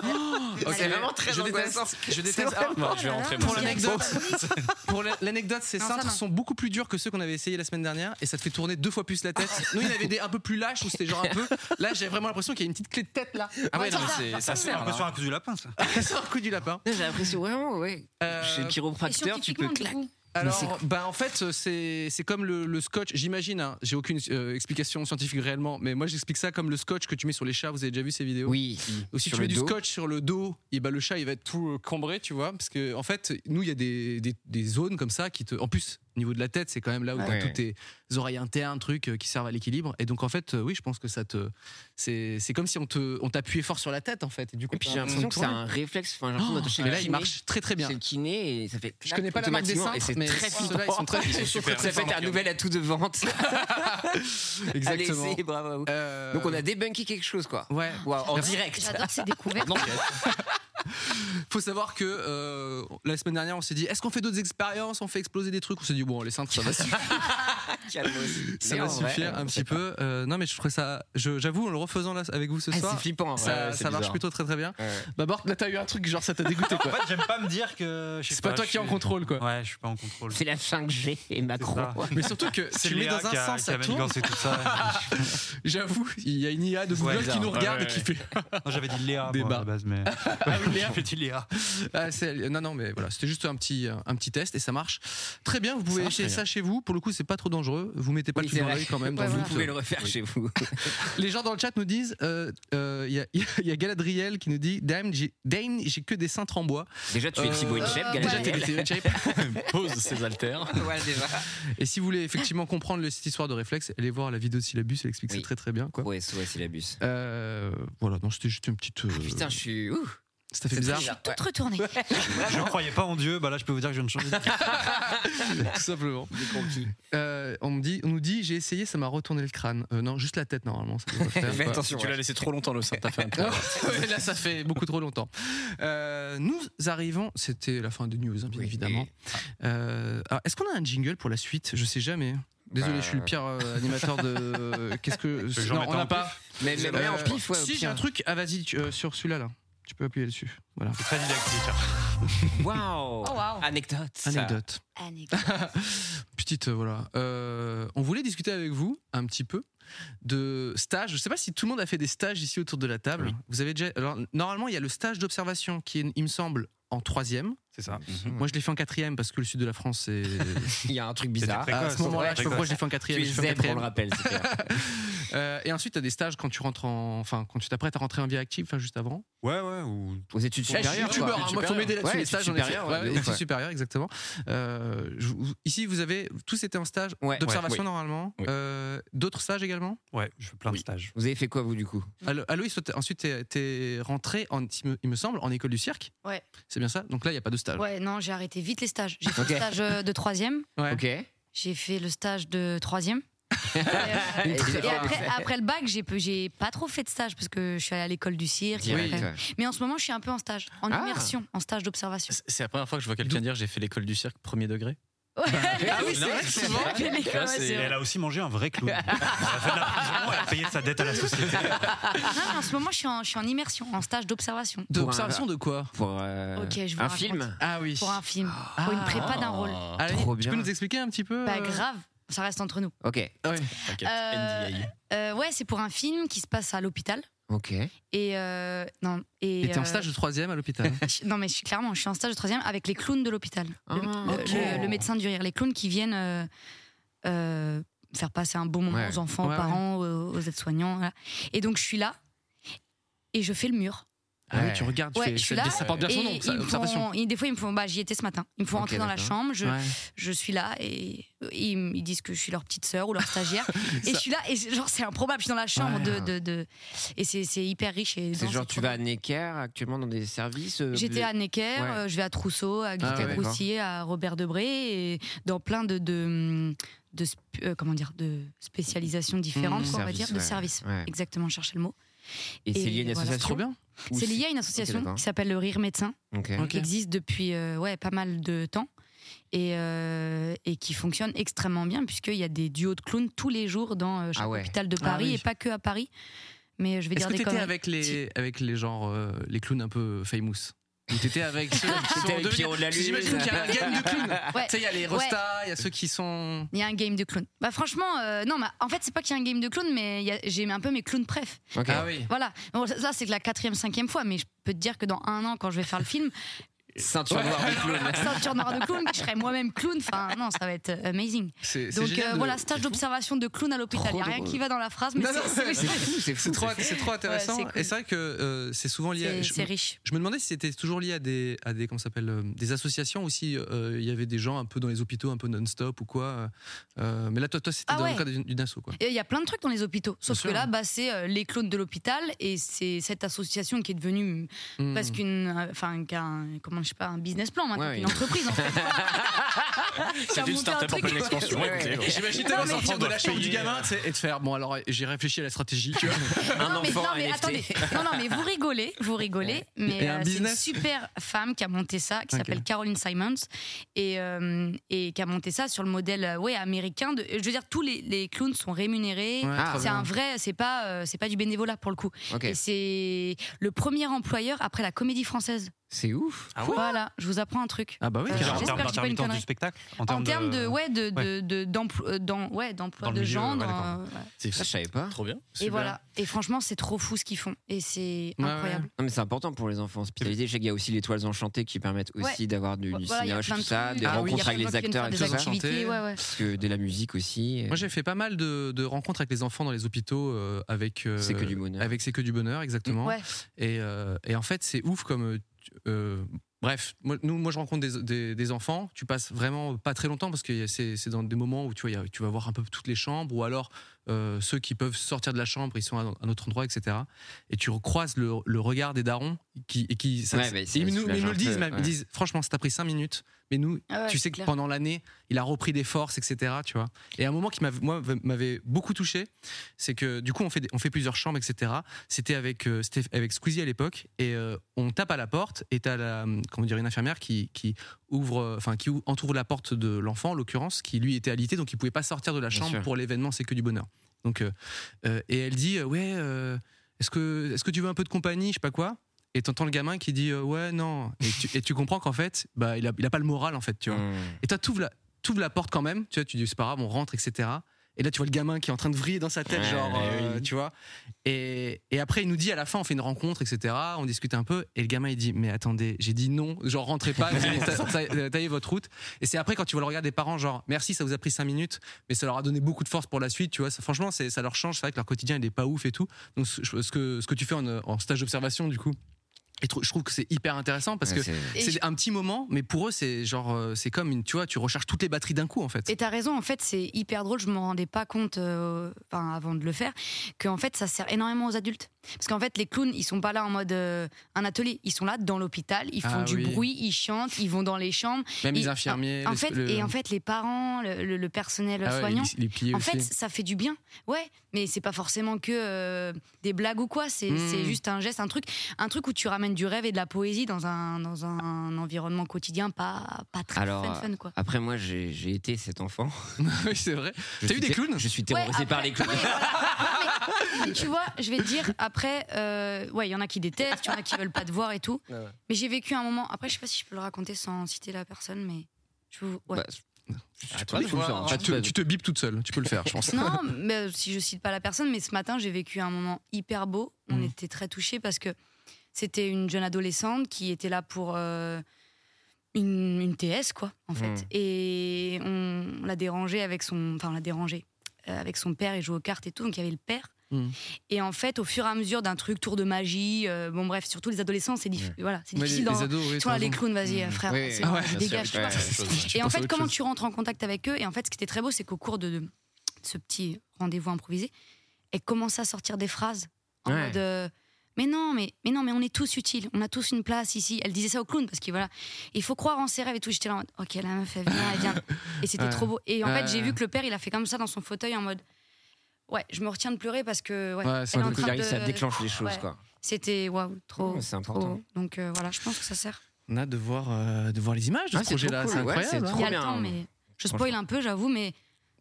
[SPEAKER 7] Oh,
[SPEAKER 2] Ok.
[SPEAKER 5] C'est vraiment très
[SPEAKER 2] je
[SPEAKER 5] angoissant.
[SPEAKER 2] déteste. Je déteste. Ah,
[SPEAKER 7] Bon, je vais
[SPEAKER 4] Oh là
[SPEAKER 7] rentrer. moi.
[SPEAKER 4] là,
[SPEAKER 2] Pour
[SPEAKER 4] mais c'est
[SPEAKER 2] l'anecdote.
[SPEAKER 4] absurde.
[SPEAKER 2] Pour la- l'anecdote, ces
[SPEAKER 4] Non, ça
[SPEAKER 2] cintres
[SPEAKER 4] va.
[SPEAKER 2] sont beaucoup plus durs que ceux qu'on avait essayé la semaine dernière et ça te fait tourner deux fois plus la tête. Nous, il y en avait des un peu plus lâches où c'était genre un peu. Là, j'ai vraiment l'impression qu'il y a une petite clé de tête là.
[SPEAKER 5] Ah ouais, non,
[SPEAKER 4] Ouais,
[SPEAKER 5] mais
[SPEAKER 4] ça-
[SPEAKER 5] c'est- ça
[SPEAKER 3] Ça sert.
[SPEAKER 5] sert.
[SPEAKER 3] On
[SPEAKER 5] là.
[SPEAKER 3] peut se hein. faire un coup du lapin, ça.
[SPEAKER 2] C'est un coup du lapin.
[SPEAKER 5] J'ai l'impression vraiment, Ah ouais.
[SPEAKER 2] Euh,
[SPEAKER 5] Chez le
[SPEAKER 4] Et
[SPEAKER 5] chiropracteur, tu peux
[SPEAKER 4] scientifiquement, du
[SPEAKER 5] claquer.
[SPEAKER 4] coup,
[SPEAKER 2] Alors, bah en fait, euh, c'est c'est comme le, le scotch, j'imagine, hein, j'ai aucune euh, explication scientifique réellement, mais moi j'explique ça comme le scotch que tu mets sur les chats, vous avez déjà vu ces vidéos
[SPEAKER 5] Oui.
[SPEAKER 2] Ou si
[SPEAKER 5] sur
[SPEAKER 2] tu mets
[SPEAKER 5] le
[SPEAKER 2] du
[SPEAKER 5] dos.
[SPEAKER 2] scotch sur le dos, et bah le chat il va être tout euh, cambré, tu vois, parce que en fait, nous il y a des, des- des zones comme ça qui te. En plus, au niveau de la tête, c'est quand même là où t'as
[SPEAKER 5] Ouais.
[SPEAKER 2] toutes tes oreilles internes, trucs euh, qui servent à l'équilibre, et donc en fait, euh, oui, je pense que ça te. C'est c'est comme si on te- on t'appuyait fort sur la tête en fait, et du coup,
[SPEAKER 5] Et puis
[SPEAKER 2] t'as
[SPEAKER 5] j'ai l'impression que c'est
[SPEAKER 2] tourner.
[SPEAKER 5] un réflexe. Enfin, j'ai
[SPEAKER 2] Oh,
[SPEAKER 5] l'impression de toucher
[SPEAKER 2] mais
[SPEAKER 5] le
[SPEAKER 2] là il
[SPEAKER 5] kiné.
[SPEAKER 2] marche très très bien.
[SPEAKER 5] C'est le kiné et ça fait.
[SPEAKER 2] Je connais pas la marque des
[SPEAKER 5] automatiquement,
[SPEAKER 2] cintres,
[SPEAKER 5] Et c'est
[SPEAKER 2] mais
[SPEAKER 5] très
[SPEAKER 2] ceux-là, ils sont très
[SPEAKER 7] Ils sont super.
[SPEAKER 5] Ça fait un
[SPEAKER 7] Marc.
[SPEAKER 5] nouvel atout de vente. Allez,
[SPEAKER 2] Exactement.
[SPEAKER 5] c'est bravo. à vous.
[SPEAKER 2] Euh,
[SPEAKER 5] Donc on a débunké quelque chose, quoi.
[SPEAKER 2] Ouais.
[SPEAKER 5] Waouh, en
[SPEAKER 2] Merci.
[SPEAKER 5] direct.
[SPEAKER 4] J'adore ces découvertes.
[SPEAKER 2] Faut savoir que euh, la semaine dernière, on s'est dit est-ce qu'on fait d'autres expériences On fait exploser des trucs On s'est dit bon, les cintres, ça va suffire. ça va suffire un petit peu. Euh, non, mais je trouvais ça. je- J'avoue, en le refaisant là avec vous ce
[SPEAKER 5] Ah,
[SPEAKER 2] soir,
[SPEAKER 5] c'est flippant.
[SPEAKER 3] hein.
[SPEAKER 5] ouais.
[SPEAKER 2] ça,
[SPEAKER 7] ouais, c'est
[SPEAKER 2] ça marche
[SPEAKER 7] bizarre.
[SPEAKER 2] plutôt très très bien.
[SPEAKER 5] Ouais.
[SPEAKER 2] Babord, là, t'as eu un truc genre ça t'a dégoûté quoi.
[SPEAKER 3] En fait, j'aime pas me dire que. je sais
[SPEAKER 2] C'est pas toi
[SPEAKER 3] je
[SPEAKER 2] qui es en
[SPEAKER 3] suis-
[SPEAKER 2] contrôle, quoi.
[SPEAKER 3] Ouais, je suis pas en contrôle.
[SPEAKER 5] C'est la 5G et Macron.
[SPEAKER 3] ça.
[SPEAKER 2] Mais surtout que tu mets dans un sens, ça tourne.
[SPEAKER 3] tout ça.
[SPEAKER 2] J'avoue, il y a une IA de Google
[SPEAKER 3] Ouais,
[SPEAKER 2] qui nous
[SPEAKER 7] bizarre.
[SPEAKER 2] regarde
[SPEAKER 7] Ouais,
[SPEAKER 2] et qui fait.
[SPEAKER 3] Non, j'avais dit Léa moi,
[SPEAKER 2] Débat.
[SPEAKER 3] à la base, mais.
[SPEAKER 2] Ah oui, Léa.
[SPEAKER 3] J'avais dit Léa.
[SPEAKER 2] Ah, c'est- non, non, mais voilà, c'était juste un petit, euh, un petit test et ça marche très bien. Vous pouvez
[SPEAKER 7] marche
[SPEAKER 2] essayer
[SPEAKER 7] très
[SPEAKER 2] ça chez vous. Pour le coup, c'est pas trop dangereux. Vous mettez pas
[SPEAKER 5] Oui,
[SPEAKER 2] le cul
[SPEAKER 5] c'est
[SPEAKER 2] dans
[SPEAKER 5] vrai.
[SPEAKER 2] l'œil quand même. dans
[SPEAKER 4] Ouais,
[SPEAKER 2] le
[SPEAKER 5] Vous
[SPEAKER 4] voilà.
[SPEAKER 2] doute.
[SPEAKER 5] pouvez le refaire chez vous.
[SPEAKER 2] Les gens dans le chat nous disent euh, euh, il y, a- il y a Galadriel qui nous dit Dame, j'ai Dame, j'ai que des cintres en bois.
[SPEAKER 5] Déjà, tu es
[SPEAKER 2] Euh,
[SPEAKER 5] Thibaut Inchep,
[SPEAKER 4] euh,
[SPEAKER 2] Déjà,
[SPEAKER 4] ouais.
[SPEAKER 2] t'es- t'es- t'es-
[SPEAKER 7] Pose ses haltères.
[SPEAKER 5] Ouais, déjà.
[SPEAKER 2] Et si vous voulez effectivement comprendre le- cette histoire de réflexe, allez voir la vidéo de Syllabus, elle explique ça
[SPEAKER 5] Oui.
[SPEAKER 2] très très bien. Quoi.
[SPEAKER 5] Ouais, Ah, SOS, il abuse.
[SPEAKER 2] Euh, voilà, non, c'était juste une petite. euh,
[SPEAKER 5] Putain, je suis. Ouh,
[SPEAKER 2] ça fait
[SPEAKER 5] c'est
[SPEAKER 2] bizarre.
[SPEAKER 5] très bizarre.
[SPEAKER 4] Toute retournée.
[SPEAKER 3] Je croyais pas en Dieu, bah là, je peux vous dire que je viens de changer. de-
[SPEAKER 2] Tout simplement. Euh, on me dit, on nous dit, j'ai essayé, ça m'a retourné le crâne. Euh, non, juste la tête normalement. Ça devrait faire,
[SPEAKER 5] Fais
[SPEAKER 2] quoi.
[SPEAKER 5] attention.
[SPEAKER 7] Tu l'as
[SPEAKER 5] ouais.
[SPEAKER 7] laissé trop longtemps le sein, t'as fait un tour.
[SPEAKER 2] Ouais, Là, ça fait beaucoup trop longtemps. Euh, nous arrivons. C'était la fin de news, hein, bien
[SPEAKER 5] Oui,
[SPEAKER 2] évidemment.
[SPEAKER 5] et-
[SPEAKER 2] Euh, alors, Est-ce qu'on a un jingle pour la suite Je sais jamais. Désolé,
[SPEAKER 5] Bah.
[SPEAKER 2] je suis le pire euh, animateur de. euh, Qu'est-ce que.
[SPEAKER 3] que j'en
[SPEAKER 2] Non,
[SPEAKER 3] mette
[SPEAKER 2] on
[SPEAKER 3] un
[SPEAKER 2] n'a
[SPEAKER 3] en
[SPEAKER 2] pas.
[SPEAKER 5] Mais mais ouais, en
[SPEAKER 2] Euh,
[SPEAKER 5] pif, ouais. au
[SPEAKER 2] si j'ai
[SPEAKER 5] pire.
[SPEAKER 2] un truc, ah vas-y tu- euh, sur celui-là là. Tu peux appuyer dessus. Voilà.
[SPEAKER 3] C'est très didactique. hein.
[SPEAKER 5] Waouh.
[SPEAKER 4] Oh, waouh.
[SPEAKER 5] Anecdote. ça.
[SPEAKER 2] Anecdote.
[SPEAKER 4] Anecdote.
[SPEAKER 2] Petite euh, voilà. Euh, on voulait discuter avec vous un petit peu de stage. Je sais pas si tout le monde a fait des stages ici autour de la table. Vous avez déjà. Alors normalement il y a le stage d'observation qui est, il me semble, en troisième. Mhm.
[SPEAKER 3] C'est ça.
[SPEAKER 2] Moi je l'ai fait en quatrième parce que le sud de la France c'est.
[SPEAKER 5] Mhm.
[SPEAKER 2] Ah,
[SPEAKER 5] Il y a un truc bizarre.
[SPEAKER 3] C'était
[SPEAKER 2] à
[SPEAKER 3] Précoce,
[SPEAKER 2] ce moment-là,
[SPEAKER 3] ouais,
[SPEAKER 2] je sais pas pourquoi je l'ai fait en
[SPEAKER 5] Tu
[SPEAKER 2] quatrième.
[SPEAKER 5] es
[SPEAKER 2] je l'ai fait en
[SPEAKER 5] zen, on
[SPEAKER 2] quatrième.
[SPEAKER 5] le rappelle. c'est clair.
[SPEAKER 2] Euh, et ensuite, tu as des stages quand tu rentres en, enfin, quand tu t'apprêtes à rentrer en vie active, enfin juste avant.
[SPEAKER 3] Ouais, ouais, ou.
[SPEAKER 5] Aux études
[SPEAKER 2] Eh, je suis
[SPEAKER 5] supérieures.
[SPEAKER 2] youtubeur,
[SPEAKER 5] quoi.
[SPEAKER 2] hein, moi faut m'aider là-dessus.
[SPEAKER 5] Ouais,
[SPEAKER 2] les
[SPEAKER 5] études
[SPEAKER 2] stages, j'en ai fait.
[SPEAKER 5] supérieures,
[SPEAKER 2] Ouais,
[SPEAKER 5] ouais, de
[SPEAKER 2] études
[SPEAKER 5] ouf, ouais.
[SPEAKER 2] supérieures, exactement. Euh, je vous- ici, vous avez tous été en stage
[SPEAKER 5] Ouais, ouais,
[SPEAKER 2] d'observation
[SPEAKER 7] oui.
[SPEAKER 2] normalement.
[SPEAKER 7] Oui.
[SPEAKER 2] Euh, D'autres stages également.
[SPEAKER 3] Ouais, je fais plein
[SPEAKER 7] Oui.
[SPEAKER 3] de stages.
[SPEAKER 5] Vous avez fait quoi, vous, du coup
[SPEAKER 2] Alo- Aloïs, toi, t'es- ensuite, t'es- t'es rentré, en, il me- il me semble, en école du cirque.
[SPEAKER 4] Ouais.
[SPEAKER 2] C'est bien ça. Donc là, il n'y a pas de stage.
[SPEAKER 4] Ouais, non, j'ai arrêté vite les stages. J'ai fait
[SPEAKER 5] Ok.
[SPEAKER 4] le stage euh, de troisième.
[SPEAKER 2] Ouais.
[SPEAKER 5] Ok. Et
[SPEAKER 4] J'ai fait le stage de troisième. Et, euh,
[SPEAKER 5] j'ai
[SPEAKER 4] et
[SPEAKER 5] fait-
[SPEAKER 4] après, après le bac, j'ai peu- j'ai pas trop fait de stage parce que je suis allée à l'école du cirque.
[SPEAKER 5] Direct.
[SPEAKER 4] après-
[SPEAKER 5] ouais.
[SPEAKER 4] Mais en ce moment, je suis un peu en stage, en
[SPEAKER 5] Ah.
[SPEAKER 4] immersion, en stage d'observation.
[SPEAKER 7] C'est- C'est la première fois que je vois quelqu'un dire j'ai fait l'école du cirque premier degré.
[SPEAKER 2] Ah oui, c'est vrai.
[SPEAKER 7] c'est
[SPEAKER 2] souvent.
[SPEAKER 7] vrai.
[SPEAKER 4] Mais
[SPEAKER 3] Et
[SPEAKER 7] Tu vois,
[SPEAKER 4] comment
[SPEAKER 7] c'est- Ah
[SPEAKER 4] c'est-
[SPEAKER 3] elle a aussi mangé un vrai clown. Elle a fait de la prison, elle a payé sa dette à la société.
[SPEAKER 4] Non, mais en ce moment, je suis en, je suis en immersion, en stage d'observation.
[SPEAKER 2] De
[SPEAKER 5] Pour un-
[SPEAKER 2] observation de quoi
[SPEAKER 5] Pour euh,
[SPEAKER 4] Ok, je vous
[SPEAKER 5] un
[SPEAKER 4] raconte.
[SPEAKER 5] film
[SPEAKER 2] Ah oui.
[SPEAKER 4] Pour un film, pour une prépa d'un rôle.
[SPEAKER 7] Ah,
[SPEAKER 2] Allez,
[SPEAKER 5] Trop
[SPEAKER 2] tu peux
[SPEAKER 5] bien.
[SPEAKER 2] nous expliquer un petit peu
[SPEAKER 4] Pas
[SPEAKER 2] euh, Ah
[SPEAKER 4] grave, ça reste entre nous.
[SPEAKER 5] Ok.
[SPEAKER 2] ouais.
[SPEAKER 7] t'inquiète,
[SPEAKER 4] Euh,
[SPEAKER 7] NDA.
[SPEAKER 4] Euh, ouais, c'est pour un film qui se passe à l'hôpital.
[SPEAKER 5] Ok.
[SPEAKER 4] Et euh, non. Et,
[SPEAKER 2] Et t'es en
[SPEAKER 4] euh,
[SPEAKER 2] stage de troisième à l'hôpital.
[SPEAKER 4] je- Non, mais je suis clairement, je suis en stage de troisième avec les clowns de l'hôpital. Le,
[SPEAKER 5] Ah,
[SPEAKER 4] le-
[SPEAKER 5] ok.
[SPEAKER 4] le- le médecin du rire, les clowns qui viennent euh, euh, faire passer un bon moment
[SPEAKER 5] Ouais.
[SPEAKER 4] aux enfants,
[SPEAKER 2] Ouais,
[SPEAKER 4] aux
[SPEAKER 2] ouais.
[SPEAKER 4] parents, aux, aux aides-soignants. voilà. Et donc je suis là et je fais le mur.
[SPEAKER 2] Ah oui,
[SPEAKER 5] Ouais.
[SPEAKER 2] tu regardes.
[SPEAKER 4] Ouais,
[SPEAKER 2] tu fais-
[SPEAKER 4] je suis
[SPEAKER 2] ça-
[SPEAKER 4] là,
[SPEAKER 2] Ça porte bien son
[SPEAKER 4] et
[SPEAKER 2] nom.
[SPEAKER 4] ils
[SPEAKER 2] ça,
[SPEAKER 4] me font-
[SPEAKER 2] Observation.
[SPEAKER 4] et des fois ils me font, bah j'y étais ce matin. Ils me font
[SPEAKER 5] Ok,
[SPEAKER 4] rentrer dans la
[SPEAKER 5] d'accord.
[SPEAKER 4] chambre. Je,
[SPEAKER 2] Ouais.
[SPEAKER 4] je suis là et ils, me- ils disent que je suis leur petite sœur ou leur stagiaire. et je suis là et c'est- genre c'est improbable, je suis dans la chambre
[SPEAKER 5] Ouais.
[SPEAKER 4] de, de- de- et c'est c'est hyper riche et
[SPEAKER 5] C'est
[SPEAKER 4] dense,
[SPEAKER 5] genre,
[SPEAKER 4] c'est
[SPEAKER 5] tu
[SPEAKER 4] trop
[SPEAKER 5] vas
[SPEAKER 4] bien.
[SPEAKER 5] à Necker actuellement dans des services euh,
[SPEAKER 4] J'étais à Necker,
[SPEAKER 5] Ouais.
[SPEAKER 4] euh, je vais à Trousseau, à Guy
[SPEAKER 2] Ah ouais,
[SPEAKER 5] d'accord.
[SPEAKER 4] Roussier, à Robert Debré, et dans plein de, de, de sp- euh, comment dire, de spécialisations différentes,
[SPEAKER 5] Mmh,
[SPEAKER 4] quoi, on va
[SPEAKER 5] services,
[SPEAKER 4] dire, de
[SPEAKER 5] ouais,
[SPEAKER 4] services.
[SPEAKER 5] ouais.
[SPEAKER 4] Exactement, chercher le mot.
[SPEAKER 5] Et c'est lié à une
[SPEAKER 4] Et voilà,
[SPEAKER 5] association
[SPEAKER 2] Trop bien.
[SPEAKER 5] ou
[SPEAKER 4] c'est lié à une association
[SPEAKER 5] d'accord.
[SPEAKER 4] qui s'appelle le Rire Médecin,
[SPEAKER 5] Ok.
[SPEAKER 2] Ok.
[SPEAKER 4] qui existe depuis euh, ouais, pas mal de temps. Et, euh, et qui fonctionne extrêmement bien, puisqu'il y a des duos de clowns tous les jours dans euh, chaque
[SPEAKER 5] Ah ouais.
[SPEAKER 4] hôpital de
[SPEAKER 2] Ah
[SPEAKER 4] Paris,
[SPEAKER 2] oui.
[SPEAKER 4] et pas que à Paris. Mais je vais
[SPEAKER 2] Est-ce
[SPEAKER 4] dire
[SPEAKER 2] que
[SPEAKER 4] des
[SPEAKER 2] t'étais
[SPEAKER 4] conneries.
[SPEAKER 2] avec les avec les genres euh, les clowns un peu famous Ou t'étais avec ceux qui sont
[SPEAKER 5] C'était avec
[SPEAKER 2] devenus-
[SPEAKER 5] Pierrot de la
[SPEAKER 2] Parce que
[SPEAKER 5] Lune.
[SPEAKER 2] J'imagine qu'il y a un game de clowns.
[SPEAKER 4] Ouais.
[SPEAKER 2] Tu sais, il y a les
[SPEAKER 4] Ouais.
[SPEAKER 2] Rostas, il y a ceux qui sont.
[SPEAKER 4] Il y a un game de clown. Bah franchement, euh, non, mais en fait, c'est pas qu'il y a un game de clown, mais il y a- j'ai un peu mes clowns préf.
[SPEAKER 5] Ok.
[SPEAKER 2] Ah oui.
[SPEAKER 4] Voilà. Bon, là, c'est que la quatrième, cinquième fois, mais je peux te dire que dans un an, quand je vais faire le film,
[SPEAKER 5] Ceinture noire de clown.
[SPEAKER 4] ceinture noire de clown, je serai moi-même clown. Enfin, non, ça va être euh, amazing.
[SPEAKER 2] C'est c'est
[SPEAKER 4] Donc
[SPEAKER 2] génial
[SPEAKER 4] euh,
[SPEAKER 2] de-
[SPEAKER 4] voilà, stage d'observation de clown à l'hôpital.
[SPEAKER 5] Trop
[SPEAKER 4] Il n'y a rien
[SPEAKER 5] drôle.
[SPEAKER 4] qui va dans la phrase, mais
[SPEAKER 2] Non, non,
[SPEAKER 4] c'est-
[SPEAKER 5] C'est
[SPEAKER 4] c'est
[SPEAKER 5] fou, c'est fou.
[SPEAKER 2] C'est trop, c'est trop intéressant.
[SPEAKER 4] Ouais, c'est cool.
[SPEAKER 2] Et c'est vrai que euh, c'est souvent lié. à-
[SPEAKER 4] c'est-
[SPEAKER 2] je,
[SPEAKER 4] c'est riche.
[SPEAKER 2] je me demandais si c'était toujours lié à des à des comment ça s'appelle euh, des associations ou si euh, il y avait des gens un peu dans les hôpitaux un peu non-stop ou quoi. Euh, mais là toi toi c'était
[SPEAKER 4] Ah
[SPEAKER 2] dans
[SPEAKER 4] ouais.
[SPEAKER 2] le cadre d'une d'une asso quoi.
[SPEAKER 4] Et Il y a plein de trucs dans les hôpitaux. Sauf
[SPEAKER 2] sûr.
[SPEAKER 4] que là, bah, c'est euh, les clowns de l'hôpital et c'est cette association qui est devenue
[SPEAKER 2] Hmm.
[SPEAKER 4] presque une. euh, Enfin, qu'un- comment je sais pas, un business plan maintenant,
[SPEAKER 5] Ouais,
[SPEAKER 4] une
[SPEAKER 5] ouais.
[SPEAKER 4] entreprise en fait. Faire
[SPEAKER 7] C'est une
[SPEAKER 4] monter un
[SPEAKER 7] start-up en
[SPEAKER 4] truc.
[SPEAKER 7] pleine expansion.
[SPEAKER 5] Ouais,
[SPEAKER 7] écoutez,
[SPEAKER 5] ouais.
[SPEAKER 7] ouais.
[SPEAKER 2] J'imagine
[SPEAKER 4] Non,
[SPEAKER 2] tellement
[SPEAKER 4] mais-
[SPEAKER 2] sortir de la
[SPEAKER 7] Doivent
[SPEAKER 2] chambre du
[SPEAKER 7] payer,
[SPEAKER 2] gamin tu sais, et de faire bon alors j'ai réfléchi à la stratégie. tu vois.
[SPEAKER 5] Un
[SPEAKER 4] Non, mais,
[SPEAKER 5] enfant
[SPEAKER 4] non,
[SPEAKER 5] à
[SPEAKER 4] mais
[SPEAKER 5] NFT.
[SPEAKER 4] attendez, non, non, mais vous rigolez, vous rigolez, mais
[SPEAKER 2] Et un
[SPEAKER 4] euh, c'est une
[SPEAKER 2] business.
[SPEAKER 4] super femme qui a monté ça, qui
[SPEAKER 2] Ok.
[SPEAKER 4] s'appelle Caroline Simons, et, euh, et qui a monté ça sur le modèle euh, ouais, américain. De, je veux dire, tous les, les clowns sont rémunérés.
[SPEAKER 2] Ouais,
[SPEAKER 5] Ah,
[SPEAKER 2] trop
[SPEAKER 4] C'est
[SPEAKER 2] bien.
[SPEAKER 4] un vrai, c'est pas, euh, c'est pas du bénévolat pour le coup.
[SPEAKER 5] Ok.
[SPEAKER 4] Et c'est le premier employeur après la comédie française.
[SPEAKER 5] C'est ouf.
[SPEAKER 4] Ah voilà, je vous apprends un truc.
[SPEAKER 2] Ah bah oui.
[SPEAKER 4] Euh,
[SPEAKER 2] carrément.
[SPEAKER 3] en termes
[SPEAKER 4] que j'ai pas une
[SPEAKER 3] d'intermittence
[SPEAKER 4] connerie.
[SPEAKER 3] du spectacle
[SPEAKER 4] En termes de, ouais, de,
[SPEAKER 3] ouais.
[SPEAKER 4] de, de- d'emploi, euh, dans- ouais, d'emploi
[SPEAKER 3] Dans le
[SPEAKER 4] de
[SPEAKER 3] milieu,
[SPEAKER 4] gens.
[SPEAKER 3] ouais,
[SPEAKER 4] dans,
[SPEAKER 3] d'accord.
[SPEAKER 4] euh, ouais.
[SPEAKER 7] C'est
[SPEAKER 5] Ça, je savais pas.
[SPEAKER 7] trop bien.
[SPEAKER 4] Et
[SPEAKER 7] Super.
[SPEAKER 4] voilà. Et franchement, c'est trop fou ce qu'ils font. Et c'est
[SPEAKER 2] Ouais,
[SPEAKER 4] incroyable.
[SPEAKER 5] Non, mais c'est important pour les enfants. Hospitalité, je sais qu'il y a aussi les toiles enchantées qui permettent aussi
[SPEAKER 4] Ouais.
[SPEAKER 5] d'avoir du, du
[SPEAKER 4] Voilà, il y a
[SPEAKER 5] cinéma,
[SPEAKER 4] plein
[SPEAKER 5] tout
[SPEAKER 4] de
[SPEAKER 5] ça,
[SPEAKER 4] trucs.
[SPEAKER 5] des
[SPEAKER 4] Ah oui.
[SPEAKER 5] rencontres
[SPEAKER 4] Il y a
[SPEAKER 5] avec
[SPEAKER 4] plein
[SPEAKER 5] les
[SPEAKER 4] de gens qui viennent
[SPEAKER 5] acteurs et tout
[SPEAKER 4] faire
[SPEAKER 5] ça.
[SPEAKER 4] des activités, ouais, ouais.
[SPEAKER 5] Parce que de la musique aussi.
[SPEAKER 2] Moi, j'ai fait pas mal de, de rencontres avec les enfants dans les hôpitaux euh, avec. euh,
[SPEAKER 5] C'est que du bonheur.
[SPEAKER 2] Avec C'est que du bonheur, exactement.
[SPEAKER 4] Ouais.
[SPEAKER 2] Et, euh, et en fait, c'est ouf comme. euh, tu- euh, bref, moi, nous, moi, je rencontre des, des- des enfants. Tu passes vraiment pas très longtemps parce que y a- c'est c'est dans des moments où tu, vois, il y a- tu vas voir un peu toutes les chambres ou alors euh, ceux qui peuvent sortir de la chambre, ils sont à un autre endroit, etc. Et tu croises le, le regard des darons qui. Et qui ça-
[SPEAKER 5] Ouais, mais ça
[SPEAKER 2] ils, nous,
[SPEAKER 5] soulage
[SPEAKER 2] ils nous
[SPEAKER 5] un
[SPEAKER 2] le disent
[SPEAKER 5] peu,
[SPEAKER 2] même.
[SPEAKER 5] ouais.
[SPEAKER 2] Ils disent, franchement, ça t'a pris 5 minutes. Mais nous,
[SPEAKER 4] Ah ouais,
[SPEAKER 2] tu sais
[SPEAKER 4] c'est
[SPEAKER 2] que
[SPEAKER 4] clair.
[SPEAKER 2] pendant l'année, il a repris des forces, etc. Tu vois. Et un moment qui m'avait, moi, m'avait beaucoup touché, c'est que du coup, on fait, des- on fait plusieurs chambres, etc. C'était avec, euh, c'était avec Squeezie à l'époque, et euh, on tape à la porte, et t'as la, hum, comment dire, une infirmière qui, qui ouvre, euh, enfin, qui ou- entrouvre la porte de l'enfant, en l'occurrence, qui lui était alité, donc il pouvait pas sortir de la
[SPEAKER 5] Bien
[SPEAKER 2] chambre
[SPEAKER 5] sûr.
[SPEAKER 2] pour l'événement, c'est que du bonheur. Donc, euh, euh, et elle dit, euh, ouais, euh, est-ce que, est-ce que tu veux un peu de compagnie, je sais pas quoi. Et t'entends le gamin qui dit euh, ouais non et tu, et tu comprends qu'en fait bah il a, il a pas le moral en fait tu vois et toi, t'ouvres la, t'ouvres la porte quand même. Tu vois, tu dis, c'est pas grave, on rentre, etc. Et là, tu vois le gamin qui est en train de vriller dans sa tête,
[SPEAKER 5] Ouais,
[SPEAKER 2] genre,
[SPEAKER 5] ouais,
[SPEAKER 2] euh, tu vois. Et, et après, il nous dit, à la fin, on fait une rencontre, etc. On discute un peu. Et le gamin, il dit, mais attendez, j'ai dit non, genre, rentrez pas, vous allez ta- ta- tailler euh, votre route. Et c'est après, quand tu vois le regard des parents, genre, merci, ça vous a pris cinq minutes, mais ça leur a donné beaucoup de force pour la suite, tu vois. Ça- franchement, c'est, ça leur change. C'est vrai que leur quotidien, il est pas ouf et tout. Donc, ce, ce que, ce que tu fais en, en stage d'observation, du coup. Et tr- je trouve que c'est hyper intéressant parce que
[SPEAKER 4] Et je-
[SPEAKER 2] c'est un petit moment, mais pour eux, c'est genre, euh, c'est comme une, tu vois, tu recharges toutes les batteries d'un coup en fait.
[SPEAKER 4] Et t'as raison, en fait, c'est hyper drôle. Je m'en rendais pas compte euh, enfin, avant de le faire, que en fait, ça sert énormément aux adultes. Parce qu'en fait, les clowns, ils sont pas là en mode euh, un atelier. Ils sont là dans l'hôpital, ils font
[SPEAKER 2] Ah
[SPEAKER 4] du
[SPEAKER 2] oui.
[SPEAKER 4] bruit, ils chantent, ils vont dans les chambres.
[SPEAKER 2] Même
[SPEAKER 4] Et
[SPEAKER 2] les infirmiers.
[SPEAKER 4] En
[SPEAKER 2] les-
[SPEAKER 4] fait,
[SPEAKER 2] le-
[SPEAKER 4] Et en fait, les parents, le, le- le personnel
[SPEAKER 2] Ah ouais,
[SPEAKER 4] soignant.
[SPEAKER 2] les, les piliers
[SPEAKER 4] En
[SPEAKER 2] aussi.
[SPEAKER 4] fait, ça fait du bien. Ouais, mais c'est pas forcément que euh, des blagues ou quoi. C'est
[SPEAKER 2] Mm.
[SPEAKER 4] c'est juste un geste, un truc, un truc où tu ramènes du rêve et de la poésie dans un, dans un environnement quotidien pas, pas très
[SPEAKER 5] Alors, euh,
[SPEAKER 4] fun,
[SPEAKER 2] euh,
[SPEAKER 4] fun, quoi.
[SPEAKER 5] Après, moi, j'ai j'ai été cet enfant.
[SPEAKER 2] Ah oui, c'est vrai.
[SPEAKER 5] Je
[SPEAKER 2] T'as eu
[SPEAKER 5] suis
[SPEAKER 2] des
[SPEAKER 5] ter-
[SPEAKER 2] clowns
[SPEAKER 5] Je suis
[SPEAKER 4] Ouais,
[SPEAKER 5] terrorisé par
[SPEAKER 4] après-
[SPEAKER 5] les clowns.
[SPEAKER 4] oui, voilà. Non, mais- mais tu vois, je vais te dire, après, euh, ouais, il y en a qui détestent, il y en a qui veulent pas te voir et tout.
[SPEAKER 2] Ah Ouais, ouais.
[SPEAKER 4] Mais j'ai vécu un moment. Après, je sais pas si je peux le raconter sans citer la personne, mais. Je vous... ouais.
[SPEAKER 5] Bah,
[SPEAKER 7] Ah,
[SPEAKER 5] peux les faire, hein.
[SPEAKER 2] Tu te, tu te bipes toute seule, tu peux le faire, je pense.
[SPEAKER 4] Non, mais euh, si je cite pas la personne, mais ce matin, j'ai vécu un moment hyper beau. On
[SPEAKER 2] Mhm.
[SPEAKER 4] était très touchés parce que c'était une jeune adolescente qui était là pour euh, une, une TS, quoi, en fait.
[SPEAKER 2] Mm.
[SPEAKER 5] Mhm.
[SPEAKER 4] Et on, on l'a dérangée avec son. Enfin, on l'a dérangée euh, avec son père, il jouait aux cartes et tout, donc il y avait le père.
[SPEAKER 5] Mm.
[SPEAKER 2] Mhm.
[SPEAKER 4] Et en fait, au fur et à mesure d'un truc, tour de magie, euh, bon bref, surtout les adolescents, c'est diffi- voilà, c'est
[SPEAKER 2] Mais les,
[SPEAKER 4] difficile
[SPEAKER 2] les
[SPEAKER 4] d'en.
[SPEAKER 2] ados, oui,
[SPEAKER 4] Toi,
[SPEAKER 2] t'as
[SPEAKER 4] les
[SPEAKER 2] raison.
[SPEAKER 4] clowns, vas-y,
[SPEAKER 5] Mhm.
[SPEAKER 4] frère,
[SPEAKER 5] Oui, oui.
[SPEAKER 4] c'est
[SPEAKER 2] Ah
[SPEAKER 4] bon,
[SPEAKER 2] ouais, bien sûr,
[SPEAKER 4] dégage, tu
[SPEAKER 5] ouais,
[SPEAKER 4] vois.
[SPEAKER 5] ouais,
[SPEAKER 4] Et en
[SPEAKER 2] penses à
[SPEAKER 4] fait,
[SPEAKER 2] autre
[SPEAKER 4] comment
[SPEAKER 2] chose.
[SPEAKER 4] tu rentres en contact avec eux Et en fait, ce qui était très beau, c'est qu'au cours de, de ce petit rendez-vous improvisé, elle commençait à sortir des phrases en
[SPEAKER 5] Ouais.
[SPEAKER 4] mode. euh, mais non, mais, mais non, mais on est tous utiles, on a tous une place ici. Elle disait ça au clown parce qu'il voilà, il faut croire en ses rêves et tout. J'étais là en mode, ok, la meuf, elle vient, elle vient. Et c'était
[SPEAKER 2] Ouais.
[SPEAKER 4] trop beau. Et en
[SPEAKER 2] Ouais.
[SPEAKER 4] fait, j'ai vu que le père, il a fait comme ça dans son fauteuil en mode, ouais, je me retiens de pleurer parce que ouais,
[SPEAKER 2] Ouais, c'est
[SPEAKER 4] elle est
[SPEAKER 2] un
[SPEAKER 4] en
[SPEAKER 5] Donc,
[SPEAKER 4] train
[SPEAKER 5] il arrive,
[SPEAKER 4] de-
[SPEAKER 5] ça déclenche les choses,
[SPEAKER 4] Ouais.
[SPEAKER 5] quoi.
[SPEAKER 4] C'était waouh, trop.
[SPEAKER 5] Ouais, c'est
[SPEAKER 4] trop.
[SPEAKER 5] important.
[SPEAKER 4] Donc euh, voilà, je pense que ça sert.
[SPEAKER 2] On a de voir, euh, de voir les images de
[SPEAKER 5] Ah, c'est
[SPEAKER 2] ce
[SPEAKER 5] trop
[SPEAKER 2] projet-là,
[SPEAKER 5] cool,
[SPEAKER 2] c'est
[SPEAKER 5] ouais, c'est
[SPEAKER 2] incroyable. hein.
[SPEAKER 5] trop-
[SPEAKER 4] Il y a
[SPEAKER 5] bien.
[SPEAKER 4] le temps, mais je spoil un peu, j'avoue, mais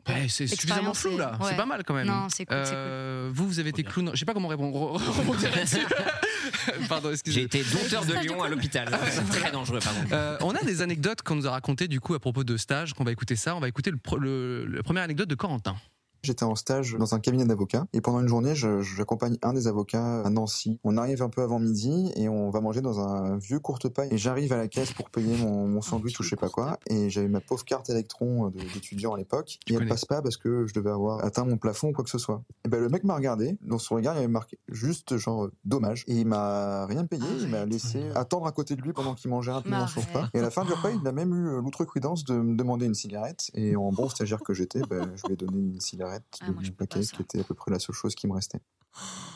[SPEAKER 2] Ouais, Bah, c'est suffisamment
[SPEAKER 4] L'expérience
[SPEAKER 2] flou
[SPEAKER 4] est-
[SPEAKER 2] là, c'est
[SPEAKER 4] ouais.
[SPEAKER 2] pas mal quand même.
[SPEAKER 4] Non, c'est cool, c'est cool.
[SPEAKER 2] Euh, Vous, vous avez été clown. Je sais pas comment répondre. rebondir là-dessus. Pardon,
[SPEAKER 5] J'ai
[SPEAKER 2] excusez-moi.
[SPEAKER 5] été dompteur de lion à l'hôpital.
[SPEAKER 4] Ah
[SPEAKER 5] C'est très dangereux, pardon.
[SPEAKER 2] Euh, on a des anecdotes qu'on nous a racontées du coup à propos de stage, qu'on va écouter ça. On va écouter le, pro- le- la première anecdote de Corentin.
[SPEAKER 9] J'étais en stage dans un cabinet d'avocats et pendant une journée, je- j'accompagne un des avocats à Nancy. On arrive un peu avant midi et on va manger dans un vieux courte-paille. Et j'arrive à la caisse pour payer mon, mon sandwich ou je sais pas quoi. Et j'avais ma pauvre carte électron euh, de- d'étudiant à l'époque. Et elle
[SPEAKER 2] connais.
[SPEAKER 9] passe pas parce que je devais avoir atteint mon plafond ou quoi que ce soit. Et ben le mec m'a regardé. Dans son regard, il avait marqué juste genre euh, dommage. Et il m'a rien payé. Il m'a laissé attendre à côté de lui pendant qu'il mangeait rapidement son
[SPEAKER 4] M'arrête.
[SPEAKER 9] repas. Et à la fin du repas, il a même eu euh, l'outrecuidance de me demander une cigarette. Et en bon stagiaire que j'étais, ben, je lui ai donné une cigarette. cigarette de mon paquet, qui était à peu près la seule chose qui me restait.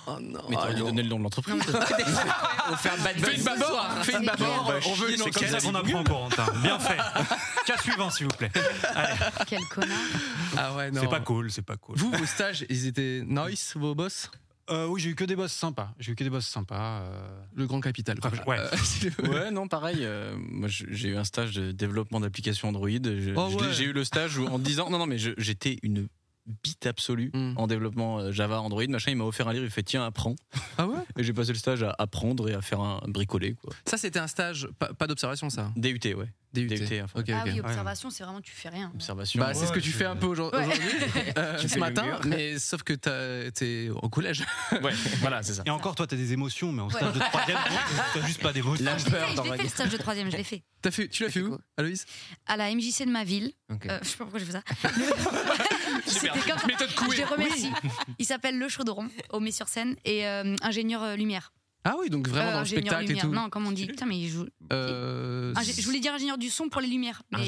[SPEAKER 2] Oh non.
[SPEAKER 7] Mais t'aurais dû donner le nom de l'entreprise.
[SPEAKER 5] On fait un bad
[SPEAKER 2] Fais une
[SPEAKER 5] buzz ce
[SPEAKER 2] babord,
[SPEAKER 5] soir.
[SPEAKER 2] fais une babord,
[SPEAKER 7] on va
[SPEAKER 2] on veut
[SPEAKER 7] chier
[SPEAKER 2] une
[SPEAKER 7] sur
[SPEAKER 3] Comme
[SPEAKER 7] Quel
[SPEAKER 3] ça
[SPEAKER 2] enquête.
[SPEAKER 3] qu'on apprend, Corentin. Bien fait. Cas suivant, s'il vous plaît.
[SPEAKER 4] Quel connard.
[SPEAKER 2] Ah ouais, non.
[SPEAKER 3] C'est pas cool, c'est pas cool.
[SPEAKER 2] Vous, vos stages, ils étaient nice, vos boss
[SPEAKER 3] Euh, oui, j'ai eu que des boss sympas. J'ai eu que des boss sympas. euh.
[SPEAKER 2] Le grand capital. quoi.
[SPEAKER 3] Ouais.
[SPEAKER 2] Euh, c'est le-
[SPEAKER 7] Ouais, non, pareil. euh, moi, je- j'ai eu un stage de développement d'applications Android. Je-
[SPEAKER 2] Oh,
[SPEAKER 7] je l'ai-
[SPEAKER 2] ouais.
[SPEAKER 7] J'ai eu le stage où, en 10 ans, non, non, mais je- j'étais une bite absolue
[SPEAKER 2] Hmm.
[SPEAKER 7] en développement euh, Java, Android, machin. Il m'a offert un livre, il fait tiens, apprends.
[SPEAKER 2] Ah ouais
[SPEAKER 7] Et j'ai passé le stage à apprendre et à faire un bricoler, quoi.
[SPEAKER 2] Ça, c'était un stage, pas, pas d'observation, ça
[SPEAKER 7] DUT, ouais.
[SPEAKER 2] DUT.
[SPEAKER 7] DUT, enfin,
[SPEAKER 2] Ok,
[SPEAKER 4] Ah
[SPEAKER 2] ok.
[SPEAKER 4] oui, observation, c'est vraiment tu fais rien.
[SPEAKER 7] Observation.
[SPEAKER 2] Bah, c'est ce que
[SPEAKER 3] Ouais,
[SPEAKER 2] tu
[SPEAKER 3] tu
[SPEAKER 2] fais un peu aujourd'hui,
[SPEAKER 4] Ouais.
[SPEAKER 2] aujourd'hui, euh,
[SPEAKER 5] Tu fais
[SPEAKER 2] ce
[SPEAKER 5] le
[SPEAKER 2] matin,
[SPEAKER 5] mur.
[SPEAKER 2] mais sauf que t'as- t'es au collège.
[SPEAKER 7] Ouais, voilà, c'est ça.
[SPEAKER 3] Et encore, toi, t'as des émotions, mais en
[SPEAKER 4] Ouais.
[SPEAKER 3] stage de troisième, t'as juste pas d'émotions.
[SPEAKER 4] Ah, je l'ai fait, je l'ai fait le stage de troisième, je l'ai fait.
[SPEAKER 2] T'as fait, tu l'as fait où,
[SPEAKER 5] quoi
[SPEAKER 2] Aloïs
[SPEAKER 4] À la MJC de ma ville.
[SPEAKER 5] Ok.
[SPEAKER 4] Euh, je sais pas pourquoi je fais ça. Le- C'était comme ça.
[SPEAKER 2] Méthode
[SPEAKER 4] Je les remercie. Il s'appelle Le Chaudron, au Mets-sur-Seine, et euh, ingénieur euh, lumière.
[SPEAKER 2] Ah oui, donc vraiment
[SPEAKER 4] Euh,
[SPEAKER 2] dans le
[SPEAKER 4] ingénieur
[SPEAKER 2] spectacle et
[SPEAKER 4] lumière.
[SPEAKER 2] tout.
[SPEAKER 4] Non, comme on dit. Putain, mais il joue.
[SPEAKER 2] Euh, Ah,
[SPEAKER 4] Ingé- Je voulais dire ingénieur du son pour les lumières. Mais
[SPEAKER 2] Non,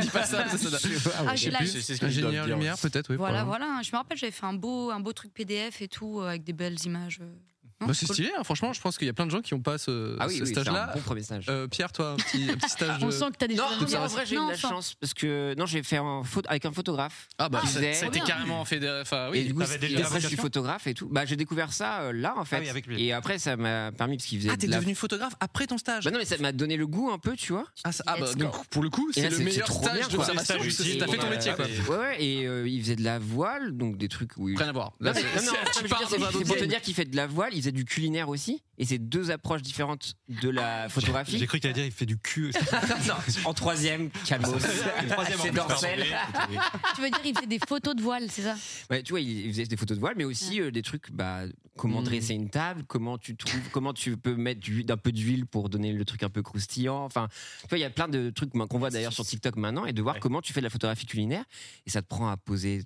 [SPEAKER 2] dis pas ça, ça, ça-
[SPEAKER 4] Ah, j'ai la-
[SPEAKER 7] c'est ce que je dois
[SPEAKER 2] Ingénieur
[SPEAKER 7] dire, ouais.
[SPEAKER 2] lumière, peut-être, oui.
[SPEAKER 4] voilà,
[SPEAKER 2] probablement.
[SPEAKER 4] voilà. Je me rappelle, j'avais fait un beau, un beau truc PDF et tout, euh, avec des belles images. euh. Non,
[SPEAKER 2] Bah, c'est
[SPEAKER 4] cool.
[SPEAKER 2] stylé, hein, franchement, je pense qu'il y a plein de gens qui n'ont pas ce,
[SPEAKER 5] Ah oui,
[SPEAKER 2] ce
[SPEAKER 5] oui, c'est un
[SPEAKER 2] stage-là.
[SPEAKER 5] bon premier stage.
[SPEAKER 2] Euh, Pierre, toi, un petit, un petit stage
[SPEAKER 4] On
[SPEAKER 2] de-
[SPEAKER 4] sent que t'as des
[SPEAKER 5] Non,
[SPEAKER 4] choses à
[SPEAKER 5] mais
[SPEAKER 4] dire.
[SPEAKER 5] en vrai, j'ai eu
[SPEAKER 4] Non,
[SPEAKER 5] de la
[SPEAKER 4] enfin,
[SPEAKER 5] chance parce que non, j'ai fait un photo avec un photographe.
[SPEAKER 2] Ah bah,
[SPEAKER 5] Ah,
[SPEAKER 2] ça,
[SPEAKER 5] c'est
[SPEAKER 2] ça a
[SPEAKER 5] trop
[SPEAKER 2] été
[SPEAKER 4] bien.
[SPEAKER 2] carrément fait. de- Enfin,
[SPEAKER 5] et
[SPEAKER 2] oui.
[SPEAKER 5] du coup,
[SPEAKER 3] t'avais déjà
[SPEAKER 5] et après, je
[SPEAKER 3] l'application
[SPEAKER 5] suis photographe et tout. Bah, j'ai découvert ça euh, là, en fait.
[SPEAKER 3] Ah oui, avec lui.
[SPEAKER 5] Et après, ça m'a permis parce qu'il faisait.
[SPEAKER 2] Ah, t'es
[SPEAKER 5] de la-
[SPEAKER 2] devenu photographe après ton stage
[SPEAKER 5] Bah non, mais ça m'a donné le goût un peu, tu vois.
[SPEAKER 2] Ah, ça- ah, bah,
[SPEAKER 4] Let's go.
[SPEAKER 2] donc, pour le coup, c'est
[SPEAKER 5] là,
[SPEAKER 2] le
[SPEAKER 5] c'est-
[SPEAKER 2] meilleur
[SPEAKER 5] c'est trop bien,
[SPEAKER 2] stage
[SPEAKER 5] quoi.
[SPEAKER 2] d'observation
[SPEAKER 3] C'est le
[SPEAKER 2] parce que
[SPEAKER 3] stage
[SPEAKER 2] t'as fait ton
[SPEAKER 3] utile,
[SPEAKER 2] métier, quoi.
[SPEAKER 3] ouais.
[SPEAKER 5] Ouais, ouais, et euh, il faisait de la voile, donc des trucs où. il-
[SPEAKER 2] Rien à voir.
[SPEAKER 5] Non,
[SPEAKER 2] Là,
[SPEAKER 5] mais-
[SPEAKER 2] c'est-
[SPEAKER 5] non, non, je
[SPEAKER 2] tu
[SPEAKER 5] veux
[SPEAKER 2] pars
[SPEAKER 5] dire,
[SPEAKER 2] dans
[SPEAKER 5] c'est
[SPEAKER 2] un
[SPEAKER 5] c'est
[SPEAKER 2] autre
[SPEAKER 5] pour te
[SPEAKER 2] délire.
[SPEAKER 5] dire qu'il fait de la voile, il faisait du culinaire aussi, et c'est deux approches différentes de la
[SPEAKER 3] Ah, J'ai
[SPEAKER 5] photographie.
[SPEAKER 3] cru que t'allais dire, il fait du cul.
[SPEAKER 5] Non, en troisième, calmos,
[SPEAKER 3] Troisième, en
[SPEAKER 5] c'est
[SPEAKER 3] plus, pardon.
[SPEAKER 5] dorsal.
[SPEAKER 4] Tu veux dire, il fait des photos de voile, c'est ça
[SPEAKER 5] Ouais, tu vois, il il faisait des photos de voile, mais aussi euh, des trucs, bah, comment
[SPEAKER 2] Mm.
[SPEAKER 5] dresser une table, comment tu trouves, comment tu peux mettre du- un peu d'huile pour donner le truc un peu croustillant. Enfin, tu vois, il y a plein de trucs moi, qu'on voit d'ailleurs sur TikTok maintenant, et de voir
[SPEAKER 3] Ouais.
[SPEAKER 5] comment tu fais de la photographie culinaire, et ça te prend à poser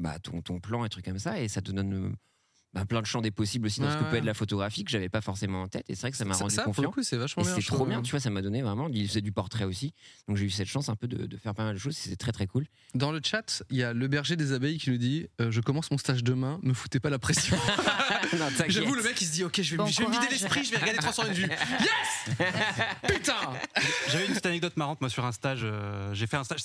[SPEAKER 5] bah, ton, ton plan et trucs comme ça, et ça te donne euh, bah, plein de champs des possibles aussi dans ce que
[SPEAKER 2] Ouais,
[SPEAKER 5] peut
[SPEAKER 2] ouais.
[SPEAKER 5] être la photographie que j'avais pas forcément en tête, et c'est vrai que ça m'a
[SPEAKER 2] Ça,
[SPEAKER 5] rendu
[SPEAKER 2] ça, pour le
[SPEAKER 5] confiant.
[SPEAKER 2] coup, c'est vachement
[SPEAKER 5] Et
[SPEAKER 2] bien.
[SPEAKER 5] c'est
[SPEAKER 2] je
[SPEAKER 5] trop
[SPEAKER 2] trouve. hein.
[SPEAKER 5] bien, tu vois, ça m'a donné vraiment. Il faisait du portrait aussi, donc j'ai eu cette chance un peu de, de faire pas mal de choses, c'était très très cool.
[SPEAKER 2] Dans le chat, il y a le berger des abeilles qui nous dit euh, Je commence mon stage demain, me foutez pas la pression.
[SPEAKER 5] Non, t'inquiète.
[SPEAKER 2] J'avoue, le mec, il se dit Ok, je vais,
[SPEAKER 4] Bon
[SPEAKER 2] me- je vais me vider
[SPEAKER 4] courage.
[SPEAKER 2] l'esprit, je vais regarder 300 vues. Yes Putain
[SPEAKER 3] J'avais une petite anecdote marrante, moi, sur un stage. euh, j'ai fait un stage.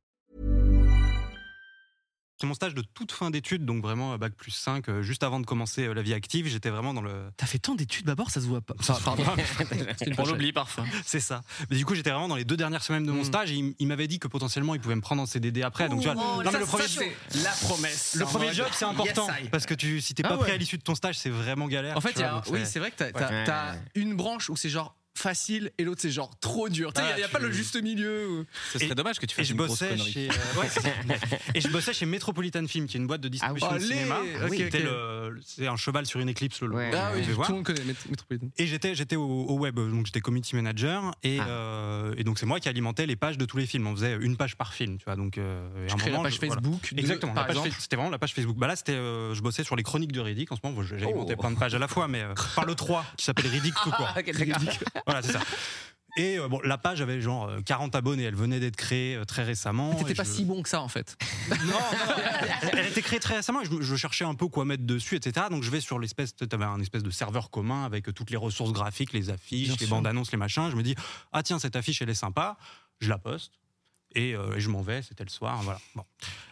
[SPEAKER 3] C'est mon stage de toute fin d'études, donc vraiment euh, bac plus 5, euh, juste avant de commencer euh, la vie active. J'étais vraiment dans le.
[SPEAKER 2] T'as fait tant d'études d'abord, ça se voit pas. Enfin, pardon.
[SPEAKER 7] On l'oublie parfois.
[SPEAKER 3] C'est ça. Mais du coup, j'étais vraiment dans les deux dernières semaines de mon
[SPEAKER 2] Mm.
[SPEAKER 3] stage. Et il, il m'avait dit que potentiellement, il pouvait me prendre en CDD après. Donc, tu vois,
[SPEAKER 4] Oh,
[SPEAKER 3] non,
[SPEAKER 4] là,
[SPEAKER 3] mais
[SPEAKER 4] ça,
[SPEAKER 3] le premier,
[SPEAKER 4] ça, c'est-
[SPEAKER 2] la promesse.
[SPEAKER 3] le premier job, c'est important.
[SPEAKER 2] Yes, I.
[SPEAKER 3] parce que tu, si t'es
[SPEAKER 2] Ah
[SPEAKER 3] pas prêt
[SPEAKER 2] ouais.
[SPEAKER 3] à l'issue de ton stage, c'est vraiment galère.
[SPEAKER 2] En fait,
[SPEAKER 3] tu
[SPEAKER 2] il y
[SPEAKER 3] vois,
[SPEAKER 2] a-
[SPEAKER 3] donc
[SPEAKER 2] oui,
[SPEAKER 3] c'est-
[SPEAKER 2] c'est vrai que t'as t'as-
[SPEAKER 5] Ouais.
[SPEAKER 2] t'as une branche où c'est genre facile et l'autre c'est genre trop dur. Il n'y
[SPEAKER 3] Ah,
[SPEAKER 2] a, y a
[SPEAKER 3] tu-
[SPEAKER 2] pas le juste milieu. ou-
[SPEAKER 7] Ce serait
[SPEAKER 3] Et-
[SPEAKER 7] dommage que tu
[SPEAKER 3] Et
[SPEAKER 7] fasses
[SPEAKER 3] je,
[SPEAKER 7] une grosse
[SPEAKER 3] bossais
[SPEAKER 7] connerie.
[SPEAKER 3] chez, euh, ouais, c'est- et je bossais chez Metropolitan Film, qui est une boîte de distribution
[SPEAKER 2] Ah
[SPEAKER 3] de
[SPEAKER 2] ouais.
[SPEAKER 3] cinéma.
[SPEAKER 2] Allez, ok,
[SPEAKER 3] C'était
[SPEAKER 2] ok.
[SPEAKER 3] le- C'est un cheval sur une éclipse, le logo.
[SPEAKER 5] Ouais.
[SPEAKER 2] Ah oui,
[SPEAKER 3] Tu
[SPEAKER 2] tout
[SPEAKER 3] vois.
[SPEAKER 2] le monde connaît Met- Metropolitan.
[SPEAKER 3] Et j'étais, j'étais au, au web, donc j'étais community manager, et,
[SPEAKER 5] Ah.
[SPEAKER 3] euh, et donc c'est moi qui alimentais les pages de tous les films. On faisait une page par film, tu vois. Donc, euh, et à
[SPEAKER 2] Je
[SPEAKER 3] un
[SPEAKER 2] crée la
[SPEAKER 3] moment,
[SPEAKER 2] page
[SPEAKER 3] je- voilà.
[SPEAKER 2] Facebook. de-
[SPEAKER 3] Exactement.
[SPEAKER 2] par
[SPEAKER 3] la page
[SPEAKER 2] exemple.
[SPEAKER 3] Fa- C'était vraiment la page Facebook. Bah là, c'était, euh, je bossais sur les chroniques de Riddick. En ce moment, j'ai
[SPEAKER 2] Oh.
[SPEAKER 3] alimenté plein de pages à la fois, mais euh, par le 3 qui s'appelle Riddick tout
[SPEAKER 2] Ah,
[SPEAKER 3] court.
[SPEAKER 5] Ok, d'accord.
[SPEAKER 3] Voilà, c'est ça. Et euh, bon, la page avait genre euh, 40 abonnés. Elle venait d'être créée euh, très récemment.
[SPEAKER 2] Mais T'étais
[SPEAKER 3] et
[SPEAKER 2] pas
[SPEAKER 3] je-
[SPEAKER 2] si bon que ça en fait.
[SPEAKER 3] non, non, non. elle a été créée très récemment et je, me- je cherchais un peu quoi mettre dessus, etc. Donc je vais sur l'espèce, tu avais un espèce de serveur commun avec toutes les ressources graphiques, les affiches,
[SPEAKER 2] Bien
[SPEAKER 3] les
[SPEAKER 2] sûr.
[SPEAKER 3] bandes annonces, les machins. Je me dis, ah tiens, cette affiche, elle est sympa, je la poste et, euh, et je m'en vais, c'était le soir. Voilà. Bon.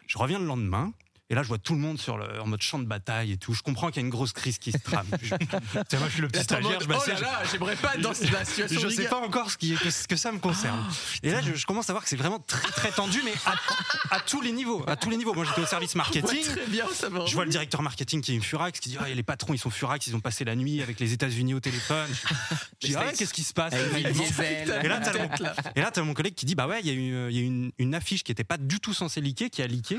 [SPEAKER 3] Je reviens le lendemain Et là, je vois tout le monde sur le- en mode champ de bataille et tout. Je comprends qu'il y a une grosse crise qui se trame. Je- tu sais, moi, je suis le petit
[SPEAKER 2] Là, t'es en
[SPEAKER 3] stagiaire. Je
[SPEAKER 2] mode, oh là
[SPEAKER 3] m'assieds, je-
[SPEAKER 2] là, j'aimerais pas être dans cette situation
[SPEAKER 3] Je sais
[SPEAKER 2] vulgaire.
[SPEAKER 3] pas encore ce qui, que, ce que ça me concerne.
[SPEAKER 2] Oh,
[SPEAKER 3] et là, je, je commence à voir que c'est vraiment très, très tendu, mais à, à tous les niveaux. À tous les niveaux. Moi, j'étais au service marketing.
[SPEAKER 2] Ouais, très bien, ça va.
[SPEAKER 3] Je vois le directeur marketing qui est une furax, qui dit Ah, les patrons, ils sont furax, ils ont passé la nuit avec les États-Unis au téléphone. Je dis Ah, ouais, qu'est-ce qui se passe
[SPEAKER 2] Avec Vin Diesel.
[SPEAKER 3] Et là, t'as
[SPEAKER 2] Tête, là.
[SPEAKER 3] le- et là, t'as mon collègue qui dit Bah ouais, il y a, eu- il y a eu une, une affiche qui était pas du tout censée liquer, qui a leaké.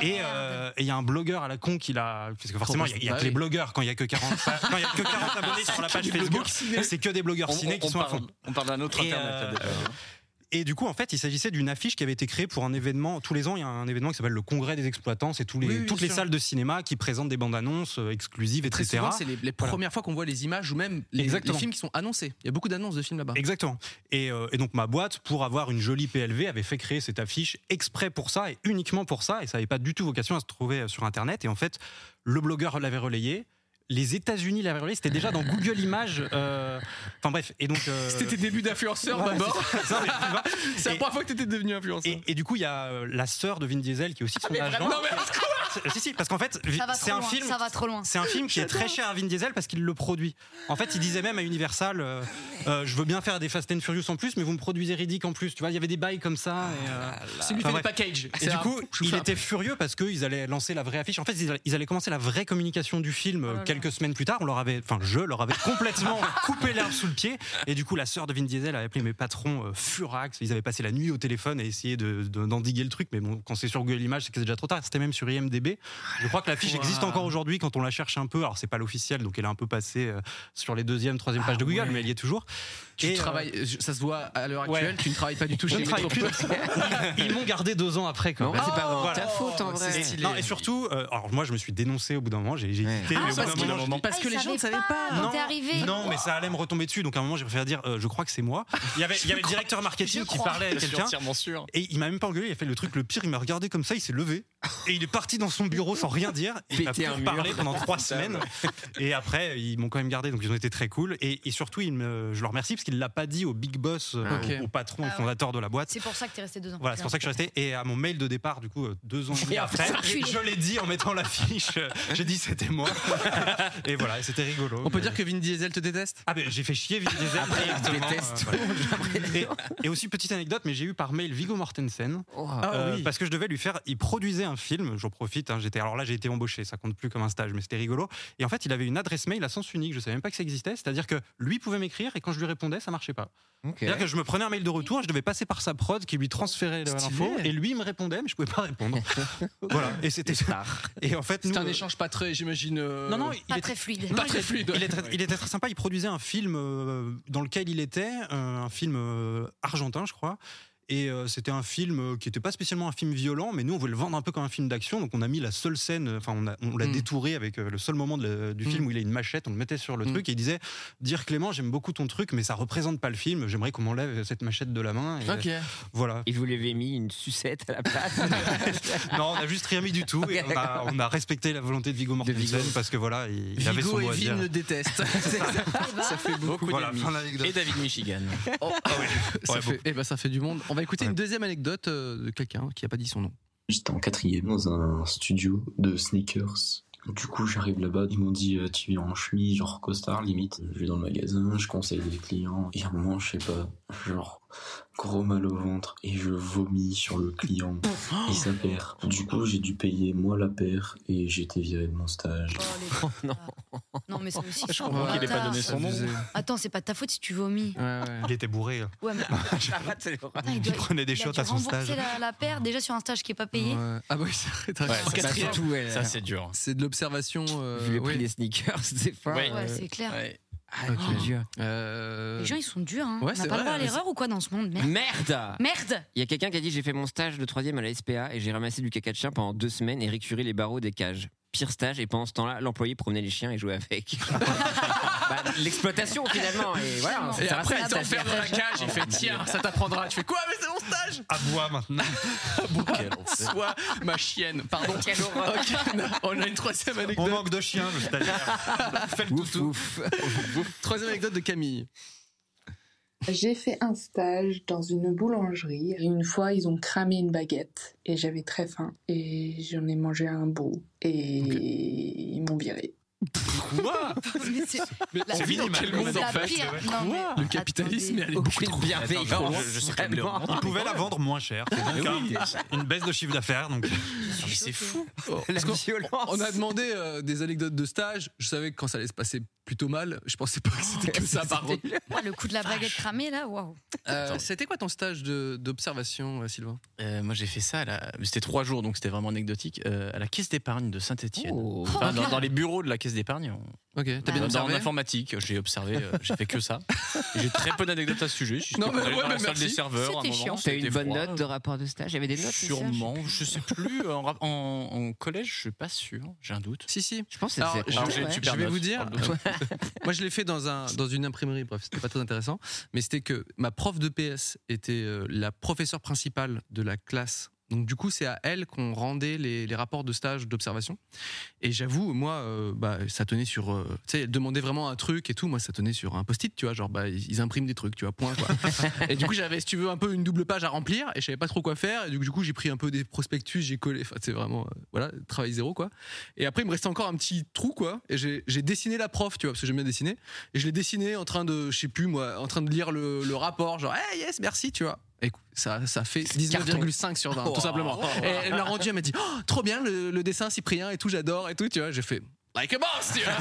[SPEAKER 3] et euh, et il y a un blogueur à la con qui l'a. Parce que forcément, il y a- il y a,
[SPEAKER 2] Bah
[SPEAKER 3] que les
[SPEAKER 2] oui.
[SPEAKER 3] blogueurs quand il y a que 40, quand il y a que 40 abonnés sur la
[SPEAKER 7] C'est
[SPEAKER 3] page
[SPEAKER 7] que des
[SPEAKER 3] Facebook.
[SPEAKER 7] blogueurs ciné.
[SPEAKER 3] C'est que des blogueurs
[SPEAKER 7] On-
[SPEAKER 3] ciné
[SPEAKER 7] on-
[SPEAKER 3] qui
[SPEAKER 7] on
[SPEAKER 3] sont à
[SPEAKER 7] parle-
[SPEAKER 3] fond.
[SPEAKER 7] on parle d'un autre
[SPEAKER 3] Et, euh,
[SPEAKER 7] Internet, là, déjà.
[SPEAKER 3] et du coup, en fait, il s'agissait d'une affiche qui avait été créée pour un événement. Tous les ans, il y a un événement qui s'appelle le Congrès des exploitants. C'est tous les,
[SPEAKER 2] Oui, oui,
[SPEAKER 3] toutes
[SPEAKER 2] bien
[SPEAKER 3] les
[SPEAKER 2] sûr.
[SPEAKER 3] salles de cinéma qui présentent des bandes annonces euh, exclusives,
[SPEAKER 2] Très
[SPEAKER 3] etc.
[SPEAKER 2] souvent, c'est les, les
[SPEAKER 3] Voilà.
[SPEAKER 2] premières fois qu'on voit les images ou même les, les
[SPEAKER 3] Exactement.
[SPEAKER 2] films qui sont annoncés. Il y a beaucoup d'annonces de films là-bas.
[SPEAKER 3] Exactement. Et, euh, et donc ma boîte, pour avoir une jolie PLV, avait fait créer cette affiche exprès pour ça et uniquement pour ça. Et ça n'avait pas du tout vocation à se trouver euh, sur Internet. Et en fait, le blogueur l'avait relayé. Les États-Unis l'avaient relayé. C'était déjà dans Google Images. euh, Enfin bref. Et donc. euh,
[SPEAKER 2] C'était tes débuts d'influenceur,
[SPEAKER 3] Voilà,
[SPEAKER 2] d'abord.
[SPEAKER 3] c'est ça. Non, mais tu vois.
[SPEAKER 2] C'est la
[SPEAKER 3] Et-
[SPEAKER 2] première fois que t'étais devenu influenceur. Ah,
[SPEAKER 3] Et, et du coup, il y a euh, la sœur de Vin Diesel qui est aussi son
[SPEAKER 2] mais
[SPEAKER 3] agent.
[SPEAKER 2] vraiment Non, mais
[SPEAKER 3] C'est- si, si, parce qu'en fait, vi-
[SPEAKER 4] Ça va
[SPEAKER 3] c'est
[SPEAKER 4] trop
[SPEAKER 3] un
[SPEAKER 4] loin,
[SPEAKER 3] film.
[SPEAKER 4] ça va trop loin.
[SPEAKER 3] C'est un film qui est très cher à Vin Diesel parce qu'il le produit. En fait, il disait même à Universal euh, euh, Je veux bien faire des Fast and Furious en plus, mais vous me produisez Riddick en plus. Tu vois, il y avait des bails comme ça.
[SPEAKER 2] Ah
[SPEAKER 3] et, euh,
[SPEAKER 2] C'est lui qui
[SPEAKER 3] enfin, bref.
[SPEAKER 2] fait des packages.
[SPEAKER 3] Et
[SPEAKER 2] C'est
[SPEAKER 3] du
[SPEAKER 2] un-
[SPEAKER 3] coup,
[SPEAKER 2] je vous
[SPEAKER 3] il
[SPEAKER 2] fais un-
[SPEAKER 3] était furieux parce qu'ils allaient lancer la vraie affiche. En fait, ils allaient, ils allaient commencer la vraie communication du film euh,
[SPEAKER 2] Oh là là.
[SPEAKER 3] quelques semaines plus tard. On leur avait, enfin, je leur avais complètement coupé l'herbe sous le pied. Et du coup, la sœur de Vin Diesel avait appelé mes patrons euh, furax. Ils avaient passé la nuit au téléphone et essayé de- de- d'endiguer le truc. Mais bon, quand c'est sur Google Images, c'est que c'est déjà trop tard. C'était même sur IMDb. Je crois que l'affiche
[SPEAKER 2] Wow.
[SPEAKER 3] existe encore aujourd'hui quand on la cherche un peu. Alors, c'est pas l'officiel, donc elle est un peu passée euh, sur les deuxièmes, troisième pages de Google, mais elle y est toujours.
[SPEAKER 2] Ah Tu
[SPEAKER 3] Et, euh,
[SPEAKER 2] travailles, je- ça se voit à l'heure actuelle,
[SPEAKER 3] ouais.
[SPEAKER 2] tu ne travailles pas du tout
[SPEAKER 3] Je
[SPEAKER 2] chez
[SPEAKER 3] ne travaille plus.
[SPEAKER 2] Metropole.
[SPEAKER 3] Ils m'ont gardé deux ans après. Quand
[SPEAKER 2] Non,
[SPEAKER 3] même.
[SPEAKER 2] c'est pas vraiment
[SPEAKER 3] Voilà.
[SPEAKER 2] ta faute, en vrai.
[SPEAKER 3] Et-
[SPEAKER 2] Oh, C'est stylé.
[SPEAKER 3] non, et surtout, euh, alors moi je me suis dénoncé au bout d'un moment, j'ai j'ai hésité.
[SPEAKER 2] Ah,
[SPEAKER 3] mais au bout
[SPEAKER 2] parce
[SPEAKER 3] d'un
[SPEAKER 2] qu'il-
[SPEAKER 3] moment, je dis-
[SPEAKER 2] parce que
[SPEAKER 4] Ah, il
[SPEAKER 2] les gens ne
[SPEAKER 4] savait
[SPEAKER 2] savaient
[SPEAKER 4] pas,
[SPEAKER 2] pas.
[SPEAKER 4] donc t'es arrivé.
[SPEAKER 3] Non, mais ça allait me retomber dessus. Donc à un moment, j'ai préféré dire, euh, je crois que c'est moi. Il y avait, il y avait le directeur marketing
[SPEAKER 7] Je
[SPEAKER 3] qui
[SPEAKER 7] crois.
[SPEAKER 3] parlait à
[SPEAKER 7] Je suis
[SPEAKER 3] quelqu'un.
[SPEAKER 7] entièrement sûr.
[SPEAKER 3] Et il m'a même pas engueulé. Il a fait le truc le pire. Il m'a regardé comme ça. Il s'est levé et il est parti dans son bureau sans rien dire. Et il m'a
[SPEAKER 7] Péter
[SPEAKER 3] plus
[SPEAKER 7] un mur.
[SPEAKER 3] parlé pendant trois
[SPEAKER 7] Putain,
[SPEAKER 3] semaines. Et après, ils m'ont quand même gardé. Donc ils ont été très cool. Et, et surtout, il me- je le remercie parce qu'il l'a pas dit au big boss, euh,
[SPEAKER 2] Ah, ok.
[SPEAKER 3] au, au patron,
[SPEAKER 4] Ah
[SPEAKER 3] au
[SPEAKER 4] ouais.
[SPEAKER 3] fondateur de la boîte.
[SPEAKER 4] C'est pour ça que t'es resté deux ans.
[SPEAKER 3] Voilà, c'est pour ça que je suis resté. Et à mon mail de départ, du coup, euh, deux ans et demi
[SPEAKER 4] Et
[SPEAKER 3] après,
[SPEAKER 4] après,
[SPEAKER 3] je je l'ai dit en mettant l'affiche. euh, J'ai dit c'était moi. et voilà, et c'était rigolo.
[SPEAKER 2] On peut
[SPEAKER 3] Mais-
[SPEAKER 2] dire que Vin Diesel te déteste
[SPEAKER 3] Ah, ben j'ai fait chier Vin Diesel.
[SPEAKER 2] Après, il
[SPEAKER 3] directement,
[SPEAKER 2] déteste.
[SPEAKER 3] euh, voilà. et, et aussi, petite anecdote, mais j'ai eu par mail Vigo Mortensen.
[SPEAKER 2] Ah
[SPEAKER 3] euh,
[SPEAKER 2] oui.
[SPEAKER 3] Parce que je devais lui faire. Il produisait un film, j'en profite. hein, j'étais, alors là, j'ai été embauché, ça compte plus comme un stage, mais c'était rigolo. Et en fait, il avait une adresse mail à sens unique, je savais même pas que ça existait. C'est-à-dire que lui pouvait m'écrire et quand je lui répondais, ça marchait pas. C'est-à-dire que je me prenais un mail de retour, je devais passer par sa prod qui lui transférait
[SPEAKER 2] Stylé.
[SPEAKER 3] l'info et lui il me répondait, mais je pouvais pas répondre. voilà, et c'était ça. Et en fait, nous,
[SPEAKER 2] C'est un
[SPEAKER 3] euh,
[SPEAKER 2] échange pas très, j'imagine. euh,
[SPEAKER 3] Non, non, il
[SPEAKER 4] Pas
[SPEAKER 3] est-
[SPEAKER 4] très fluide.
[SPEAKER 3] non,
[SPEAKER 2] pas
[SPEAKER 3] il
[SPEAKER 2] très
[SPEAKER 3] est-
[SPEAKER 2] fluide,
[SPEAKER 3] Il,
[SPEAKER 2] ouais.
[SPEAKER 3] est très- il est très sympa. Il produisait un film euh, dans lequel il était, euh, un film euh, argentin, je crois. Et euh, c'était un film euh, qui n'était pas spécialement un film violent, mais nous on voulait le vendre un peu comme un film d'action. Donc on a mis la seule scène, euh, enfin on a- on l'a
[SPEAKER 2] Mm.
[SPEAKER 3] détouré avec euh, le seul moment de la- du
[SPEAKER 2] Mm.
[SPEAKER 3] film où il a une machette. On le mettait sur le
[SPEAKER 2] Mm.
[SPEAKER 3] truc et il disait dire Clément, j'aime beaucoup ton truc, mais ça représente pas le film. J'aimerais qu'on m'enlève cette machette de la main. Et
[SPEAKER 2] Ok.
[SPEAKER 3] Voilà.
[SPEAKER 5] Et vous lui avez mis une sucette à la place.
[SPEAKER 3] Non, on a juste rien mis du tout. et
[SPEAKER 5] Ok,
[SPEAKER 3] on, a,
[SPEAKER 5] d'accord.
[SPEAKER 3] on a respecté la volonté de Viggo Mortensen
[SPEAKER 5] Viggo.
[SPEAKER 3] parce que voilà, il, il avait son
[SPEAKER 2] Vigo
[SPEAKER 3] mot
[SPEAKER 2] et
[SPEAKER 3] à dire.
[SPEAKER 2] Vin le détestent. ça fait beaucoup
[SPEAKER 3] Voilà,
[SPEAKER 2] d'ennemis.
[SPEAKER 3] fin d'anecdote.
[SPEAKER 7] Et David Michigan.
[SPEAKER 2] Oh, ça,
[SPEAKER 3] Ouais,
[SPEAKER 2] fait, eh ben, ça fait du monde. On va écouter une deuxième anecdote euh, de quelqu'un qui n'a pas dit son nom.
[SPEAKER 10] J'étais en quatrième dans un studio de sneakers. Du coup, j'arrive là-bas, ils m'ont dit euh, tu viens en chemise, genre costard limite. Je vais dans le magasin, je conseille les clients, et à un moment, je sais pas, genre gros mal au ventre, et je vomis sur le client, et ça perd. Du coup, j'ai dû payer moi la paire, et j'ai été viré de mon stage.
[SPEAKER 4] Non, mais c'est aussi.
[SPEAKER 7] Je comprends qu'il ait pas donné
[SPEAKER 4] Attends.
[SPEAKER 7] son nom.
[SPEAKER 2] Abusé.
[SPEAKER 4] Attends, c'est pas de ta faute si tu vomis.
[SPEAKER 3] Il était bourré. hein.
[SPEAKER 4] Ouais, mais putain, il
[SPEAKER 3] Il
[SPEAKER 4] doit-
[SPEAKER 3] prenait des
[SPEAKER 4] il a
[SPEAKER 3] shots
[SPEAKER 4] dû
[SPEAKER 3] à son
[SPEAKER 4] rembourser
[SPEAKER 3] stage.
[SPEAKER 4] La, la paire déjà sur un stage qui est pas payé.
[SPEAKER 2] Ouais. Ah bah oui, c'est vrai, t'as
[SPEAKER 7] Ouais,
[SPEAKER 2] raison.
[SPEAKER 7] ça,
[SPEAKER 2] Quatrième.
[SPEAKER 7] c'est tout,
[SPEAKER 5] elle.
[SPEAKER 7] Ça, c'est dur.
[SPEAKER 2] C'est de l'observation. euh,
[SPEAKER 5] Vu le prix
[SPEAKER 2] ouais.
[SPEAKER 5] des sneakers, c'est pas.
[SPEAKER 7] Ouais.
[SPEAKER 4] Ouais, c'est euh, clair.
[SPEAKER 7] Ouais.
[SPEAKER 5] Ah,
[SPEAKER 2] Ok.
[SPEAKER 5] mon Dieu.
[SPEAKER 2] Euh,
[SPEAKER 4] Les gens ils sont durs. Hein.
[SPEAKER 2] Ouais,
[SPEAKER 4] On
[SPEAKER 2] c'est
[SPEAKER 4] n'a pas le
[SPEAKER 2] vrai,
[SPEAKER 4] droit à
[SPEAKER 2] mais
[SPEAKER 4] l'erreur ou quoi dans ce monde Merde.
[SPEAKER 5] Merde
[SPEAKER 4] Merde.
[SPEAKER 5] Il y a quelqu'un qui a dit j'ai fait mon stage de troisième à la SPA et j'ai ramassé du caca de chien pendant deux semaines et récuré les barreaux des cages. Pire stage et pendant ce temps-là, l'employé promenait les chiens et jouait avec. Bah, L'exploitation finalement et voilà.
[SPEAKER 2] Et
[SPEAKER 5] ça
[SPEAKER 2] après,
[SPEAKER 5] reste
[SPEAKER 2] elle
[SPEAKER 5] un stage.
[SPEAKER 2] t'enferme dans la cage et fait
[SPEAKER 5] Oh, bah,
[SPEAKER 2] tiens, ça t'apprendra. Tu fais quoi Mais c'est mon stage
[SPEAKER 3] À bois maintenant.
[SPEAKER 2] Sois ma chienne. Pardon.
[SPEAKER 5] Quelle horreur.
[SPEAKER 2] Ok, on a une troisième
[SPEAKER 3] On
[SPEAKER 2] anecdote.
[SPEAKER 3] manque de chiens, le stagiaire. Fais le
[SPEAKER 5] Ouf
[SPEAKER 3] toutou.
[SPEAKER 5] ouf.
[SPEAKER 2] Troisième anecdote de Camille.
[SPEAKER 11] J'ai fait un stage dans une boulangerie. Une fois, ils ont cramé une baguette et j'avais très faim et j'en ai mangé un bout et ils m'ont viré.
[SPEAKER 3] Quoi
[SPEAKER 4] Mais c'est
[SPEAKER 3] Mais
[SPEAKER 4] la-
[SPEAKER 3] c'est vite,
[SPEAKER 4] la-
[SPEAKER 3] quel monde,
[SPEAKER 4] la
[SPEAKER 3] en fait.
[SPEAKER 4] pire- non, mais
[SPEAKER 2] Le capitalisme est allé beaucoup trop
[SPEAKER 3] Attends, je- je sais même pas. Ils pouvaient la vendre moins cher. C'est
[SPEAKER 2] Mais
[SPEAKER 3] donc
[SPEAKER 2] oui.
[SPEAKER 3] un- une baisse de chiffre d'affaires. Donc... mais c'est fou.
[SPEAKER 2] Parce qu'on- On a demandé euh, des anecdotes de stage. Je savais que quand ça allait se passer plutôt mal, je pensais pas que c'était que ça, par contre.
[SPEAKER 4] Ouais, le coup de la baguette cramée, là, waouh.
[SPEAKER 2] Euh, C'était quoi ton stage de- d'observation, euh, Sylvain
[SPEAKER 7] Euh, moi j'ai fait ça, à la- c'était trois jours donc c'était vraiment anecdotique, euh, à la caisse d'épargne de Saint-Etienne.
[SPEAKER 2] Oh.
[SPEAKER 7] Ah, dans, dans les bureaux de la caisse d'épargne. on-
[SPEAKER 2] Ok, t'as bien
[SPEAKER 7] dans, dans-
[SPEAKER 2] observé
[SPEAKER 7] En informatique, j'ai observé, euh, j'ai fait que ça. Et J'ai très peu d'anecdotes à ce sujet. Je suis
[SPEAKER 5] Non,
[SPEAKER 7] allé
[SPEAKER 5] mais
[SPEAKER 7] dans
[SPEAKER 5] ouais,
[SPEAKER 7] la
[SPEAKER 5] mais
[SPEAKER 7] salle
[SPEAKER 5] merci.
[SPEAKER 7] des serveurs. à un
[SPEAKER 5] C'était
[SPEAKER 7] moment,
[SPEAKER 5] chiant. T'as eu une
[SPEAKER 7] bah, c'était
[SPEAKER 5] bonne
[SPEAKER 7] froid.
[SPEAKER 5] note de rapport de stage Il y avait des notes, c'est ça, je sais
[SPEAKER 7] Sûrement, je sais plus. euh, En, rap- en- en collège, je suis pas sûr. J'ai un doute.
[SPEAKER 2] Si, si.
[SPEAKER 7] Je pense
[SPEAKER 2] Alors, je, vais- je vais vous dire, moi je l'ai fait dans, un, dans une imprimerie, bref, c'était pas très intéressant, mais c'était que ma prof de PS était euh, la professeure principale de la classe. Donc du coup, c'est à elle qu'on rendait les, les rapports de stage d'observation. Et j'avoue, moi, euh, bah, ça tenait sur... euh, tu sais, elle demandait vraiment un truc et tout. Moi, ça tenait sur un post-it, tu vois. Genre, bah, ils ils impriment des trucs, tu vois, point. Quoi. et du coup, j'avais, si tu veux, un peu une double page à remplir et je savais pas trop quoi faire. Et du coup, du coup, j'ai pris un peu des prospectus, j'ai collé. Enfin, c'est vraiment, euh, voilà, travail zéro, quoi. Et après, il me restait encore un petit trou, quoi. Et j'ai j'ai dessiné la prof, tu vois, parce que j'aime bien dessiner. Et je l'ai dessiné en train de, je sais plus, moi, en train de lire le, le rapport, genre, hey, yes, merci, tu vois. Écoute, ça, ça fait 19,5 sur 20, tout simplement. Et elle me l'a rendu, elle m'a dit, Oh, trop bien le, le dessin, Cyprien et tout, j'adore et tout, tu vois. J'ai fait, like a boss, tu vois.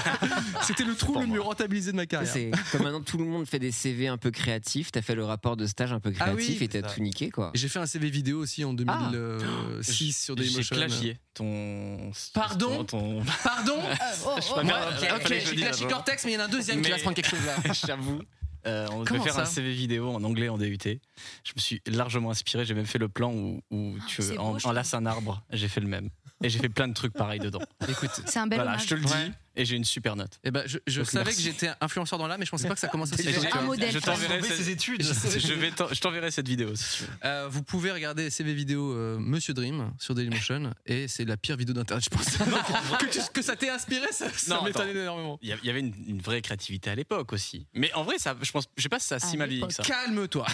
[SPEAKER 2] C'était le trou le mieux rentabilisé de ma carrière.
[SPEAKER 5] C'est comme maintenant tout le monde fait des CV un peu créatifs. T'as fait le rapport de stage un peu
[SPEAKER 2] Ah oui,
[SPEAKER 5] créatif et t'as
[SPEAKER 2] c'est ça.
[SPEAKER 5] tout niqué quoi.
[SPEAKER 2] Et J'ai fait un CV vidéo aussi en 2006 sur
[SPEAKER 7] J'ai
[SPEAKER 2] Dailymotion.
[SPEAKER 7] plagié ton.
[SPEAKER 2] Pardon Ah,
[SPEAKER 7] ton-
[SPEAKER 2] Pardon
[SPEAKER 7] oh, oh,
[SPEAKER 2] Moi,
[SPEAKER 7] oh,
[SPEAKER 2] Ok,
[SPEAKER 7] ok,
[SPEAKER 2] j'ai
[SPEAKER 7] je dis
[SPEAKER 2] plagié
[SPEAKER 7] d'abord.
[SPEAKER 2] Cortex, mais il y en a un deuxième qui
[SPEAKER 7] Mais-
[SPEAKER 2] va se prendre quelque chose là.
[SPEAKER 7] J'avoue. Euh, on devait
[SPEAKER 2] Comment
[SPEAKER 7] faire
[SPEAKER 2] ça
[SPEAKER 7] un CV vidéo en anglais en DUT. Je me suis largement inspiré. J'ai même fait le plan où, où tu
[SPEAKER 4] Ah, c'est
[SPEAKER 7] en-
[SPEAKER 4] beau, je
[SPEAKER 7] enlaces un arbre. J'ai fait le même. Et j'ai fait plein de trucs pareils dedans.
[SPEAKER 2] Écoute,
[SPEAKER 4] C'est un bel
[SPEAKER 7] voilà,
[SPEAKER 4] hommage.
[SPEAKER 7] je te le dis.
[SPEAKER 4] Ouais.
[SPEAKER 7] Et j'ai une super note.
[SPEAKER 2] Et ben, je, je savais que j'étais influenceur dans l'âme, mais je pensais pas que ça commençait aussi. tôt, tu vois.
[SPEAKER 7] Je t'enverrai cette... Je vais t'en- je t'enverrai cette vidéo si tu veux.
[SPEAKER 2] Euh, vous pouvez regarder CV vidéo euh, Monsieur Dream sur Dailymotion et c'est la pire vidéo d'internet, je pense. que, tu- que ça t'ait inspiré, ça, ça
[SPEAKER 7] Non,
[SPEAKER 2] m'étonne
[SPEAKER 7] attends.
[SPEAKER 2] énormément.
[SPEAKER 7] Il y a- il y avait une, une vraie créativité à l'époque aussi. Mais en vrai, ça, je pense, je sais pas si ça a si mal vieilli que ça.
[SPEAKER 2] Calme-toi.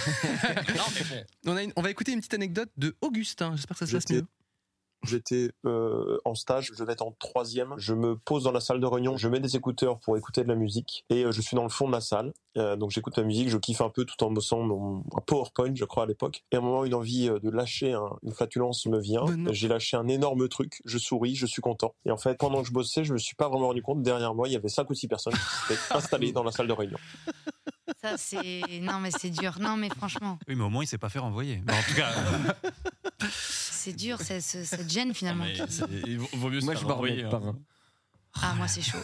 [SPEAKER 2] on, a une- on va écouter une petite anecdote de Augustin. hein, J'espère que ça se passe
[SPEAKER 12] J'étais-
[SPEAKER 2] mieux.
[SPEAKER 12] J'étais euh, en stage, je devais être en troisième. Je me pose dans la salle de réunion, je mets des écouteurs pour écouter de la musique et euh, je suis dans le fond de la salle. Euh, donc j'écoute la musique, je kiffe un peu tout en bossant mon un PowerPoint, je crois à l'époque. Et à un moment, une envie euh, de lâcher un- une flatulence me vient. J'ai lâché un énorme truc, je souris, je suis content. Et en fait, pendant que je bossais, je me suis pas vraiment rendu compte. Derrière moi, il y avait cinq ou six personnes qui s'étaient installées dans la salle de réunion.
[SPEAKER 4] Ça, c'est. Non, mais c'est dur. Non, mais franchement,
[SPEAKER 3] Oui, mais au moins, il s'est pas fait renvoyer. Bah, en tout cas,
[SPEAKER 4] c'est dur. Ça, ça- ça te gêne finalement.
[SPEAKER 7] vaut mieux
[SPEAKER 4] Moi,
[SPEAKER 7] se
[SPEAKER 4] je
[SPEAKER 7] faire
[SPEAKER 4] m'en
[SPEAKER 7] renvoyer,
[SPEAKER 4] remets pas,
[SPEAKER 7] hein.
[SPEAKER 4] Ah, moi, c'est chaud.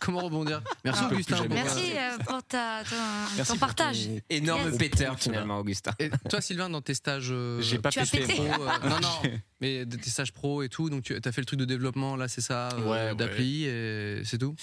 [SPEAKER 2] Comment rebondir Merci
[SPEAKER 4] Non.
[SPEAKER 2] Augustin. pour-
[SPEAKER 4] Merci euh, pour ta, ton,
[SPEAKER 2] Merci pour
[SPEAKER 4] ton partage.
[SPEAKER 2] ton
[SPEAKER 5] énorme
[SPEAKER 4] Yes.
[SPEAKER 5] péteur finalement, Augustin.
[SPEAKER 2] Et toi, Sylvain, dans tes stages, euh,
[SPEAKER 5] J'ai pas Tu as pété.
[SPEAKER 2] pro, euh, non, non,
[SPEAKER 5] J'ai-
[SPEAKER 2] mais de tes stages pro et tout, donc tu as fait le truc de développement, là, c'est ça, euh,
[SPEAKER 7] Ouais,
[SPEAKER 2] d'appli, et c'est tout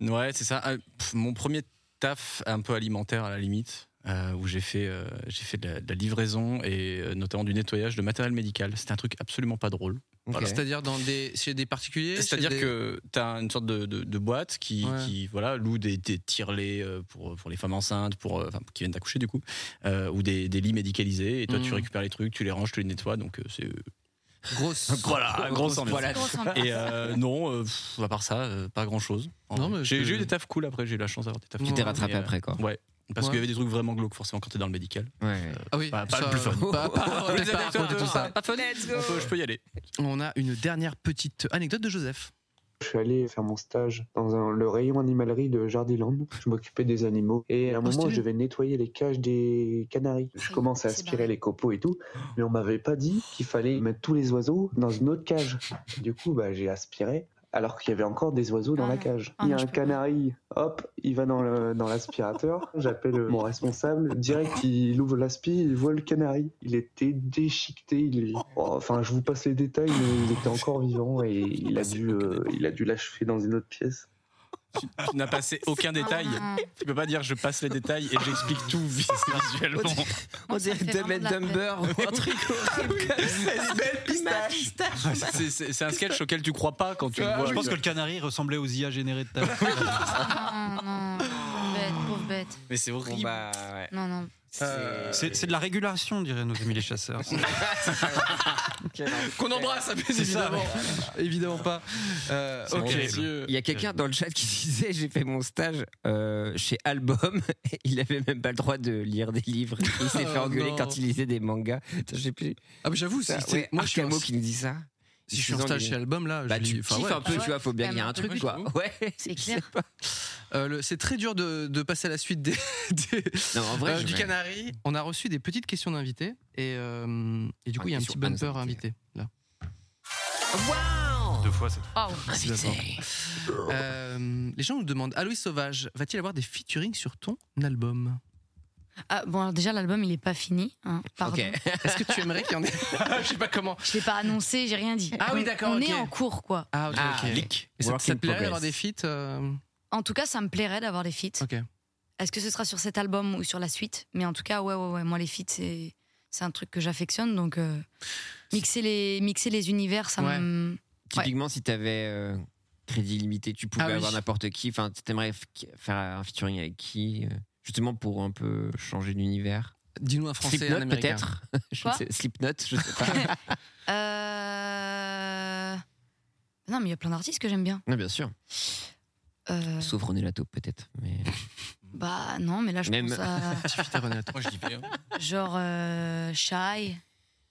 [SPEAKER 7] Ouais, c'est ça. Ah, pff, mon premier taf un peu alimentaire à la limite, euh, où j'ai fait, euh, j'ai fait de la, de la livraison et euh, notamment du nettoyage de matériel médical. C'était un truc absolument pas drôle. Voilà.
[SPEAKER 2] C'est-à-dire dans des, chez des particuliers chez
[SPEAKER 7] C'est-à-dire
[SPEAKER 2] des-
[SPEAKER 7] que tu as une sorte de, de- de boîte qui,
[SPEAKER 2] Ouais.
[SPEAKER 7] qui, voilà, loue des, des tirelets euh, pour, pour les femmes enceintes, pour, euh, enfin, qui viennent d'accoucher du coup, euh, ou des, des lits médicalisés. Et toi, tu
[SPEAKER 2] Mm.
[SPEAKER 7] récupères les trucs, tu les ranges, tu les nettoies. Donc euh, c'est.
[SPEAKER 2] Grosse.
[SPEAKER 7] Voilà, grosse ambiance.
[SPEAKER 2] voilà. Grosse ambiance.
[SPEAKER 7] Et euh, non, euh, pff, à part ça, euh, pas grand-chose. En
[SPEAKER 2] Non,
[SPEAKER 7] vrai.
[SPEAKER 2] mais
[SPEAKER 7] J'ai
[SPEAKER 2] je-
[SPEAKER 7] j'ai eu des tafs cool après, j'ai eu la chance d'avoir des tafs
[SPEAKER 5] Tu
[SPEAKER 7] cool.
[SPEAKER 5] t'es rattrapé
[SPEAKER 7] Mais, euh,
[SPEAKER 5] après, quoi.
[SPEAKER 7] Ouais. Parce
[SPEAKER 5] Ouais.
[SPEAKER 7] qu'il y avait des trucs vraiment glauques, forcément, quand t'es dans le médical. Euh,
[SPEAKER 5] Ouais.
[SPEAKER 2] Ah oui,
[SPEAKER 7] Pas, pas
[SPEAKER 2] ça-
[SPEAKER 7] le plus fun.
[SPEAKER 2] pas- pas-
[SPEAKER 7] Les
[SPEAKER 2] peut-être pas
[SPEAKER 7] anecdotes,
[SPEAKER 2] raconter tout
[SPEAKER 7] euh,
[SPEAKER 2] ça.
[SPEAKER 7] pas fun. On peut- Je peux y aller.
[SPEAKER 2] On a une dernière petite anecdote de Joseph.
[SPEAKER 9] Je suis allé faire mon stage dans un- le rayon animalerie de Jardiland. Je m'occupais des animaux. Et à un
[SPEAKER 13] Oh,
[SPEAKER 9] moment,
[SPEAKER 13] stylé.
[SPEAKER 9] je devais nettoyer les cages des canaris. Je commence à aspirer les copeaux et tout. Mais on m'avait pas dit qu'il fallait mettre tous les oiseaux dans une autre cage. Du coup, bah, j'ai aspiré. Alors qu'il y avait encore des oiseaux dans la cage.
[SPEAKER 13] Ah
[SPEAKER 9] Il y a
[SPEAKER 13] non,
[SPEAKER 9] un
[SPEAKER 13] je peux pas.
[SPEAKER 9] canari, hop, il va dans le- dans l'aspirateur. J'appelle euh, mon responsable. Direct, il ouvre l'aspi, il voit le canari. Il était déchiqueté. Il... oh, enfin, je vous passe les détails, mais il était encore vivant et il a dû, euh, il a dû l'achever dans une autre pièce.
[SPEAKER 7] Tu n'as passé aucun détail. Tu peux pas dire je passe les détails et j'explique tout vis- visuellement.
[SPEAKER 5] On dirait Dumb and Dumber ou un truc horrible comme ça.
[SPEAKER 2] Ah,
[SPEAKER 7] Ouais, Ah, c'est- C'est c'est un sketch auquel tu crois pas quand tu le vois.
[SPEAKER 3] je pense que le canari ressemblait aux IA générées de ta
[SPEAKER 4] Ah, non, non. Bête, pauvre bête.
[SPEAKER 5] Mais c'est horrible.
[SPEAKER 4] Non, non.
[SPEAKER 2] Euh,
[SPEAKER 3] C'est c'est de la régulation, diraient nos amis les chasseurs.
[SPEAKER 2] Qu'on embrasse, bien
[SPEAKER 3] C'est ça,
[SPEAKER 2] évidemment. évidemment pas. Euh,
[SPEAKER 5] C'est
[SPEAKER 2] ok.
[SPEAKER 5] horrible. Il y a quelqu'un dans le chat qui disait j'ai fait mon stage euh, chez Album. Il avait même pas le droit de lire des livres. Il s'est fait
[SPEAKER 2] Oh,
[SPEAKER 5] engueuler
[SPEAKER 2] non.
[SPEAKER 5] quand il lisait des mangas. Attends, je sais plus.
[SPEAKER 2] Ah, mais j'avoue,
[SPEAKER 5] Ça,
[SPEAKER 2] si c'est-
[SPEAKER 5] ouais,
[SPEAKER 2] moi, je suis
[SPEAKER 5] Arcamo
[SPEAKER 2] un-
[SPEAKER 5] qui nous dit ça.
[SPEAKER 2] Si je suis en stage chez Album, là,
[SPEAKER 5] bah,
[SPEAKER 2] je
[SPEAKER 5] tu
[SPEAKER 2] lis- enfin,
[SPEAKER 5] kiffes
[SPEAKER 2] ouais.
[SPEAKER 5] un peu,
[SPEAKER 2] Ah
[SPEAKER 5] tu vois,
[SPEAKER 2] ouais,
[SPEAKER 5] faut bien qu'il y ait un
[SPEAKER 2] carrément.
[SPEAKER 5] truc,
[SPEAKER 2] Oui,
[SPEAKER 5] quoi. Ouais,
[SPEAKER 4] c'est
[SPEAKER 5] clair.
[SPEAKER 2] Euh, le- c'est très dur de, de passer à la suite des, des- euh,
[SPEAKER 5] Non, en vrai, je
[SPEAKER 2] du
[SPEAKER 5] vais-
[SPEAKER 2] Canari. On a reçu des petites questions d'invités et, euh, et du coup, il y a un petit
[SPEAKER 5] questions à nos
[SPEAKER 2] bumper invité là.
[SPEAKER 3] Deux fois cette
[SPEAKER 4] Oh,
[SPEAKER 2] Euh, les gens nous demandent Aloïs Sauvage, va-t-il avoir des featuring sur ton album
[SPEAKER 4] Ah, bon, alors déjà, l'album, il est pas fini. hein, pardon.
[SPEAKER 2] Est-ce que tu aimerais qu'il y en ait Je sais pas comment.
[SPEAKER 4] Je l'ai pas annoncé, j'ai rien dit.
[SPEAKER 2] Ah oui,
[SPEAKER 4] On-
[SPEAKER 2] d'accord,
[SPEAKER 4] On
[SPEAKER 2] ok.
[SPEAKER 4] est en cours, quoi.
[SPEAKER 2] Ah, ok.
[SPEAKER 5] Ah,
[SPEAKER 2] ok.
[SPEAKER 5] leak.
[SPEAKER 2] Et ça,
[SPEAKER 5] Work
[SPEAKER 2] ça
[SPEAKER 5] in
[SPEAKER 2] te plairait
[SPEAKER 5] progress.
[SPEAKER 2] d'avoir des feats euh,
[SPEAKER 4] En tout cas, ça me plairait d'avoir des feats.
[SPEAKER 2] Ok.
[SPEAKER 4] Est-ce que ce sera sur cet album ou sur la suite Mais en tout cas, ouais, ouais, ouais. Moi, les feats, c'est c'est un truc que j'affectionne. Donc, euh, mixer, les, mixer les univers, ça
[SPEAKER 5] Ouais.
[SPEAKER 4] me.
[SPEAKER 5] Typiquement, si t'avais euh, crédit illimité, tu pouvais
[SPEAKER 4] Ah oui.
[SPEAKER 5] avoir n'importe qui. Enfin, t'aimerais f- faire un featuring avec qui euh, Justement pour un peu changer d'univers.
[SPEAKER 2] Dis-nous un français,
[SPEAKER 5] Slipknot,
[SPEAKER 2] un américain.
[SPEAKER 5] peut-être. Je
[SPEAKER 4] Quoi
[SPEAKER 5] sais- Slipknot, je sais pas.
[SPEAKER 4] Euh, Non, mais il y a plein d'artistes que j'aime bien.
[SPEAKER 5] non, bien sûr.
[SPEAKER 4] Euh,
[SPEAKER 5] Sauf René Latour peut-être. Mais...
[SPEAKER 4] Bah, non, mais là, je
[SPEAKER 5] Même-
[SPEAKER 4] pense à.
[SPEAKER 5] Moi, je dis bien.
[SPEAKER 4] Genre euh, Shy,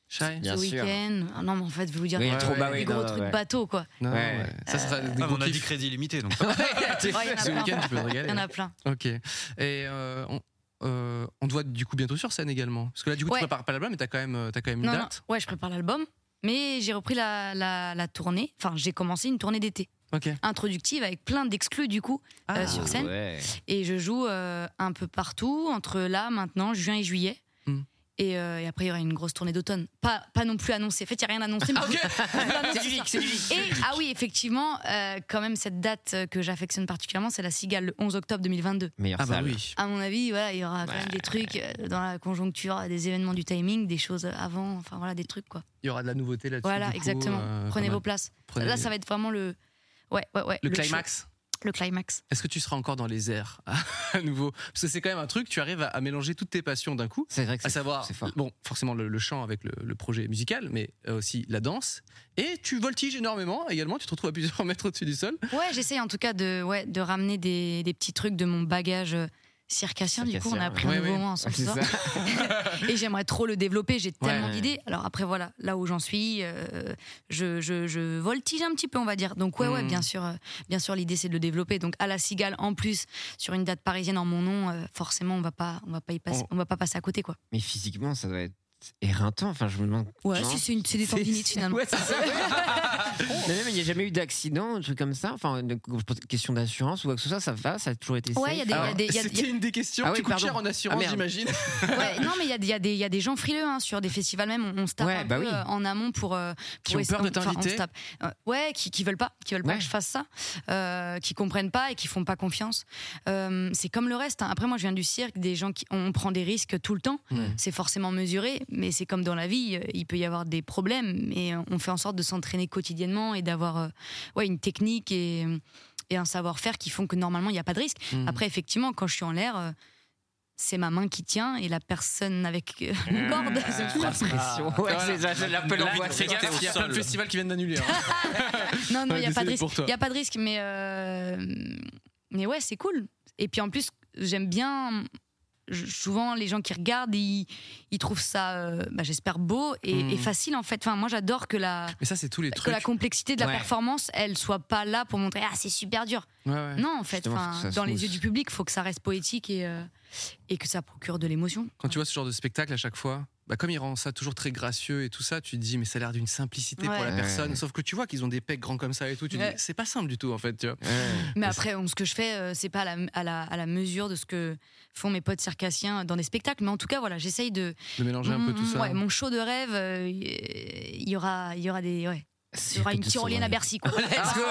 [SPEAKER 2] Shy,
[SPEAKER 4] The Weeknd. Ah non, mais en fait, je vais vous dire
[SPEAKER 5] Oui,
[SPEAKER 4] des,
[SPEAKER 5] trop- bah
[SPEAKER 4] des
[SPEAKER 5] oui,
[SPEAKER 4] gros
[SPEAKER 5] non,
[SPEAKER 4] trucs
[SPEAKER 5] ouais.
[SPEAKER 4] bateaux, quoi.
[SPEAKER 2] Non,
[SPEAKER 5] Ouais.
[SPEAKER 2] ouais. Ça, ça sera des
[SPEAKER 3] Ah,
[SPEAKER 2] gros
[SPEAKER 3] on a dit
[SPEAKER 2] kiffs.
[SPEAKER 3] crédit illimité, donc.
[SPEAKER 4] Ouais, il y en a
[SPEAKER 2] Ce
[SPEAKER 4] plein.
[SPEAKER 2] week-end, tu peux te
[SPEAKER 4] Il
[SPEAKER 2] régaler.
[SPEAKER 4] y en a plein.
[SPEAKER 2] Ok. Et euh, on, euh, on te voit du coup bientôt sur scène également. Parce que là, du coup,
[SPEAKER 4] Ouais.
[SPEAKER 2] tu prépares pas l'album, mais t'as quand même, euh, t'as quand même une
[SPEAKER 4] Non, non,
[SPEAKER 2] date.
[SPEAKER 4] ouais, je prépare l'album, mais j'ai repris la, la, la tournée. Enfin, j'ai commencé une tournée d'été.
[SPEAKER 2] Ok.
[SPEAKER 4] Introductive avec plein d'exclus du coup euh, sur scène.
[SPEAKER 5] Ah, Ouais.
[SPEAKER 4] Et je joue euh, un peu partout, entre là, maintenant, juin et juillet.
[SPEAKER 2] Hmm.
[SPEAKER 4] Et, euh, et après, il y aura une grosse tournée d'automne. Pas, pas non plus annoncée. En fait, il n'y a rien annoncé. mais-
[SPEAKER 5] Ah, C'est du leak, c'est du leak.
[SPEAKER 4] Et, ah oui, effectivement, euh, quand même, cette date euh, que j'affectionne particulièrement, c'est la Cigale, le 11 octobre 2022.
[SPEAKER 5] Meilleure
[SPEAKER 2] Ah bah
[SPEAKER 5] salle.
[SPEAKER 2] oui.
[SPEAKER 4] À mon avis, voilà, il y aura quand même des trucs euh, dans la conjoncture, des événements du timing, des choses avant, enfin voilà, des trucs quoi.
[SPEAKER 2] Il y aura de la nouveauté là-dessus.
[SPEAKER 4] Voilà,
[SPEAKER 2] du coup,
[SPEAKER 4] exactement.
[SPEAKER 2] euh,
[SPEAKER 4] Prenez
[SPEAKER 2] pas
[SPEAKER 4] vos
[SPEAKER 2] mal.
[SPEAKER 4] places.
[SPEAKER 2] Prenez-
[SPEAKER 4] Là, ça va être vraiment le. Ouais, ouais, ouais.
[SPEAKER 2] Le,
[SPEAKER 4] show.
[SPEAKER 2] climax.
[SPEAKER 4] Le climax.
[SPEAKER 2] Est-ce que tu seras encore dans les airs à nouveau Parce que c'est quand même un truc, tu arrives à, à mélanger toutes tes passions d'un coup.
[SPEAKER 5] C'est vrai que
[SPEAKER 2] À
[SPEAKER 5] c'est-
[SPEAKER 2] savoir,
[SPEAKER 5] c'est fort.
[SPEAKER 2] bon, forcément le, le chant avec le, le projet musical, mais euh, aussi la danse. Et tu voltiges énormément également, tu te retrouves à plusieurs mètres au-dessus du sol.
[SPEAKER 4] Ouais, j'essaye en tout cas de, ouais, de ramener des, des petits trucs de mon bagage euh, circassien. Du coup, on a appris un
[SPEAKER 5] Ouais,
[SPEAKER 4] nouveau
[SPEAKER 5] ouais.
[SPEAKER 4] mot ensemble
[SPEAKER 5] C'est
[SPEAKER 4] ce soir.
[SPEAKER 5] ça.
[SPEAKER 4] Et j'aimerais trop le développer, j'ai tellement
[SPEAKER 5] ouais.
[SPEAKER 4] d'idées. Alors après, voilà, là où j'en suis, euh, je, je- je voltige un petit peu, on va dire. Donc ouais, ouais,
[SPEAKER 5] Mm.
[SPEAKER 4] bien sûr, euh, bien sûr, l'idée c'est de le développer. Donc à la cigale, en plus, sur une date parisienne en mon nom, euh, forcément, on va pas, on va pas y passer, on va pas passer à côté, quoi.
[SPEAKER 5] Mais physiquement, ça doit être éreintant. Enfin, je me demande.
[SPEAKER 4] Ouais,
[SPEAKER 5] Non
[SPEAKER 4] si c'est une- c'est des tendinites finalement.
[SPEAKER 5] Ouais, c'est ça. Mais même, il n'y a jamais eu d'accident, un truc comme ça. Enfin, de- question d'assurance ou quoi que ce soit, ça va, ça a toujours été
[SPEAKER 4] Ouais, il y a des- il y a
[SPEAKER 5] safe.
[SPEAKER 4] des- il y a- il y a-
[SPEAKER 2] C'était une des questions.
[SPEAKER 5] Ah oui,
[SPEAKER 2] tu coûtes
[SPEAKER 5] pardon.
[SPEAKER 2] cher en assurance,
[SPEAKER 5] Ah, merde.
[SPEAKER 2] j'imagine.
[SPEAKER 4] Ouais, non, mais il y a, des- il y a des- il y a des gens frileux hein, sur des festivals même. On, on se tape
[SPEAKER 5] Ouais,
[SPEAKER 4] un
[SPEAKER 5] bah
[SPEAKER 4] peu,
[SPEAKER 5] oui.
[SPEAKER 4] euh, en amont pour. euh,
[SPEAKER 2] Qui
[SPEAKER 4] pour
[SPEAKER 2] ont
[SPEAKER 4] essayer-
[SPEAKER 2] peur de
[SPEAKER 4] enfin, on se
[SPEAKER 2] t'inviter.
[SPEAKER 4] tape. Euh, ouais, qui, qui veulent pas, qui veulent pas que je fasse ça, euh, qui comprennent pas et qui font pas confiance. Euh, c'est comme le reste. hein. Après, moi, je viens du cirque, des gens qui on prend des risques tout le temps.
[SPEAKER 2] Ouais.
[SPEAKER 4] C'est forcément mesuré, mais c'est comme dans la vie. euh, Il peut y avoir des problèmes, mais euh, on fait en sorte de s'entraîner quotidiennement et d'avoir euh, ouais une technique et et un savoir-faire qui font que normalement il n'y a pas de risque.
[SPEAKER 2] Mhm.
[SPEAKER 4] Après, effectivement, quand je suis en l'air, euh, c'est ma main qui tient et la personne avec euh, une corde.
[SPEAKER 2] Ah.
[SPEAKER 5] Pression. Ouais,
[SPEAKER 2] Voilà.
[SPEAKER 5] c'est ça, j'ai l'appel
[SPEAKER 2] Là,
[SPEAKER 5] en boîte.
[SPEAKER 2] fais gaffe, Il y a plein de festivals qui viennent d'annuler. hein.
[SPEAKER 4] non, non,
[SPEAKER 2] Ouais,
[SPEAKER 4] il n'y a pas
[SPEAKER 2] désolé
[SPEAKER 4] de risque.
[SPEAKER 2] pour toi.
[SPEAKER 4] Il n'y a pas de risque, mais, euh, mais ouais, c'est cool. Et puis en plus, j'aime bien. je- Souvent, les gens qui regardent, ils, ils trouvent ça, euh, bah, j'espère, beau et,
[SPEAKER 2] Mhm.
[SPEAKER 4] et facile en fait. Enfin, moi, j'adore que la,
[SPEAKER 2] Mais ça, c'est tous les
[SPEAKER 4] que
[SPEAKER 2] trucs.
[SPEAKER 4] la complexité de la
[SPEAKER 5] Ouais.
[SPEAKER 4] performance, elle soit pas là pour montrer ah c'est super dur.
[SPEAKER 2] Ouais, ouais.
[SPEAKER 4] Non, en fait,
[SPEAKER 5] Justement,
[SPEAKER 4] enfin,
[SPEAKER 5] faut que ça
[SPEAKER 4] dans les
[SPEAKER 5] smooth.
[SPEAKER 4] yeux du public, faut que ça reste poétique et, euh, et que ça procure de l'émotion.
[SPEAKER 2] Quand tu vois ce genre de spectacle à chaque fois, bah comme il rend ça toujours très gracieux et tout ça, tu te dis mais ça a l'air d'une simplicité
[SPEAKER 4] Ouais.
[SPEAKER 2] pour la
[SPEAKER 5] Ouais.
[SPEAKER 2] personne. Sauf que tu vois qu'ils ont des pecs grands comme ça et tout. Tu te
[SPEAKER 4] Ouais.
[SPEAKER 2] dis c'est pas simple du tout en fait. Tu vois.
[SPEAKER 4] Mais après, on- ce que je fais, euh, c'est pas à la, à la- à la mesure de ce que font mes potes circassiens dans les spectacles. Mais en tout cas, voilà, j'essaye de. Mmh, mm,
[SPEAKER 2] De mélanger un peu tout ça.
[SPEAKER 4] Ouais, mon show de rêve, euh, il y aura, il y aura des, ouais, Il y aura une tyrolienne à Bercy, quoi.
[SPEAKER 5] Let's go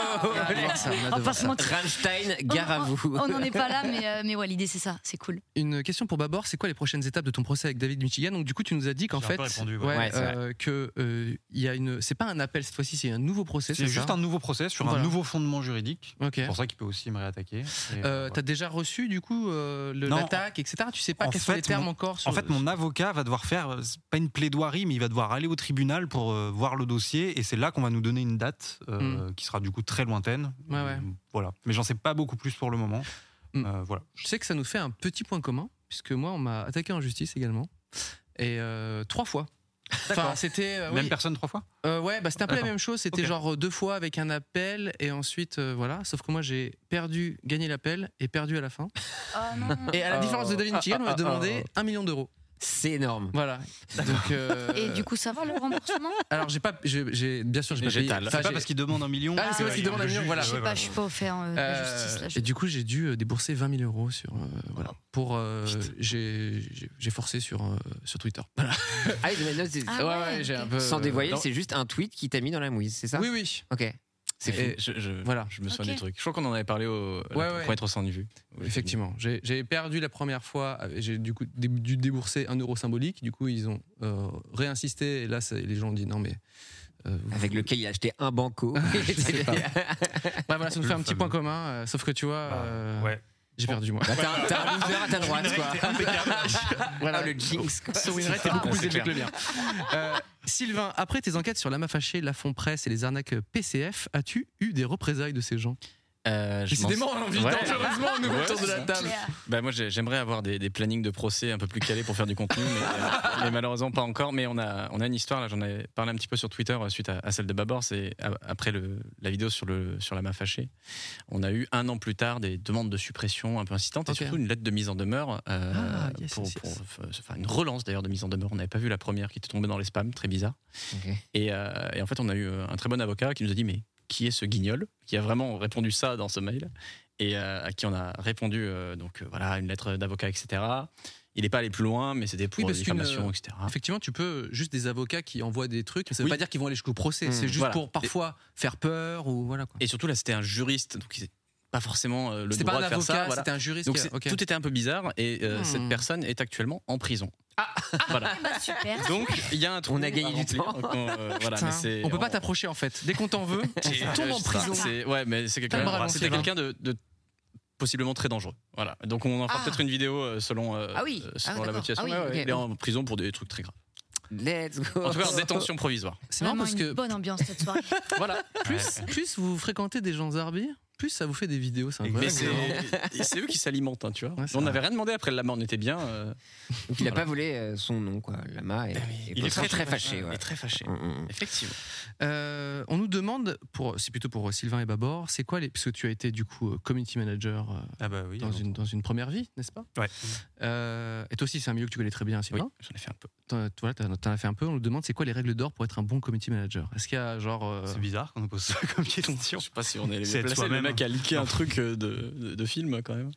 [SPEAKER 4] on va pas se mentir.
[SPEAKER 5] Rammstein, gare à vous.
[SPEAKER 4] Oh, On n'en est pas là, mais, euh, mais ouais, l'idée, c'est ça. C'est cool.
[SPEAKER 2] Une question pour Babor, c'est quoi les prochaines étapes de ton procès avec David Michigan Donc du coup, tu nous as dit qu'en
[SPEAKER 3] J'ai un
[SPEAKER 2] fait,
[SPEAKER 3] peu répondu, ouais. Ouais, c'est
[SPEAKER 2] euh, que euh, il y a une, c'est pas un appel cette fois-ci, c'est un nouveau procès.
[SPEAKER 3] C'est juste
[SPEAKER 2] ça
[SPEAKER 3] un nouveau procès sur un
[SPEAKER 2] Voilà.
[SPEAKER 3] nouveau fondement juridique.
[SPEAKER 2] Ok.
[SPEAKER 3] C'est pour ça qu'il peut aussi me réattaquer. Et,
[SPEAKER 2] Euh,
[SPEAKER 3] voilà.
[SPEAKER 2] T'as déjà reçu du coup euh, le-
[SPEAKER 3] Non,
[SPEAKER 2] l'attaque, etc. Tu sais pas
[SPEAKER 3] En
[SPEAKER 2] quels sont les
[SPEAKER 3] fait,
[SPEAKER 2] termes
[SPEAKER 3] mon-
[SPEAKER 2] encore. sur-
[SPEAKER 3] En fait, mon avocat va devoir faire, euh, c'est pas une plaidoirie, mais il va devoir aller au tribunal pour euh, voir le dossier. Et c'est là qu'on va nous donner une date
[SPEAKER 2] Mm.
[SPEAKER 3] euh, qui sera du coup très lointaine.
[SPEAKER 2] Ouais, ouais.
[SPEAKER 3] Euh, Voilà. Mais j'en sais pas beaucoup plus pour le moment.
[SPEAKER 2] Mm.
[SPEAKER 3] Euh, voilà.
[SPEAKER 2] Je sais que ça nous fait un petit point commun, puisque moi, on m'a attaqué en justice également. Et euh, trois fois. Enfin, c'était. euh,
[SPEAKER 3] Même
[SPEAKER 2] oui.
[SPEAKER 3] personne trois fois
[SPEAKER 2] Euh, ouais, bah, c'était un peu la
[SPEAKER 3] D'accord.
[SPEAKER 2] même chose. C'était
[SPEAKER 3] Ok.
[SPEAKER 2] genre euh, deux fois avec un appel et ensuite euh, voilà. Sauf que moi j'ai perdu, gagné l'appel et perdu à la fin.
[SPEAKER 4] Oh,
[SPEAKER 2] Et à la différence de David Michigan, on m'a demandé un million d'euros.
[SPEAKER 5] C'est énorme.
[SPEAKER 2] Voilà. Donc, euh,
[SPEAKER 4] Et du coup, ça va le remboursement
[SPEAKER 2] alors j'ai pas, j'ai j'ai- bien sûr, j'ai pas payé.
[SPEAKER 3] C'est pas parce qu'il demande un million.
[SPEAKER 2] Ah, c'est parce qu'il demande un million, voilà.
[SPEAKER 4] Je sais pas, je suis pas offert euh, de la
[SPEAKER 2] Euh,
[SPEAKER 4] justice. Là, je-
[SPEAKER 2] et du coup, j'ai dû euh, débourser 20 000 euros sur euh, voilà pour euh, j'ai j'ai- j'ai forcé sur euh, sur Twitter. Voilà.
[SPEAKER 5] Ah, oui, mais non, c'est-
[SPEAKER 2] Ah ouais, Ouais, ouais, ok. j'ai un peu-
[SPEAKER 5] Sans dévoiler,
[SPEAKER 2] Non.
[SPEAKER 5] c'est juste un tweet qui t'a mis dans la mouise, c'est ça
[SPEAKER 2] Oui, oui.
[SPEAKER 5] Ok. C'est fou.
[SPEAKER 7] Et Je, je-
[SPEAKER 2] Voilà.
[SPEAKER 7] je me souviens du
[SPEAKER 2] Ok.
[SPEAKER 7] truc. Je crois qu'on en avait parlé au
[SPEAKER 2] Ouais,
[SPEAKER 7] la-
[SPEAKER 2] ouais.
[SPEAKER 7] pour être au 110 vues.
[SPEAKER 2] Effectivement, j'ai j'ai perdu la première fois, euh, j'ai du coup dé- dû débourser un euro symbolique, du coup ils ont euh, réinsisté et là c'est- les gens ont dit non mais... euh,
[SPEAKER 5] Avec lequel il a acheté un banco.
[SPEAKER 2] Je sais pas. Ouais, voilà, ça nous
[SPEAKER 5] Le
[SPEAKER 2] fait un petit
[SPEAKER 5] fameux.
[SPEAKER 2] point commun, euh, sauf que tu vois, euh, j'ai perdu moi.
[SPEAKER 5] Bah, t'as un- t'as un loser à ta droite, quoi.
[SPEAKER 2] Voilà.
[SPEAKER 5] Ah, le jinx, quoi.
[SPEAKER 2] Son win rate est
[SPEAKER 5] Ah,
[SPEAKER 2] beaucoup plus
[SPEAKER 5] c'est
[SPEAKER 2] élevé que le mien.
[SPEAKER 5] clair.
[SPEAKER 2] Euh, Sylvain, après tes enquêtes sur l'AMA fâché, la Fond Presse et les arnaques PCF, as-tu eu des représailles de ces gens
[SPEAKER 5] Euh,
[SPEAKER 7] je
[SPEAKER 2] Décidément,
[SPEAKER 7] m'en-
[SPEAKER 2] on vit
[SPEAKER 7] Ouais.
[SPEAKER 2] dangereusement au nouveau
[SPEAKER 7] Ouais,
[SPEAKER 2] tour de
[SPEAKER 7] c'est
[SPEAKER 2] la
[SPEAKER 7] ça.
[SPEAKER 2] table.
[SPEAKER 7] Bah moi j'ai- j'aimerais avoir des, des plannings de procès un peu plus calés pour faire du contenu, mais, euh, mais malheureusement pas encore. Mais on a, on a une histoire, là j'en ai parlé un petit peu sur Twitter euh, suite à, à celle de Babor, c'est a- après le- la vidéo sur, le, sur la ma fâchée. On a eu un an plus tard des demandes de suppression un peu incitantes et surtout une lettre de mise en demeure euh,
[SPEAKER 2] Ah, yes,
[SPEAKER 7] pour,
[SPEAKER 2] yes,
[SPEAKER 7] pour- enfin, une relance d'ailleurs de mise en demeure. On n'avait pas vu la première qui était tombée dans les spams, très bizarre. Et, euh, et en fait, on a eu euh, un très bon avocat qui nous a dit Mais qui est ce guignol Qui a vraiment répondu ça dans ce mail et euh, à qui on a répondu euh, donc euh, voilà une lettre d'avocat, etc. Il n'est pas allé plus loin, mais c'était pour
[SPEAKER 2] Oui,
[SPEAKER 7] des
[SPEAKER 2] parce qu'une,
[SPEAKER 7] diffamation,
[SPEAKER 2] euh,
[SPEAKER 7] etc.
[SPEAKER 2] Effectivement, tu peux juste des avocats qui envoient des trucs. Ça veut
[SPEAKER 7] Oui.
[SPEAKER 2] pas dire qu'ils vont aller jusqu'au procès.
[SPEAKER 7] Mm.
[SPEAKER 2] C'est juste
[SPEAKER 7] Voilà.
[SPEAKER 2] pour parfois faire peur ou voilà. Quoi.
[SPEAKER 7] Et surtout là, c'était un juriste, donc il n'avait pas forcément euh, le
[SPEAKER 2] C'était
[SPEAKER 7] droit
[SPEAKER 2] pas
[SPEAKER 7] de
[SPEAKER 2] un
[SPEAKER 7] faire
[SPEAKER 2] avocat,
[SPEAKER 7] ça. voilà.
[SPEAKER 2] c'était un juriste
[SPEAKER 7] Donc
[SPEAKER 2] qui a-
[SPEAKER 7] c'est-
[SPEAKER 2] ok.
[SPEAKER 7] tout était un peu bizarre, et euh,
[SPEAKER 2] Hmm.
[SPEAKER 7] cette personne est actuellement en prison. voilà.
[SPEAKER 4] Bah, super.
[SPEAKER 7] Donc il y a un trou.
[SPEAKER 5] On a gagné
[SPEAKER 7] à
[SPEAKER 5] du
[SPEAKER 7] remplir.
[SPEAKER 5] temps.
[SPEAKER 7] Donc, on, euh, voilà,
[SPEAKER 2] Putain,
[SPEAKER 7] mais c'est-
[SPEAKER 2] on peut pas t'approcher en fait. Dès qu'on t'en veut, on tombe en prison.
[SPEAKER 7] C'est- Ouais, mais c'est
[SPEAKER 2] T'as
[SPEAKER 7] quelqu'un
[SPEAKER 2] le bras
[SPEAKER 7] c'était
[SPEAKER 2] avancé,
[SPEAKER 7] quelqu'un de, de possiblement très dangereux. Voilà. Donc on en fera
[SPEAKER 5] Ah.
[SPEAKER 7] peut-être une vidéo euh, selon, euh,
[SPEAKER 5] Ah oui.
[SPEAKER 7] euh,
[SPEAKER 5] Ah
[SPEAKER 7] selon
[SPEAKER 5] oui,
[SPEAKER 7] la
[SPEAKER 5] d'accord.
[SPEAKER 7] motivation.
[SPEAKER 5] Ah oui,
[SPEAKER 7] Ouais, ouais,
[SPEAKER 5] ok.
[SPEAKER 7] Il est en prison pour des trucs très graves.
[SPEAKER 5] Let's go.
[SPEAKER 7] En tout cas, en détention provisoire.
[SPEAKER 2] C'est marrant parce
[SPEAKER 4] Vraiment une
[SPEAKER 2] que
[SPEAKER 4] bonne ambiance cette soirée.
[SPEAKER 2] voilà, plus, plus vous fréquentez des gens zarbi, plus ça vous fait des vidéos. C'est
[SPEAKER 7] Mais
[SPEAKER 2] incroyable.
[SPEAKER 7] c'est c'est eux qui s'alimentent, hein, tu vois. on n'avait rien demandé après le lama, on était bien. euh,
[SPEAKER 5] Donc il n'a pas volé euh, son nom, quoi. Lama est, est
[SPEAKER 7] il est
[SPEAKER 5] très,
[SPEAKER 7] fâché.
[SPEAKER 5] très fâché.
[SPEAKER 7] Il
[SPEAKER 5] ouais.
[SPEAKER 7] est très fâché.
[SPEAKER 2] Mm,
[SPEAKER 7] Effectivement.
[SPEAKER 2] Euh, on nous demande, pour, c'est plutôt pour euh, Sylvain et Babor, c'est quoi les. Parce que tu as été du coup euh, community manager euh,
[SPEAKER 7] Ah bah
[SPEAKER 2] dans, une, dans une première vie, n'est-ce pas
[SPEAKER 3] Ouais.
[SPEAKER 2] Euh, et toi aussi, c'est un milieu que tu connais très bien, Sylvain.
[SPEAKER 7] Oui, j'en ai fait un peu.
[SPEAKER 2] T'en, voilà, t'en- t'en as fait un peu. On nous demande c'est quoi les règles d'or pour être un bon community manager Est-ce qu'il y a genre. euh,
[SPEAKER 3] C'est bizarre qu'on nous pose ça comme question.
[SPEAKER 7] Je sais pas si on est
[SPEAKER 3] C'est
[SPEAKER 7] les
[SPEAKER 3] être
[SPEAKER 7] placés. Le
[SPEAKER 3] soi-même.
[SPEAKER 7] mec a leaké un truc euh, de, de, de film quand même.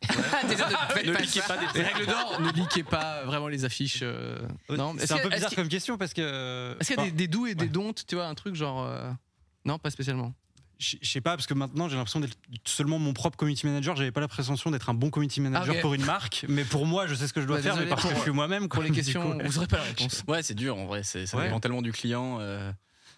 [SPEAKER 5] ne
[SPEAKER 7] liquez Ah, pas des
[SPEAKER 2] les règles d'or, ne liquez pas vraiment les affiches. euh, non,
[SPEAKER 3] C'est
[SPEAKER 2] est-ce
[SPEAKER 3] un
[SPEAKER 2] qu'il y
[SPEAKER 3] peu
[SPEAKER 2] a- est-ce
[SPEAKER 3] bizarre
[SPEAKER 2] qu'il-
[SPEAKER 3] comme question parce que. euh,
[SPEAKER 2] Est-ce qu'il y a
[SPEAKER 3] Enfin,
[SPEAKER 2] des, des doux et des don'ts Tu vois, un truc genre. euh, Non, pas spécialement.
[SPEAKER 3] Je je sais pas, parce que maintenant j'ai l'impression d'être seulement mon propre community manager. J'avais pas la prétention d'être un bon community manager
[SPEAKER 2] Ah, ok.
[SPEAKER 3] pour une marque, mais pour moi, je sais ce que je dois
[SPEAKER 2] Bah,
[SPEAKER 3] faire, mais
[SPEAKER 2] désolé
[SPEAKER 3] parce que
[SPEAKER 2] pour-
[SPEAKER 3] je suis moi-même.
[SPEAKER 2] Pour
[SPEAKER 3] quoi.
[SPEAKER 2] les
[SPEAKER 3] Du
[SPEAKER 2] questions,
[SPEAKER 3] coup,
[SPEAKER 2] vous n'aurez pas la réponse.
[SPEAKER 7] Ouais, c'est dur en vrai. c'est- Ça
[SPEAKER 3] Ouais.
[SPEAKER 7] dépend tellement du client. euh,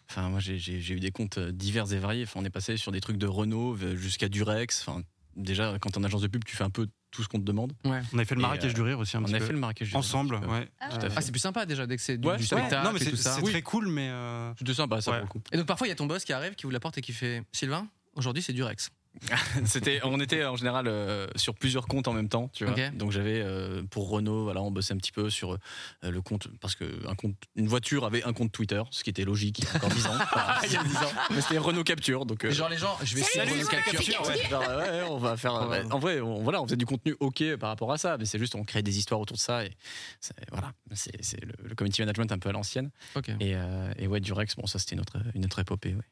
[SPEAKER 7] Enfin, moi, j'ai- j'ai j'ai eu des comptes euh, divers et variés. Enfin, on est passé sur des trucs de Renault euh, jusqu'à Durex. Enfin, déjà, quand t'es en agence de pub, tu fais un peu tout ce qu'on te demande.
[SPEAKER 3] On avait fait le
[SPEAKER 7] Et,
[SPEAKER 3] Marrakech
[SPEAKER 7] euh,
[SPEAKER 3] du rire aussi un
[SPEAKER 7] on
[SPEAKER 3] petit
[SPEAKER 7] a
[SPEAKER 3] peu.
[SPEAKER 7] fait le Marrakech du rire.
[SPEAKER 3] Ensemble, ouais.
[SPEAKER 2] Ah,
[SPEAKER 7] Tout à fait.
[SPEAKER 2] c'est plus sympa déjà dès que c'est du,
[SPEAKER 7] Ouais,
[SPEAKER 2] du
[SPEAKER 7] ouais.
[SPEAKER 2] spectacle
[SPEAKER 3] Non, mais
[SPEAKER 2] et tout
[SPEAKER 3] c'est
[SPEAKER 2] ça.
[SPEAKER 3] c'est
[SPEAKER 2] Oui.
[SPEAKER 3] très cool, mais. euh,
[SPEAKER 7] C'est de sympa, ça,
[SPEAKER 3] Ouais.
[SPEAKER 7] pour le coup.
[SPEAKER 2] Et donc parfois il y a ton boss qui arrive, qui vous l'apporte et qui fait Sylvain, aujourd'hui c'est du Rex.
[SPEAKER 7] C'était, on était en général euh, sur plusieurs comptes en même temps, tu vois.
[SPEAKER 2] Ok.
[SPEAKER 7] Donc j'avais euh, pour Renault, voilà, on bossait un petit peu sur euh, le compte parce que un compte, une voiture avait un compte Twitter, ce qui était logique il y a encore 10 ans. Enfin, il y a 10 ans. Mais c'était Renault Capture, donc. euh,
[SPEAKER 2] Et genre les gens, je vais
[SPEAKER 7] Salut,
[SPEAKER 2] suivre le
[SPEAKER 7] Renault
[SPEAKER 2] calcul.
[SPEAKER 7] Capture, ouais. Genre, ouais, ouais, on va faire. ouais, en vrai, on, voilà, on faisait du contenu ok par rapport à ça, mais c'est juste on crée des histoires autour de ça et c'est- voilà, c'est, c'est le, le community management un peu à l'ancienne.
[SPEAKER 2] Ok.
[SPEAKER 7] Et, euh, et ouais, Durex, bon ça c'était une autre, une autre épopée. ouais.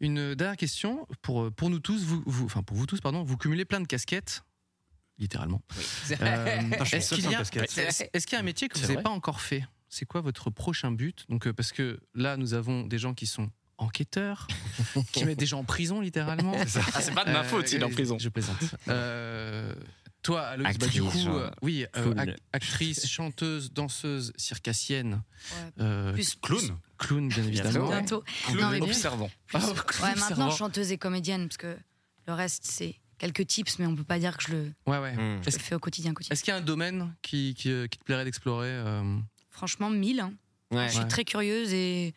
[SPEAKER 2] Une euh, dernière question pour, pour nous tous, vous, vous- enfin pour vous tous, pardon, vous cumulez plein de casquettes, littéralement. Euh,
[SPEAKER 3] Putain, je suis le
[SPEAKER 2] Est-ce
[SPEAKER 3] seul
[SPEAKER 2] qu'il
[SPEAKER 3] sans
[SPEAKER 2] y, a-
[SPEAKER 3] casquette.
[SPEAKER 2] est-ce- est-ce qu'il y a un métier que
[SPEAKER 7] C'est
[SPEAKER 2] vous n'avez
[SPEAKER 7] vrai.
[SPEAKER 2] pas encore fait C'est quoi votre prochain but Donc, euh, Parce que là, nous avons des gens qui sont enquêteurs qui mettent des gens en prison littéralement.
[SPEAKER 7] C'est ça. C'est pas de ma faute s'il est en
[SPEAKER 2] oui,
[SPEAKER 7] prison.
[SPEAKER 2] Je plaisante. Euh, toi, Aloïs, bah, du
[SPEAKER 7] Actrice,
[SPEAKER 2] coup, euh,
[SPEAKER 7] ouais.
[SPEAKER 2] oui, euh,
[SPEAKER 7] Cool.
[SPEAKER 2] ac- actrice, chanteuse, danseuse, circassienne, euh,
[SPEAKER 4] plus-
[SPEAKER 2] clown, clown bien évidemment,
[SPEAKER 4] Bientôt.
[SPEAKER 2] Clown
[SPEAKER 4] Non, mais plus-
[SPEAKER 2] observant.
[SPEAKER 4] plus-
[SPEAKER 2] Ah, clown
[SPEAKER 4] ouais, maintenant
[SPEAKER 2] observant.
[SPEAKER 4] chanteuse et comédienne, parce que le reste, c'est quelques tips, mais on peut pas dire que je le,
[SPEAKER 2] Ouais, ouais.
[SPEAKER 7] Hmm.
[SPEAKER 4] je le
[SPEAKER 2] Est-ce
[SPEAKER 4] fais au quotidien. quotidien.
[SPEAKER 2] est-ce qu'il y a un domaine qui, qui, euh, qui te plairait d'explorer euh,
[SPEAKER 4] Franchement, mille. hein.
[SPEAKER 2] Ouais.
[SPEAKER 4] Je suis
[SPEAKER 2] Ouais.
[SPEAKER 4] très curieuse et,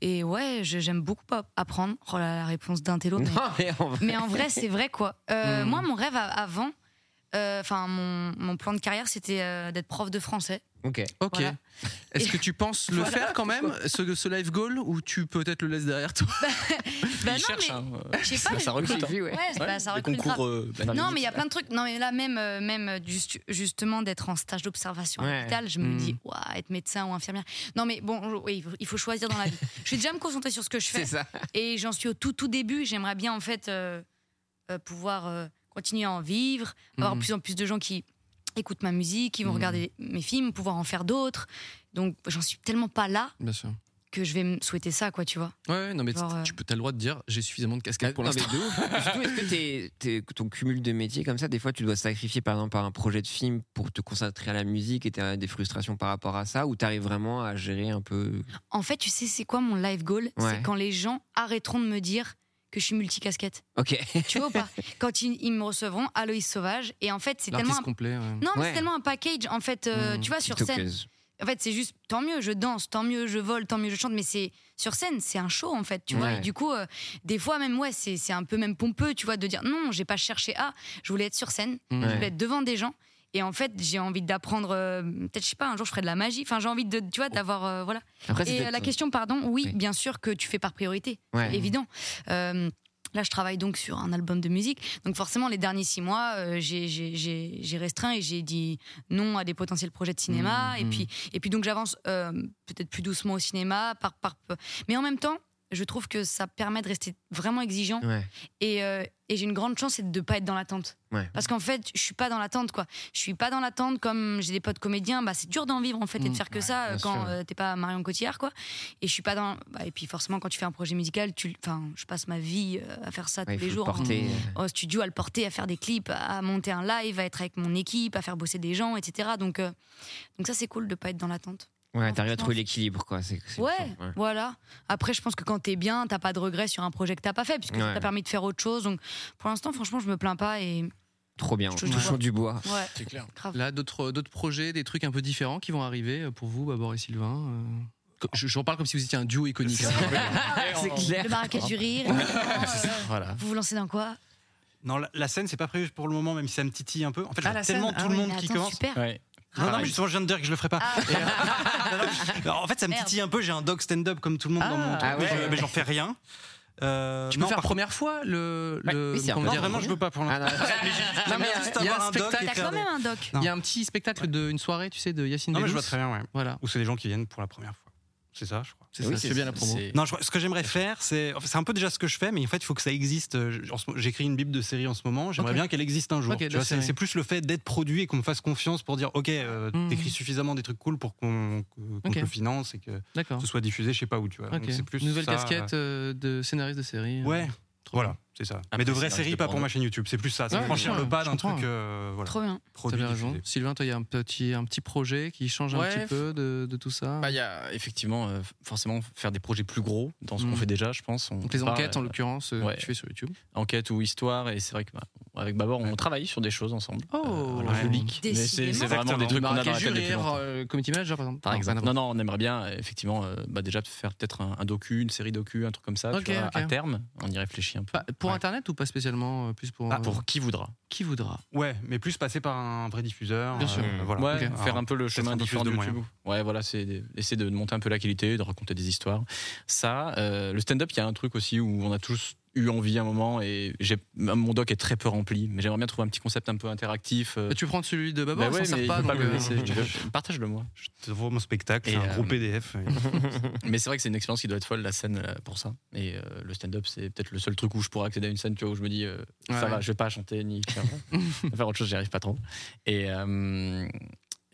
[SPEAKER 4] et ouais, je- j'aime beaucoup pas apprendre. Oh là là, la réponse d'un télo.
[SPEAKER 5] Non, mais en vrai.
[SPEAKER 4] vrai, c'est vrai quoi. Euh,
[SPEAKER 5] Hmm.
[SPEAKER 4] Moi, mon rêve a- avant, euh, enfin, mon, mon plan de carrière, c'était euh, d'être prof de français.
[SPEAKER 5] Ok.
[SPEAKER 2] Ok.
[SPEAKER 4] Voilà.
[SPEAKER 2] Est-ce que tu penses le
[SPEAKER 4] Voilà.
[SPEAKER 2] faire quand même, ce, ce life goal, ou tu peut-être le laisses derrière toi
[SPEAKER 7] Il
[SPEAKER 4] Bah non,
[SPEAKER 7] cherche,
[SPEAKER 4] mais
[SPEAKER 7] hein, euh,
[SPEAKER 4] je sais
[SPEAKER 7] ça-
[SPEAKER 4] pas,
[SPEAKER 7] ça recrute,
[SPEAKER 4] j'ai
[SPEAKER 7] hein.
[SPEAKER 4] vu, ouais. Ouais, bah, ça
[SPEAKER 7] les
[SPEAKER 4] recrute
[SPEAKER 7] concours,
[SPEAKER 4] grave.
[SPEAKER 7] euh, bah,
[SPEAKER 4] non,
[SPEAKER 7] limite.
[SPEAKER 4] mais il y a plein de trucs. Non, mais là, même, euh, même euh, du stu- justement, d'être en stage d'observation
[SPEAKER 5] Ouais.
[SPEAKER 4] à l'hôpital, je me
[SPEAKER 5] Mm.
[SPEAKER 7] Hmm.
[SPEAKER 4] dis, Ouah, être médecin ou infirmière. Non, mais bon, je- oui, il faut choisir dans la vie. je vais déjà me concentrer sur ce que je fais.
[SPEAKER 5] C'est ça.
[SPEAKER 4] Et j'en suis au tout, tout début. J'aimerais bien, en fait, euh, euh, pouvoir euh, continuer à en vivre, avoir
[SPEAKER 5] Mm.
[SPEAKER 7] Hmm.
[SPEAKER 4] de plus en plus de gens qui écoutent ma musique, qui vont
[SPEAKER 5] Mm.
[SPEAKER 4] regarder mes films, pouvoir en faire d'autres. Donc, j'en suis tellement pas là
[SPEAKER 2] Bien sûr.
[SPEAKER 4] que je vais me souhaiter ça, quoi, tu vois.
[SPEAKER 2] Ouais, ouais, non, mais t-
[SPEAKER 4] Genre, euh,
[SPEAKER 2] tu peux, as le droit de dire j'ai suffisamment de
[SPEAKER 3] Ah,
[SPEAKER 2] casquettes pour
[SPEAKER 5] Non, mais
[SPEAKER 2] l'instant.
[SPEAKER 5] de ouf. Surtout, est-ce que t'es- t'es- ton cumul de métiers comme ça, des fois, tu dois sacrifier par exemple par un projet de film pour te concentrer à la musique et t'as des frustrations par rapport à ça, ou t'arrives vraiment à gérer un peu
[SPEAKER 4] En fait, tu sais, c'est quoi mon life goal
[SPEAKER 5] Ouais.
[SPEAKER 4] C'est quand les gens arrêteront de me dire que je suis multicasquette.
[SPEAKER 5] Ok.
[SPEAKER 4] Tu vois ou pas Quand ils, ils me recevront, Aloïs Sauvage. Et en fait, c'est tellement.
[SPEAKER 2] L'artiste
[SPEAKER 4] un-
[SPEAKER 2] complet. ouais. Hmm,
[SPEAKER 4] Non, mais c'est tellement un package. En fait, euh, tu vois, sur scène.
[SPEAKER 5] TikTokeuse.
[SPEAKER 4] En fait, c'est juste tant mieux, je danse, tant mieux, je vole, tant mieux, je chante. Mais c'est sur scène, c'est un show en fait, tu vois.
[SPEAKER 5] Ouais.
[SPEAKER 4] Et du coup, euh, des fois même, ouais, c'est c'est un peu même pompeux, tu vois, de dire non, j'ai pas cherché à. Je voulais être sur scène,
[SPEAKER 5] Ouais.
[SPEAKER 4] je voulais être devant des gens. Et en fait, j'ai envie d'apprendre. euh, Peut-être, je sais pas, un jour, je ferai de la magie. Enfin, j'ai envie de, tu vois, d'avoir, euh, voilà.
[SPEAKER 5] Oh. Après, c'est
[SPEAKER 4] et euh,
[SPEAKER 5] peut-être-
[SPEAKER 4] la question, pardon, oui, bien sûr que tu fais par priorité,
[SPEAKER 5] Ouais.
[SPEAKER 4] c'est évident. Euh, Là, je travaille donc sur un album de musique. Donc, forcément, les derniers six mois, euh, j'ai- j'ai j'ai- j'ai restreint et j'ai dit non à des potentiels projets de cinéma.
[SPEAKER 5] Mhm.
[SPEAKER 4] Et puis, et puis donc, j'avance euh, peut-être plus doucement au cinéma. Par, par, mais en même temps, je trouve que ça permet de rester vraiment exigeant.
[SPEAKER 5] Ouais.
[SPEAKER 4] Et, euh, et j'ai une grande chance c'est de ne pas être dans l'attente.
[SPEAKER 5] Ouais.
[SPEAKER 4] Parce qu'en fait, je suis pas dans l'attente, quoi. Je suis pas dans l'attente comme j'ai des potes comédiens. Bah, c'est dur d'en vivre, en fait, et de
[SPEAKER 5] Mm.
[SPEAKER 4] faire que
[SPEAKER 5] Ouais,
[SPEAKER 4] ça euh,
[SPEAKER 5] bien
[SPEAKER 4] quand
[SPEAKER 5] sûr.
[SPEAKER 4] euh, t'es pas Marion Cotillard, quoi. Et je suis pas dans. bah, et puis, forcément, quand tu fais un projet musical, tu... enfin, je passe ma vie euh, à faire ça
[SPEAKER 5] Ouais, il
[SPEAKER 4] tous les
[SPEAKER 5] faut le
[SPEAKER 4] jours. en-
[SPEAKER 5] porter.
[SPEAKER 4] Au studio, à le porter, à faire des clips, à monter un live, à être avec mon équipe, à faire bosser des gens, etc. Donc, euh, donc ça, c'est cool de pas être dans l'attente.
[SPEAKER 5] Ouais, t'arrives à
[SPEAKER 4] franchement,
[SPEAKER 5] trouver l'équilibre, quoi. C'est, c'est
[SPEAKER 4] Ouais,
[SPEAKER 5] chiant, ouais.
[SPEAKER 4] voilà. Après, je pense que quand t'es bien, t'as pas de regrets sur un projet que t'as pas fait, puisque
[SPEAKER 5] Ouais.
[SPEAKER 4] ça t'a permis de faire autre chose. Donc, pour l'instant, franchement, je me plains pas et.
[SPEAKER 5] Trop bien.
[SPEAKER 4] touche du
[SPEAKER 5] Touchons
[SPEAKER 4] bois.
[SPEAKER 5] du bois.
[SPEAKER 4] Ouais.
[SPEAKER 2] C'est clair.
[SPEAKER 4] Grave.
[SPEAKER 2] Là, d'autres d'autres projets, des trucs un peu différents qui vont arriver euh, pour vous, Babor et Sylvain. euh, co- Je, je reparle comme si vous étiez un duo iconique. hein.
[SPEAKER 5] C'est clair.
[SPEAKER 4] Le barricade du rire.
[SPEAKER 7] Voilà.
[SPEAKER 4] Vous vous lancez dans quoi
[SPEAKER 3] Non, la, la scène, c'est pas prévu pour le moment, même si ça me titille un peu. En fait,
[SPEAKER 2] Ah,
[SPEAKER 3] j'ai
[SPEAKER 2] la
[SPEAKER 3] tellement
[SPEAKER 2] scène,
[SPEAKER 3] tout
[SPEAKER 2] ah
[SPEAKER 3] le
[SPEAKER 2] oui,
[SPEAKER 3] monde
[SPEAKER 4] mais
[SPEAKER 3] qui
[SPEAKER 4] attends,
[SPEAKER 3] commence.
[SPEAKER 4] super.
[SPEAKER 7] Ouais.
[SPEAKER 3] Non,
[SPEAKER 2] Ah,
[SPEAKER 3] non,
[SPEAKER 7] Pareil.
[SPEAKER 3] mais justement, je viens de dire que je le ferai pas. Et, euh, non, non, je- en fait, ça me
[SPEAKER 4] Merde.
[SPEAKER 3] titille un peu. J'ai un dog stand-up comme tout le monde dans mon
[SPEAKER 2] Ah.
[SPEAKER 3] truc,
[SPEAKER 5] Ah
[SPEAKER 3] mais
[SPEAKER 5] ouais.
[SPEAKER 3] je- mais j'en fais rien. Euh,
[SPEAKER 2] Tu peux
[SPEAKER 3] non,
[SPEAKER 2] faire
[SPEAKER 3] par contre-
[SPEAKER 2] première fois le.
[SPEAKER 5] Ouais.
[SPEAKER 2] le-
[SPEAKER 5] Oui, c'est
[SPEAKER 2] comment
[SPEAKER 5] la
[SPEAKER 3] Non,
[SPEAKER 2] dire,
[SPEAKER 3] vraiment, je veux pas pour
[SPEAKER 5] Ah,
[SPEAKER 3] l'instant.
[SPEAKER 5] non,
[SPEAKER 2] Non, mais
[SPEAKER 3] Juste
[SPEAKER 2] il y a
[SPEAKER 3] avoir
[SPEAKER 2] un
[SPEAKER 3] un doc et
[SPEAKER 2] spectacle.
[SPEAKER 4] T'as
[SPEAKER 3] faire
[SPEAKER 4] quand
[SPEAKER 3] des-
[SPEAKER 4] même un doc.
[SPEAKER 2] Il y a un petit spectacle d'une soirée, tu sais, de Yacine
[SPEAKER 3] Non, mais je
[SPEAKER 2] Bellous.
[SPEAKER 3] vois très bien, ouais.
[SPEAKER 2] Voilà,
[SPEAKER 3] Ou c'est les gens qui viennent pour la première fois. C'est ça, je crois.
[SPEAKER 2] c'est
[SPEAKER 5] Oui,
[SPEAKER 2] ça,
[SPEAKER 5] c'est-
[SPEAKER 2] c'est bien la promo.
[SPEAKER 7] C'est-
[SPEAKER 3] Non, je- ce que j'aimerais faire, c'est enfin, c'est un peu déjà ce que je fais, mais en fait, il faut que ça existe. Je- en ce moment- J'écris une bible de série en ce moment. J'aimerais
[SPEAKER 2] Ok.
[SPEAKER 3] bien qu'elle existe un jour.
[SPEAKER 2] Ok,
[SPEAKER 3] Tu
[SPEAKER 2] de
[SPEAKER 3] vois, c'est
[SPEAKER 2] série.
[SPEAKER 3] c'est plus le fait d'être produit et qu'on me fasse confiance pour dire, ok, euh,
[SPEAKER 2] Mhm.
[SPEAKER 3] t'écris suffisamment des trucs cool pour qu'on qu'on
[SPEAKER 2] Ok.
[SPEAKER 3] te le finance et que
[SPEAKER 2] D'accord.
[SPEAKER 3] ce soit diffusé, je sais pas où, tu vois. Donc,
[SPEAKER 2] Ok.
[SPEAKER 3] c'est plus
[SPEAKER 2] Nouvelle
[SPEAKER 3] ça,
[SPEAKER 2] casquette euh, de scénariste de série.
[SPEAKER 3] euh,
[SPEAKER 2] euh,
[SPEAKER 3] Ouais,
[SPEAKER 2] trop
[SPEAKER 3] voilà,
[SPEAKER 2] bien.
[SPEAKER 3] c'est ça.
[SPEAKER 7] Après,
[SPEAKER 3] mais de
[SPEAKER 7] c'est un
[SPEAKER 3] vraies
[SPEAKER 7] risque de
[SPEAKER 3] séries, pas pour
[SPEAKER 7] prendre.
[SPEAKER 3] ma chaîne YouTube. C'est plus ça. C'est
[SPEAKER 2] Ouais,
[SPEAKER 3] franchir
[SPEAKER 2] ouais,
[SPEAKER 3] le pas
[SPEAKER 2] je
[SPEAKER 3] d'un
[SPEAKER 2] comprends.
[SPEAKER 3] truc euh, voilà,
[SPEAKER 4] Trop bien.
[SPEAKER 2] T'as
[SPEAKER 3] produit.
[SPEAKER 2] bien raison.
[SPEAKER 3] diffusé.
[SPEAKER 2] Sylvain, toi, il y a un petit, un petit projet qui change
[SPEAKER 7] Ouais.
[SPEAKER 2] un petit peu de, de tout ça.
[SPEAKER 7] Bah, Il y a effectivement euh, forcément faire des projets plus gros dans ce
[SPEAKER 2] Mm.
[SPEAKER 7] qu'on fait déjà, je pense. On
[SPEAKER 2] Donc les
[SPEAKER 7] part,
[SPEAKER 2] enquêtes,
[SPEAKER 7] euh,
[SPEAKER 2] en l'occurrence, euh,
[SPEAKER 7] ouais.
[SPEAKER 2] que tu fais sur YouTube.
[SPEAKER 7] enquête ou histoire, et c'est vrai que bah, avec Babor, on travaille sur des choses ensemble.
[SPEAKER 2] Oh,
[SPEAKER 7] voilà, je
[SPEAKER 2] ouais.
[SPEAKER 7] leak. Mais c'est- c'est
[SPEAKER 4] Décidément.
[SPEAKER 7] vraiment des trucs qu'on a dans la tête depuis longtemps.
[SPEAKER 2] euh, Community Manager, par exemple.
[SPEAKER 7] Par
[SPEAKER 2] Non,
[SPEAKER 7] exemple.
[SPEAKER 2] rien à
[SPEAKER 7] Non, non, on aimerait bien, euh, effectivement, euh, bah, déjà faire peut-être un, un docu, une série docu, un truc comme ça, tu
[SPEAKER 2] Ok,
[SPEAKER 7] vois,
[SPEAKER 2] ok. Bah,
[SPEAKER 7] à terme. On y réfléchit un peu.
[SPEAKER 2] voir. Pas- Euh, Pour
[SPEAKER 7] Ouais.
[SPEAKER 2] Internet ou pas spécialement euh, Plus pour,
[SPEAKER 7] Ah,
[SPEAKER 2] euh,
[SPEAKER 7] pour qui voudra.
[SPEAKER 2] qui voudra.
[SPEAKER 3] Ouais, mais plus passer par un vrai diffuseur.
[SPEAKER 2] Bien sûr.
[SPEAKER 3] euh, Voilà.
[SPEAKER 7] Ouais,
[SPEAKER 2] Ah, Ok. Ah,
[SPEAKER 7] faire un peu le
[SPEAKER 3] peut-être
[SPEAKER 7] chemin
[SPEAKER 3] un peu
[SPEAKER 7] différent
[SPEAKER 3] plus
[SPEAKER 7] de
[SPEAKER 3] de
[SPEAKER 7] YouTube. Ouais, voilà, c'est des- essayer de monter un peu la qualité, de raconter des histoires. Ça, euh, le stand-up, il y a un truc aussi où on a tous eu envie à un moment et j'ai mon doc est très peu rempli, mais j'aimerais bien trouver un petit concept un peu interactif. euh,
[SPEAKER 2] Bah, tu prends celui de
[SPEAKER 7] bah
[SPEAKER 2] Baba,
[SPEAKER 7] ouais,
[SPEAKER 2] ça
[SPEAKER 7] mais
[SPEAKER 2] sert
[SPEAKER 7] il
[SPEAKER 2] pas.
[SPEAKER 7] faut pas
[SPEAKER 2] donc,
[SPEAKER 7] me
[SPEAKER 2] euh,
[SPEAKER 7] le laisser. Je- Partage-le moi.
[SPEAKER 3] Je te vois mon spectacle, c'est
[SPEAKER 7] Et,
[SPEAKER 3] un gros
[SPEAKER 7] euh,
[SPEAKER 3] PDF. et-
[SPEAKER 7] Mais c'est vrai que c'est une expérience qui doit être folle, la scène, là, pour ça. Et euh, le stand-up, c'est peut-être le seul truc où je pourrais accéder à une scène, tu vois, où je me dis, euh, ça
[SPEAKER 2] Ouais,
[SPEAKER 7] va,
[SPEAKER 2] ouais.
[SPEAKER 7] je vais pas chanter ni faire, faire autre chose, j'y arrive pas trop. Et, euh,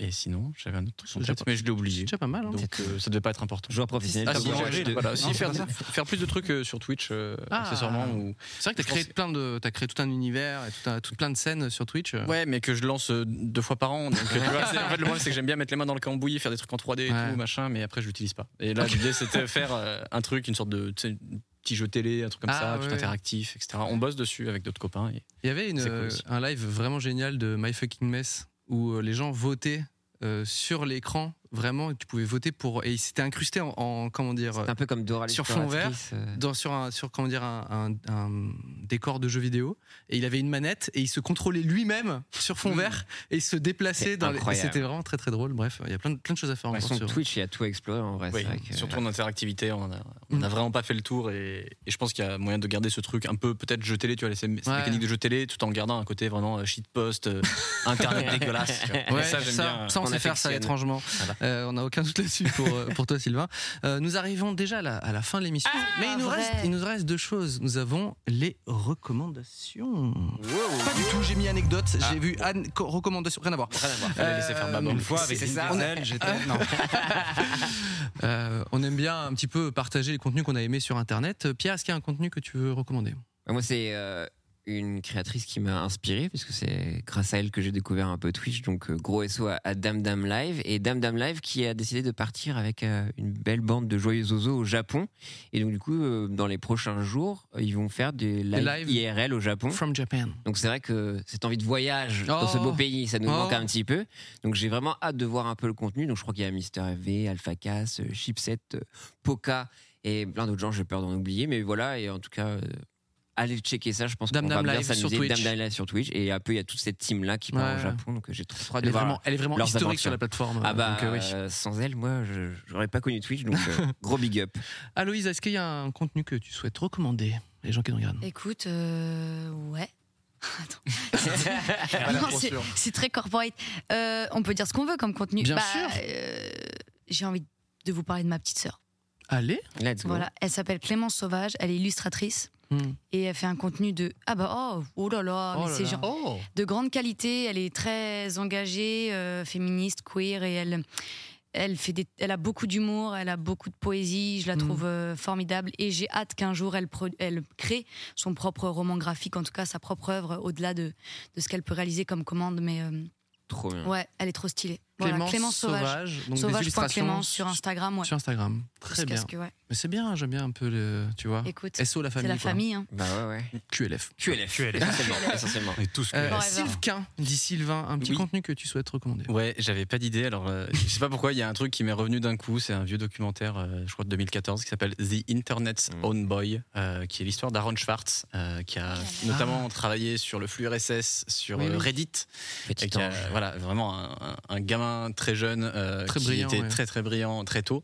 [SPEAKER 7] Et sinon, j'avais un autre truc en tête, mais je l'ai oublié.
[SPEAKER 2] pas mal. hein.
[SPEAKER 7] Donc euh, ça devait pas être important.
[SPEAKER 5] Joueur professionnel,
[SPEAKER 7] Ah,
[SPEAKER 5] t'as
[SPEAKER 7] si,
[SPEAKER 5] bien
[SPEAKER 7] j'ai-
[SPEAKER 5] joué, de-
[SPEAKER 7] voilà,
[SPEAKER 5] non,
[SPEAKER 7] si, faire,
[SPEAKER 5] c'est ça.
[SPEAKER 7] faire plus de trucs euh, sur Twitch, euh,
[SPEAKER 2] Ah.
[SPEAKER 7] accessoirement. Ou...
[SPEAKER 2] C'est vrai que t'as créé plein de, t'as créé tout un univers et tout un- tout plein de scènes sur Twitch.
[SPEAKER 7] Ouais, mais que je lance euh, deux fois par an. Donc, euh, tu vois, c'est- en fait, le problème, c'est que j'aime bien mettre les mains dans le cambouis, faire des trucs en 3D et
[SPEAKER 2] Ouais.
[SPEAKER 7] tout, machin, mais après, je l'utilise pas. Et là,
[SPEAKER 2] Ok.
[SPEAKER 7] l'idée, c'était faire euh, un truc, une sorte de tu sais, petit jeu télé, un truc comme
[SPEAKER 2] Ah,
[SPEAKER 7] ça, tout
[SPEAKER 2] ouais.
[SPEAKER 7] interactif, etc. On bosse dessus avec d'autres copains. Et...
[SPEAKER 2] Il y avait une,
[SPEAKER 7] C'est cool
[SPEAKER 2] euh,
[SPEAKER 7] aussi.
[SPEAKER 2] un live vraiment génial de My Fucking Mess où euh, les gens votaient euh, sur l'écran. Vraiment, tu pouvais voter pour. Et c'était incrusté en, en- comment dire.
[SPEAKER 5] un peu comme Dora
[SPEAKER 2] Sur fond vert,
[SPEAKER 5] l'exploratrice, euh.
[SPEAKER 2] dans, sur, un, sur comment dire, un, un- un décor de jeu vidéo. Et il avait une manette et il se contrôlait lui-même sur fond vert et il se déplaçait dans les. et
[SPEAKER 5] Mmh. incroyable.
[SPEAKER 2] C'était vraiment très très drôle. Bref, il y a plein de, plein de choses à faire
[SPEAKER 5] Ouais,
[SPEAKER 2] encore
[SPEAKER 5] son
[SPEAKER 2] sur
[SPEAKER 5] Twitch, il y a tout à explorer en vrai.
[SPEAKER 7] Oui,
[SPEAKER 5] c'est vrai que-
[SPEAKER 7] surtout en interactivité, on a, on a
[SPEAKER 5] Mm.
[SPEAKER 7] vraiment pas fait le tour et, et je pense qu'il y a moyen de garder ce truc un peu peut-être jeu télé, tu vois, ces, ces
[SPEAKER 2] Ouais.
[SPEAKER 7] mécaniques de jeu télé tout en gardant un côté vraiment euh, shitpost, euh, internet dégueulasse. tu vois.
[SPEAKER 2] Ouais,
[SPEAKER 7] Et
[SPEAKER 2] ça,
[SPEAKER 7] j'aime bien, euh,
[SPEAKER 2] ça, on, sait faire ça
[SPEAKER 7] affectionne.
[SPEAKER 2] étrangement. Euh, on n'a aucun doute là-dessus pour, euh, pour toi, Sylvain. Euh, nous arrivons déjà à la, à la fin de l'émission. mais il nous,
[SPEAKER 13] vrai.
[SPEAKER 2] reste, il nous reste deux choses. Nous avons les recommandations. Pas du tout, j'ai mis anecdote. J'ai vu an- co- recommandation. Rien à voir.
[SPEAKER 7] Ah.
[SPEAKER 2] Euh,
[SPEAKER 7] Rien à voir. Fallait laisser faire Babor. Une fois, avec
[SPEAKER 2] c'est
[SPEAKER 7] Vin
[SPEAKER 2] ça. On
[SPEAKER 7] Diesel,
[SPEAKER 2] est-
[SPEAKER 7] j'étais- non.
[SPEAKER 2] Euh, on aime bien un petit peu partager les contenus qu'on a aimés sur Internet. Euh, Pierre, est-ce qu'il y a un contenu que tu veux recommander
[SPEAKER 5] Ouais, Moi, c'est euh, une créatrice qui m'a inspiré, puisque c'est grâce à elle que j'ai découvert un peu Twitch. Donc, euh, gros SO à, à Dame Dame Live. Et Dame Dame Live qui a décidé de partir avec euh, une belle bande de joyeux oiseaux au Japon. Et donc, du coup, euh, dans les prochains jours, euh, ils vont faire des
[SPEAKER 2] Des
[SPEAKER 5] lives
[SPEAKER 2] lives
[SPEAKER 5] IRL au Japon.
[SPEAKER 2] From Japan.
[SPEAKER 5] Donc, c'est vrai que cette envie de voyage dans ce
[SPEAKER 2] Oh.
[SPEAKER 5] beau pays, ça nous
[SPEAKER 2] Oh.
[SPEAKER 5] manque un petit peu. Donc, j'ai vraiment hâte de voir un peu le contenu. Donc, je crois qu'il y a Mister FV, Alpha Cass, euh, Chipset, euh, Poca et plein d'autres gens, j'ai peur d'en oublier. Mais voilà, et en tout cas. euh, allez checker ça. Je pense qu'on
[SPEAKER 2] Dame
[SPEAKER 5] va
[SPEAKER 2] Dame
[SPEAKER 5] bien
[SPEAKER 2] Live sur
[SPEAKER 5] s'amuser.
[SPEAKER 2] Twitch.
[SPEAKER 5] Dame Dame Live sur Twitch. Et un peu, il y a toute cette team-là qui part
[SPEAKER 2] Ouais.
[SPEAKER 5] au Japon. Donc, j'ai trop trop hâte
[SPEAKER 2] Elle
[SPEAKER 5] de
[SPEAKER 2] est
[SPEAKER 5] voir
[SPEAKER 2] vraiment- elle est vraiment
[SPEAKER 5] leurs
[SPEAKER 2] historique
[SPEAKER 5] aventures.
[SPEAKER 2] sur la plateforme,
[SPEAKER 5] Ah bah,
[SPEAKER 2] donc, euh, oui.
[SPEAKER 5] euh, sans elle, moi, je- j'aurais pas connu Twitch. Donc, euh, gros big up.
[SPEAKER 2] Aloïse, est-ce qu'il y a un contenu que tu souhaites recommander Les gens qui nous regardent.
[SPEAKER 4] Écoute, euh, ouais.
[SPEAKER 2] Voilà,
[SPEAKER 4] Non,
[SPEAKER 2] pour
[SPEAKER 4] c'est-
[SPEAKER 2] sûr.
[SPEAKER 4] c'est très corporate. Euh, on peut dire ce qu'on veut comme contenu.
[SPEAKER 2] Bien
[SPEAKER 4] Bah,
[SPEAKER 2] sûr.
[SPEAKER 4] euh, J'ai envie de vous parler de ma petite sœur.
[SPEAKER 2] Allez
[SPEAKER 5] Let's
[SPEAKER 4] Voilà, elle s'appelle Clémence Sauvage, elle est illustratrice et elle fait un contenu de ah bah oh oh là là,
[SPEAKER 8] Oh
[SPEAKER 4] mais
[SPEAKER 8] là
[SPEAKER 4] c'est
[SPEAKER 8] là.
[SPEAKER 4] genre
[SPEAKER 8] Oh.
[SPEAKER 4] de grande qualité. Elle est très engagée, euh, féministe, queer et elle elle fait des, elle a beaucoup d'humour, elle a beaucoup de poésie. Je la trouve euh, formidable et j'ai hâte qu'un jour elle pro- elle crée son propre roman graphique, en tout cas sa propre œuvre au-delà de de ce qu'elle peut réaliser comme commande, mais euh,
[SPEAKER 5] Trop bien.
[SPEAKER 4] Ouais, elle est trop stylée.
[SPEAKER 2] Clémence Sauvage, donc des illustrations
[SPEAKER 4] Clémence sur Instagram. Ouais.
[SPEAKER 2] Sur Instagram. Très
[SPEAKER 4] Jusqu'à
[SPEAKER 2] bien.
[SPEAKER 4] ce que, ouais.
[SPEAKER 2] Mais c'est bien, j'aime bien un peu le. Tu vois
[SPEAKER 4] Écoute,
[SPEAKER 2] SO la
[SPEAKER 4] c'est
[SPEAKER 2] famille.
[SPEAKER 4] la
[SPEAKER 2] quoi.
[SPEAKER 4] famille, hein.
[SPEAKER 5] Bah ouais, ouais.
[SPEAKER 2] QLF.
[SPEAKER 5] QLF. essentiellement, essentiellement.
[SPEAKER 7] On est tous
[SPEAKER 2] Euh,
[SPEAKER 7] QLF.
[SPEAKER 2] Sylvain, dit Sylvain, un petit contenu que tu souhaites recommander.
[SPEAKER 7] Ouais, j'avais pas d'idée. Alors, euh, je sais pas pourquoi, il y a un truc qui m'est revenu d'un coup. C'est un vieux documentaire, euh, je crois de 2014, qui s'appelle The Internet's Own Boy, euh, qui est l'histoire d'Aaron Schwartz, euh, qui
[SPEAKER 2] Ah
[SPEAKER 7] a notamment travaillé sur le flux RSS, sur
[SPEAKER 5] Oui,
[SPEAKER 7] euh,
[SPEAKER 5] oui.
[SPEAKER 7] Reddit. Et qui a, voilà, vraiment un, un- un gamin très jeune, euh,
[SPEAKER 2] Très
[SPEAKER 7] qui
[SPEAKER 2] brillant,
[SPEAKER 7] était
[SPEAKER 2] ouais.
[SPEAKER 7] très très brillant très tôt,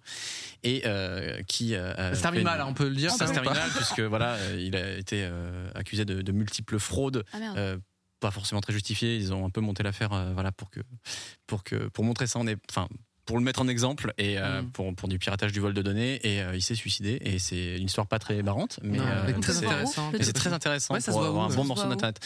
[SPEAKER 7] et euh, qui euh, a
[SPEAKER 2] Ça se
[SPEAKER 7] fait
[SPEAKER 2] termine
[SPEAKER 7] une-
[SPEAKER 2] mal, hein, on peut le dire,
[SPEAKER 7] Ça
[SPEAKER 2] ça,
[SPEAKER 7] se
[SPEAKER 2] ou
[SPEAKER 7] termine
[SPEAKER 2] pas
[SPEAKER 7] mal, puisque voilà, euh, il a été euh, accusé de, de multiples fraudes.
[SPEAKER 2] Ah, merde.
[SPEAKER 7] euh, pas forcément très justifié. Ils ont un peu monté l'affaire, euh, voilà, pour que, pour que, pour montrer ça, on est, enfin, pour le mettre en exemple et euh,
[SPEAKER 2] Mm.
[SPEAKER 7] pour, pour du piratage du vol de données et euh, il s'est suicidé et c'est une histoire pas très marrante mais,
[SPEAKER 2] Non, mais
[SPEAKER 7] euh,
[SPEAKER 2] très
[SPEAKER 7] c'est-
[SPEAKER 2] intéressante.
[SPEAKER 7] mais c'est très intéressant
[SPEAKER 2] Ouais, ça se
[SPEAKER 7] pour
[SPEAKER 2] voit
[SPEAKER 7] avoir un
[SPEAKER 2] où, euh,
[SPEAKER 7] bon
[SPEAKER 2] ça se
[SPEAKER 7] morceau
[SPEAKER 2] voit où
[SPEAKER 7] d'internet.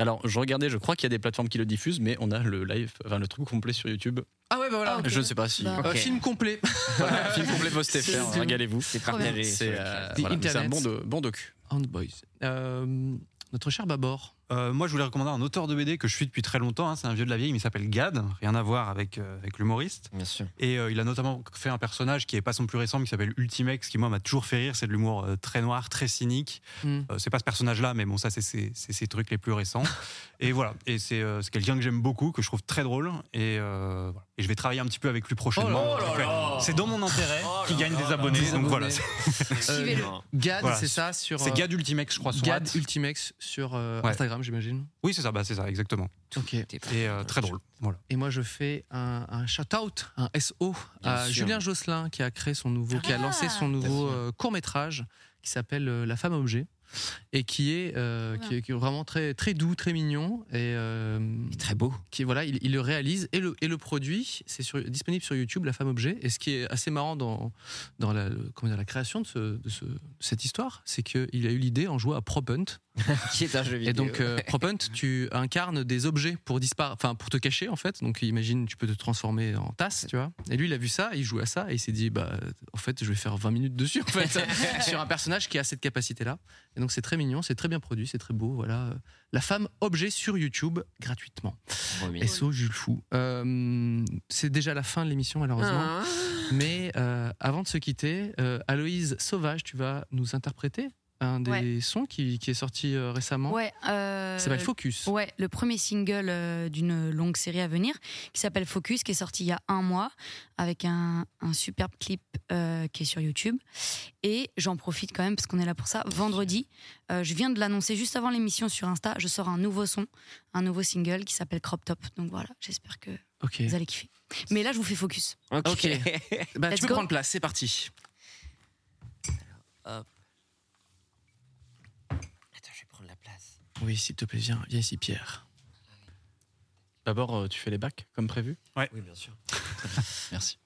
[SPEAKER 7] Alors je regardais, je crois qu'il y a des plateformes qui le diffusent mais on a le live, enfin le truc complet sur YouTube.
[SPEAKER 2] Ah ouais, bah voilà.
[SPEAKER 7] Je ne sais pas si-
[SPEAKER 2] Bah,
[SPEAKER 7] Ok.
[SPEAKER 2] Film complet.
[SPEAKER 7] Voilà, film complet posté,
[SPEAKER 2] C'est-
[SPEAKER 7] faire,
[SPEAKER 2] c'est-
[SPEAKER 7] hein, régalez-vous.
[SPEAKER 2] c'est Oh partagé
[SPEAKER 7] C'est
[SPEAKER 2] sur le
[SPEAKER 7] euh,
[SPEAKER 2] chat.
[SPEAKER 7] voilà,
[SPEAKER 2] The
[SPEAKER 7] c'est un
[SPEAKER 2] Internet.
[SPEAKER 7] bon, de- bon docu.
[SPEAKER 2] And Boys. Euh, notre cher Babor.
[SPEAKER 3] Euh, moi, je voulais recommander un auteur de BD que je suis depuis très longtemps. hein. c'est un vieux de la vieille, mais il s'appelle Gad. Rien à voir avec, euh, avec l'humoriste.
[SPEAKER 5] Bien sûr.
[SPEAKER 3] Et euh, il a notamment fait un personnage qui est pas son plus récent, mais qui s'appelle Ultimex, qui moi m'a toujours fait rire. C'est de l'humour euh, très noir, très cynique.
[SPEAKER 2] Mm.
[SPEAKER 3] Euh, c'est pas ce personnage-là, mais bon, ça, c'est ses c'est ses trucs les plus récents. et voilà. Et c'est euh, c'est quelqu'un que j'aime beaucoup, que je trouve très drôle. Et, euh, voilà. et je vais travailler un petit peu avec lui prochainement.
[SPEAKER 2] Oh là
[SPEAKER 3] Ouais.
[SPEAKER 2] là. Oh
[SPEAKER 3] c'est dans mon intérêt qu'il gagne des abonnés.
[SPEAKER 2] Des
[SPEAKER 3] donc voilà. Euh,
[SPEAKER 2] abonnés. Suivez-le. Gad,
[SPEAKER 3] Voilà.
[SPEAKER 2] c'est ça sur.
[SPEAKER 3] C'est
[SPEAKER 2] euh,
[SPEAKER 3] Gad Ultimex, je crois. son
[SPEAKER 2] Gad
[SPEAKER 3] hâte.
[SPEAKER 2] Ultimex sur euh,
[SPEAKER 3] Ouais.
[SPEAKER 2] Instagram, j'imagine.
[SPEAKER 3] Oui, c'est ça, bah, c'est ça, exactement.
[SPEAKER 2] Ok.
[SPEAKER 3] Et euh, très drôle. Voilà.
[SPEAKER 2] Et moi, je fais un, un shout-out, un SO à
[SPEAKER 3] Bien sûr.
[SPEAKER 2] Julien Josselin qui a créé son nouveau, qui a lancé son nouveau euh, court-métrage qui s'appelle euh, La femme objet et qui est, euh, qui, est- qui est vraiment très, très doux, très mignon et euh,
[SPEAKER 5] très beau.
[SPEAKER 2] Qui voilà, il, il le réalise et le, et le produit, c'est sur- disponible sur YouTube, La femme objet. Et ce qui est assez marrant dans, dans la, le- comment dire, la création de, ce- de ce- cette histoire, c'est qu'il a eu l'idée en jouant à Pro Punt.
[SPEAKER 5] qui est un jeu vidéo.
[SPEAKER 2] Et donc, euh, Propunt, tu incarnes des objets pour dispara- enfin pour te cacher en fait. Donc, imagine, tu peux te transformer en tasse, tu vois. Et lui, il a vu ça, il joue à ça, et il s'est dit, bah, en fait, je vais faire 20 minutes dessus, en fait, sur un personnage qui a cette capacité-là. Et donc, c'est très mignon, c'est très bien produit, c'est très beau. Voilà, la femme objet sur YouTube gratuitement.
[SPEAKER 5] Promis.
[SPEAKER 2] SO Jules Fou. Euh, c'est déjà la fin de l'émission, malheureusement.
[SPEAKER 5] Ah.
[SPEAKER 2] Mais euh, avant de se quitter, euh, Aloïse Sauvage, tu vas nous interpréter un des
[SPEAKER 14] Ouais.
[SPEAKER 2] sons qui, qui est sorti euh, récemment.
[SPEAKER 14] Ouais. euh,
[SPEAKER 2] Ça s'appelle Focus.
[SPEAKER 14] Ouais, le premier single euh, d'une longue série à venir qui s'appelle Focus, qui est sorti il y a un mois avec un, un superbe clip euh, qui est sur YouTube. Et j'en profite quand même parce qu'on est là pour ça. Vendredi, euh, je viens de l'annoncer juste avant l'émission sur Insta. Je sors un nouveau son, un nouveau single qui s'appelle Crop Top. Donc voilà, j'espère que
[SPEAKER 2] Ok.
[SPEAKER 14] vous allez kiffer. Mais là, je vous fais Focus.
[SPEAKER 2] Ok. Bah,
[SPEAKER 14] Let's
[SPEAKER 2] tu peux
[SPEAKER 14] go.
[SPEAKER 2] prendre place, c'est parti.
[SPEAKER 5] la place.
[SPEAKER 2] Oui, s'il te plaît, viens, viens ici, Pierre.
[SPEAKER 7] D'abord, euh, tu fais les bacs comme prévu
[SPEAKER 5] ouais. Oui, bien sûr.
[SPEAKER 7] Merci.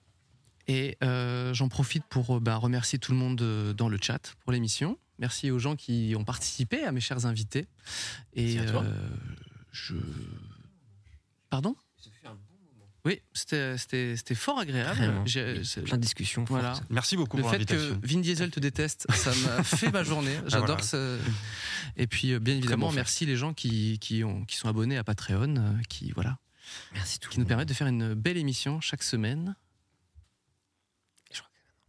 [SPEAKER 2] Et euh, j'en profite pour euh, bah, remercier tout le monde euh, dans le chat pour l'émission. Merci aux gens qui ont participé, à mes chers invités. Et
[SPEAKER 7] Merci à toi.
[SPEAKER 2] euh, je. Pardon Oui, c'était- c'était c'était fort agréable.
[SPEAKER 5] Vraiment.
[SPEAKER 2] J'ai- c'est-
[SPEAKER 5] Plein de discussions.
[SPEAKER 2] Voilà.
[SPEAKER 5] fortes.
[SPEAKER 15] Merci beaucoup
[SPEAKER 2] Le
[SPEAKER 15] pour
[SPEAKER 2] fait que
[SPEAKER 15] l'invitation.
[SPEAKER 2] Vin Diesel te déteste, ça m'a fait ma journée.
[SPEAKER 15] Ah,
[SPEAKER 2] J'adore
[SPEAKER 15] voilà.
[SPEAKER 2] ce. Et puis, euh, bien évidemment,
[SPEAKER 15] bon fait.
[SPEAKER 2] merci les gens qui, qui, ont, qui sont abonnés à Patreon, euh, qui, voilà, qui nous permettent de faire une belle émission chaque semaine.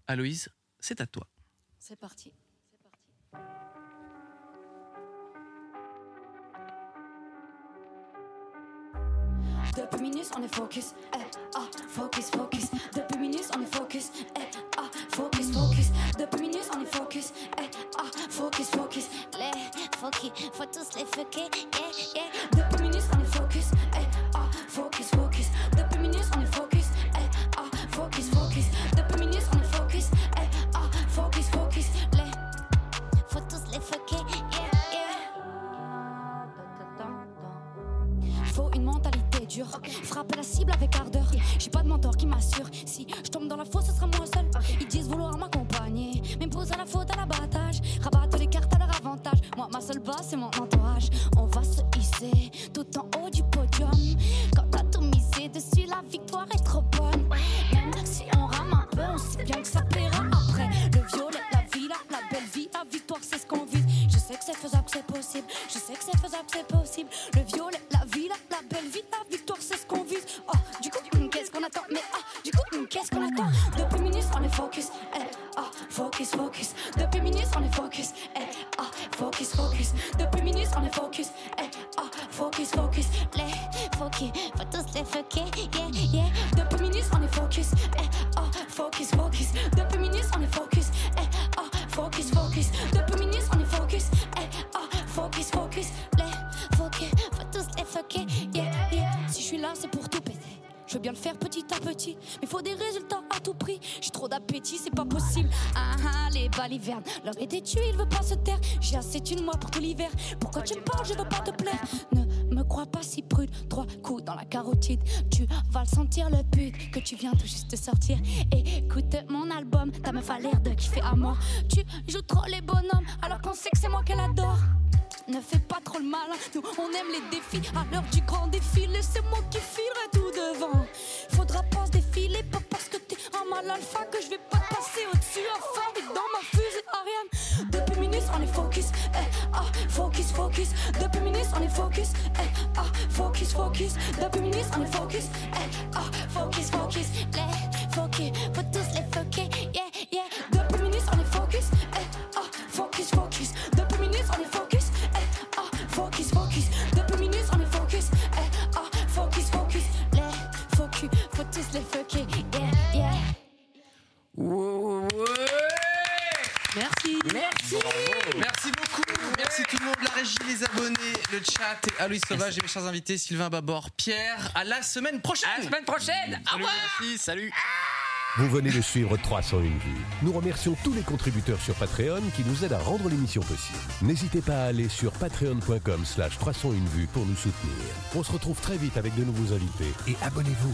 [SPEAKER 2] Aloïse, c'est à toi.
[SPEAKER 14] C'est parti. Depuis minus, on est focus. Eh, ah, focus, focus. Depuis minus, on est focus. Eh, ah, focus, focus. Depuis minus, on est focus. Eh, ah, focus, focus. Les focus, faut tous les fucker. Yeah, yeah. Depuis minus, on est focus. Eh, ah, focus, focus. Depuis minus, on est focus. Eh, ah, focus, focus. Depuis minus, on est focus. Eh, ah, focus, focus. Les faut tous les fucker. Yeah, yeah. Faut une mentalité dure, frapper la cible avec ardeur. J'ai pas de mentor qui m'assure. Si je tombe dans la fosse, ce sera moi seul. Ils disent vouloir m'accompagner, mais poussent à la faute à l'abattage. Rabattent les cartes à leur avantage. Moi, ma seule base, c'est mon entourage. On va se hisser tout en haut du podium. Quand t'as tout misé dessus, la victoire est trop bonne. Même si on rame un peu, on sait bien que ça plaira après. Le violet, la villa, la belle vie, la victoire, c'est ce qu'on vise. Je sais que c'est faisable, que c'est possible. Je sais que c'est faisable, que c'est possible. Le violet, la villa, la belle vie, la victoire, c'est ce qu'on vise. Oh, du coup, hum, qu'est-ce qu'on attend Mais ah, du coup, hum, qu'est-ce qu'on attend Depuis minutes, on est focus. Eh, ah, focus, focus. Depuis minutes, on est focus. Eh, ah, focus, focus. Depuis minutes, on est focus. Eh, ah, focus, focus. Les focus, faut tous les fucker. Yeah, yeah. Depuis minutes, on est focus. Eh, ah, focus, focus. Depuis minutes, on est focus. Eh, ah, focus, focus. Depuis minutes, on est focus. Eh, ah, focus, focus. Les focus, faut tous les fucker. Yeah, yeah. Si je suis là, c'est pour tout péter. Je veux bien le faire petit à petit, mais faut des résultats à tout prix. J'ai trop d'appétit, c'est pas possible. Ah ah, les balivernes, l'homme est déçu, il veut pas se taire. J'ai assez de moi pour tout l'hiver. Pourquoi tu me parles, je veux pas te plaire. Ne me crois pas si prude, trois coups dans la carotide. Tu vas le sentir le but que tu viens tout juste de sortir. Écoute mon album, ta meuf a l'air de kiffer à mort. Tu joues trop les bonhommes, alors qu'on sait que c'est moi qu'elle adore. Ne fais pas trop le malin, nous on aime les défis. À l'heure du grand défilé, c'est moi qui filerai tout devant. Faudra pas se défiler, pas parce que t'es un mal alpha que je vais pas te passer au-dessus. Enfin, mais dans ma fusée Ariane. Depuis minutes, on est focus, eh, ah, focus, focus. Depuis minutes, on est focus, eh, ah, focus, focus. Depuis minutes, on est focus, eh, ah, focus, focus. Les focus, faut tous les focus, yeah, yeah. Depuis minutes, on est focus, eh, ah, focus, focus. Depuis minutes, on est focus, eh, ah, focus, focus. Depuis minutes, on est focus, eh, ah, focus, focus. Les focus, faut tous les focus, yeah, yeah. Merci.
[SPEAKER 5] Merci.
[SPEAKER 2] Merci beaucoup. Merci tout le monde, la régie, les abonnés, le chat et Aloïs Sauvage et mes chers invités Sylvain Babor, Pierre. À la semaine prochaine. À la semaine
[SPEAKER 5] prochaine.
[SPEAKER 2] Au revoir. Merci. Salut.
[SPEAKER 6] Vous venez de suivre 301 vues. Nous remercions tous les contributeurs sur Patreon qui nous aident à rendre l'émission possible. N'hésitez pas à aller sur patreon.com slash 301 vues pour nous soutenir. On se retrouve très vite avec de nouveaux invités et abonnez-vous.